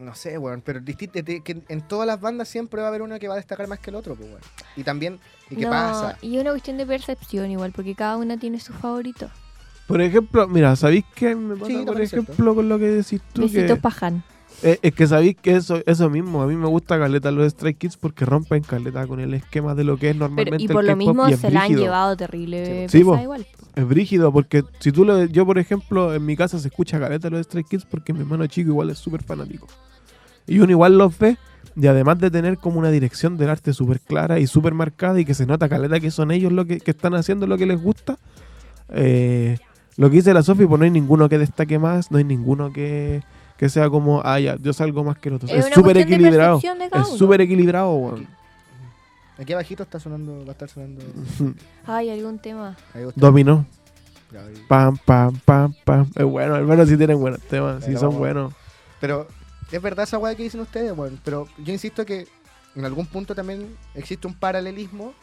Speaker 3: no sé, weón, pero disti- de- de- que en todas las bandas siempre va a haber una que va a destacar más que el otro, pues, weón. Y también, ¿y qué
Speaker 1: No,
Speaker 3: pasa?
Speaker 1: Y es una cuestión de percepción igual, porque cada una tiene su favorito.
Speaker 2: Por ejemplo, mira, ¿sabéis qué me pasa,
Speaker 3: Sí,
Speaker 2: por
Speaker 3: también es
Speaker 2: ejemplo,
Speaker 3: cierto.
Speaker 2: con lo que decís tú? Que,
Speaker 1: Besitos pajan.
Speaker 2: eh, es que sabéis que eso, eso mismo, a mí me gusta caleta los Stray Kids porque rompen caleta con el esquema de lo que es
Speaker 1: Pero,
Speaker 2: normalmente
Speaker 1: y por
Speaker 2: el
Speaker 1: lo
Speaker 2: K-pop
Speaker 1: mismo
Speaker 2: y es
Speaker 1: se la han
Speaker 2: brígido.
Speaker 1: llevado terrible.
Speaker 2: Sí,
Speaker 1: Sí,
Speaker 2: po.
Speaker 1: igual. po.
Speaker 2: Es brígido, porque si tú lo, yo por ejemplo, en mi casa se escucha caleta los Stray Kids porque mi hermano chico igual es súper fanático. Y uno igual los ve, y además de tener como una dirección del arte súper clara y súper marcada y que se nota caleta que son ellos lo que, que están haciendo lo que les gusta, eh, lo que dice la Sofi, pues no hay ninguno que destaque más, no hay ninguno que, que sea como, ah, ya, yo salgo más que el otro.
Speaker 1: Es
Speaker 2: Es
Speaker 1: una
Speaker 2: súper
Speaker 1: cuestión de
Speaker 2: equilibrado.
Speaker 1: percepción de cada
Speaker 2: Es
Speaker 1: uno.
Speaker 2: súper equilibrado, weón.
Speaker 3: Aquí abajito está sonando, va a estar sonando.
Speaker 1: Ay, algún tema.
Speaker 3: ahí usted-
Speaker 2: Dominó.
Speaker 3: ya, ahí.
Speaker 2: Pam, pam, pam, pam. Es bueno, al menos sí tienen buenos temas, sí
Speaker 3: Pero
Speaker 2: son
Speaker 3: vamos.
Speaker 2: buenos.
Speaker 3: Pero es verdad esa weá que dicen ustedes, weón. Pero yo insisto que en algún punto también existe un paralelismo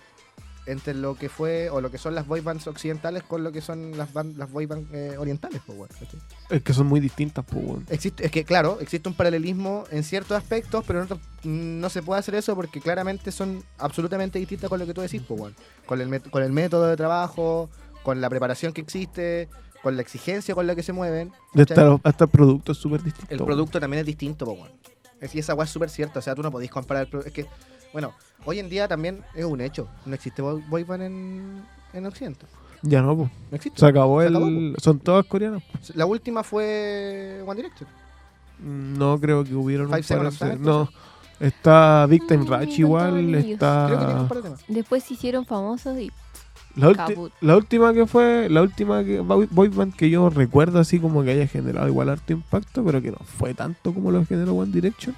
Speaker 3: entre lo que fue o lo que son las boy bands occidentales con lo que son las, ban- las boy bands eh, orientales, pues, weón. ¿cachai?
Speaker 2: Es que son muy distintas, pues, weón.
Speaker 3: Existe, es que claro, existe un paralelismo en ciertos aspectos, pero en otros mm, no se puede hacer eso porque claramente son absolutamente distintas con lo que tú decís, pues, weón. con, el met- con el método de trabajo, con la preparación que existe, con la exigencia con la que se mueven.
Speaker 2: De
Speaker 3: ¿cachai?
Speaker 2: hasta, hasta el producto es súper distinto.
Speaker 3: El
Speaker 2: weón.
Speaker 3: producto también es distinto, po, weón. Es, y esa weá es súper cierta, o sea, tú no podés comparar el pro- Es que, bueno, hoy en día también es un hecho. No existe boy, boy band en, en Occidente.
Speaker 2: Ya no, pues.
Speaker 3: No existe.
Speaker 2: Se acabó
Speaker 3: Se
Speaker 2: el.
Speaker 3: acabó,
Speaker 2: Son todas coreanas.
Speaker 3: La última fue One Direction.
Speaker 2: No creo que hubieron
Speaker 3: Five
Speaker 2: un par
Speaker 3: Seconds
Speaker 2: de-
Speaker 3: of Summer,
Speaker 2: No. Está Victim
Speaker 1: Mm,
Speaker 2: Ratch
Speaker 1: con todos
Speaker 2: igual.
Speaker 1: ellos.
Speaker 3: Creo que tiene un
Speaker 2: Está.
Speaker 3: par de temas.
Speaker 1: Después se hicieron famosos y
Speaker 2: La, ulti-
Speaker 1: Kabut.
Speaker 2: la última que fue. La última que, boy- boy band que yo recuerdo así como que haya generado igual harto impacto, pero que no fue tanto como lo generó One Direction.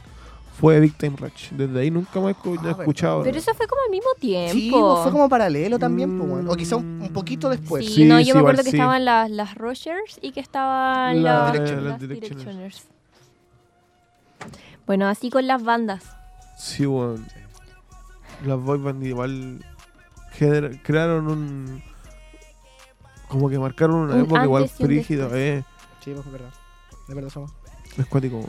Speaker 2: Fue Victim Ratch. Desde ahí nunca más he escu-
Speaker 3: Ah,
Speaker 2: he escuchado.
Speaker 1: Pero eso fue como al mismo tiempo.
Speaker 3: Sí, pues, fue como paralelo también, po, weón. O quizá un,
Speaker 2: Mm.
Speaker 3: un poquito después.
Speaker 1: sí,
Speaker 2: Sí,
Speaker 1: no,
Speaker 2: sí,
Speaker 1: yo me acuerdo
Speaker 2: igual
Speaker 1: que
Speaker 2: sí.
Speaker 1: estaban las, las Rogers y que estaban
Speaker 2: La-
Speaker 1: las,
Speaker 2: Directioners.
Speaker 1: las
Speaker 2: las Directioners.
Speaker 1: Directioners. Bueno, así con las bandas.
Speaker 2: Sí, weón. Las boy band igual gener- crearon un. Como que marcaron una
Speaker 1: Un
Speaker 2: época igual
Speaker 1: antes y un
Speaker 2: frígida, eh.
Speaker 3: Sí, pues, es verdad. De verdad somos.
Speaker 2: Es cuático.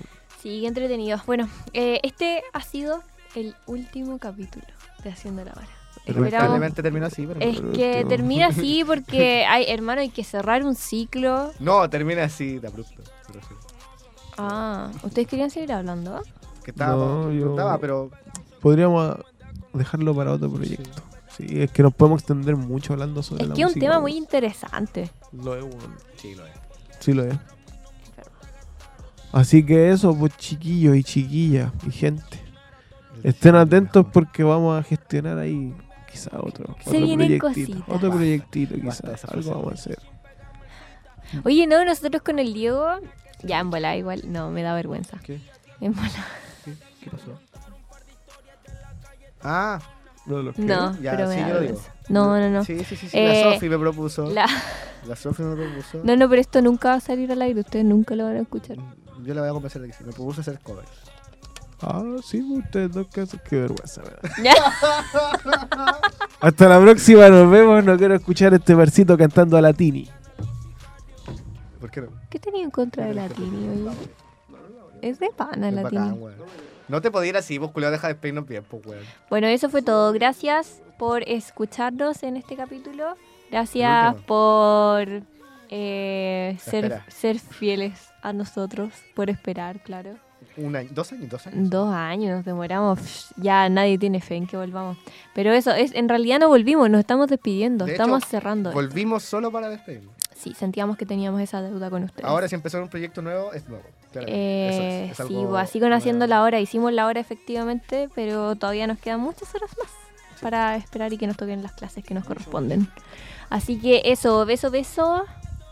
Speaker 1: Sí, qué entretenidos. Bueno, eh, este ha sido el último capítulo de Haciendo la Vara.
Speaker 2: Pero
Speaker 1: Esperamos.
Speaker 3: Lamentablemente terminó así, pero.
Speaker 1: Es
Speaker 2: Pero
Speaker 1: que
Speaker 2: último.
Speaker 1: termina así porque, ay, hermano, hay que cerrar un ciclo.
Speaker 3: No, termina así de abrupto. pero sí.
Speaker 1: Ah, ¿ustedes querían seguir hablando?
Speaker 3: Que estaba,
Speaker 2: No, yo-
Speaker 3: estaba, pero.
Speaker 2: Podríamos ah, dejarlo para otro proyecto. Sí. es que nos podemos extender mucho hablando sobre
Speaker 1: Es
Speaker 2: la
Speaker 1: que es un
Speaker 2: música,
Speaker 1: tema
Speaker 2: weón.
Speaker 1: muy interesante.
Speaker 2: Lo es, weón.
Speaker 3: Sí, lo es.
Speaker 2: Sí, lo es. Así que eso, pues chiquillos y chiquillas y gente. Estén atentos porque vamos a gestionar ahí quizá otro,
Speaker 1: Se
Speaker 2: otro
Speaker 1: vienen
Speaker 2: proyectito.
Speaker 1: cositas.
Speaker 2: Otro
Speaker 3: Basta,
Speaker 2: proyectito
Speaker 3: basta de
Speaker 2: quizás.
Speaker 3: esa
Speaker 2: Algo
Speaker 3: frase.
Speaker 2: vamos a hacer.
Speaker 1: Oye, no, nosotros con el Diego, ya en volada igual, no, me da vergüenza.
Speaker 3: ¿Qué?
Speaker 1: En volada.
Speaker 3: ¿Qué pasó? Ah,
Speaker 2: No, los que-
Speaker 1: No,
Speaker 3: Ya,
Speaker 1: pero me
Speaker 3: sí,
Speaker 1: da
Speaker 3: yo lo digo.
Speaker 1: vergüenza. No, no, no.
Speaker 3: Sí, sí, sí, sí.
Speaker 1: Eh,
Speaker 3: la Sofi me propuso. La,
Speaker 1: La-
Speaker 3: Sofi me propuso.
Speaker 1: No, no, pero esto nunca va a salir al aire, ustedes nunca lo van a escuchar.
Speaker 3: Yo la voy a convencer de que sí. Me propuso hacer covers.
Speaker 2: Ah, sí, ustedes dos casos. Qué vergüenza, ¿verdad?
Speaker 1: Ya.
Speaker 2: Hasta la próxima, nos vemos. No quiero escuchar este versito cantando a Latini.
Speaker 3: ¿Por qué no?
Speaker 1: ¿Qué tenía en contra de Latini, oye? Es de pana
Speaker 3: Es bacán,
Speaker 1: Latini.
Speaker 3: weón. No te podía ir así, vos culiao, deja de despedirnos bien, pues, weón.
Speaker 1: Bueno, eso fue todo. Gracias por escucharnos en este capítulo.
Speaker 3: El
Speaker 1: Gracias
Speaker 3: último.
Speaker 1: por eh, ser,
Speaker 3: Espera.
Speaker 1: ser fieles a nosotros, por esperar, claro.
Speaker 3: Un año, dos años, dos años.
Speaker 1: Dos años nos demoramos. Pff, Ya nadie tiene fe en que volvamos. Pero eso, es, en realidad no volvimos, nos estamos despidiendo,
Speaker 3: De
Speaker 1: estamos
Speaker 3: hecho,
Speaker 1: cerrando.
Speaker 3: Volvimos solo para despedirnos.
Speaker 1: Sí, sentíamos que teníamos esa deuda con ustedes.
Speaker 3: Ahora, si empezar un proyecto nuevo, es nuevo. claramente. Eso
Speaker 1: Eh,
Speaker 3: es, es
Speaker 1: sí,
Speaker 3: algo
Speaker 1: pues, así conociendo
Speaker 3: nuevo.
Speaker 1: la hora, hicimos la hora efectivamente, pero todavía nos quedan muchas horas más para esperar y que nos toquen las clases que nos corresponden. Así que eso, beso, beso.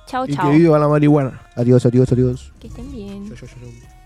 Speaker 1: Chao,
Speaker 2: Y
Speaker 1: Oh, chao.
Speaker 2: que viva la marihuana.
Speaker 3: Adiós, adiós, adiós.
Speaker 1: Que estén bien.
Speaker 3: Yo, yo, yo, yo.
Speaker 4: este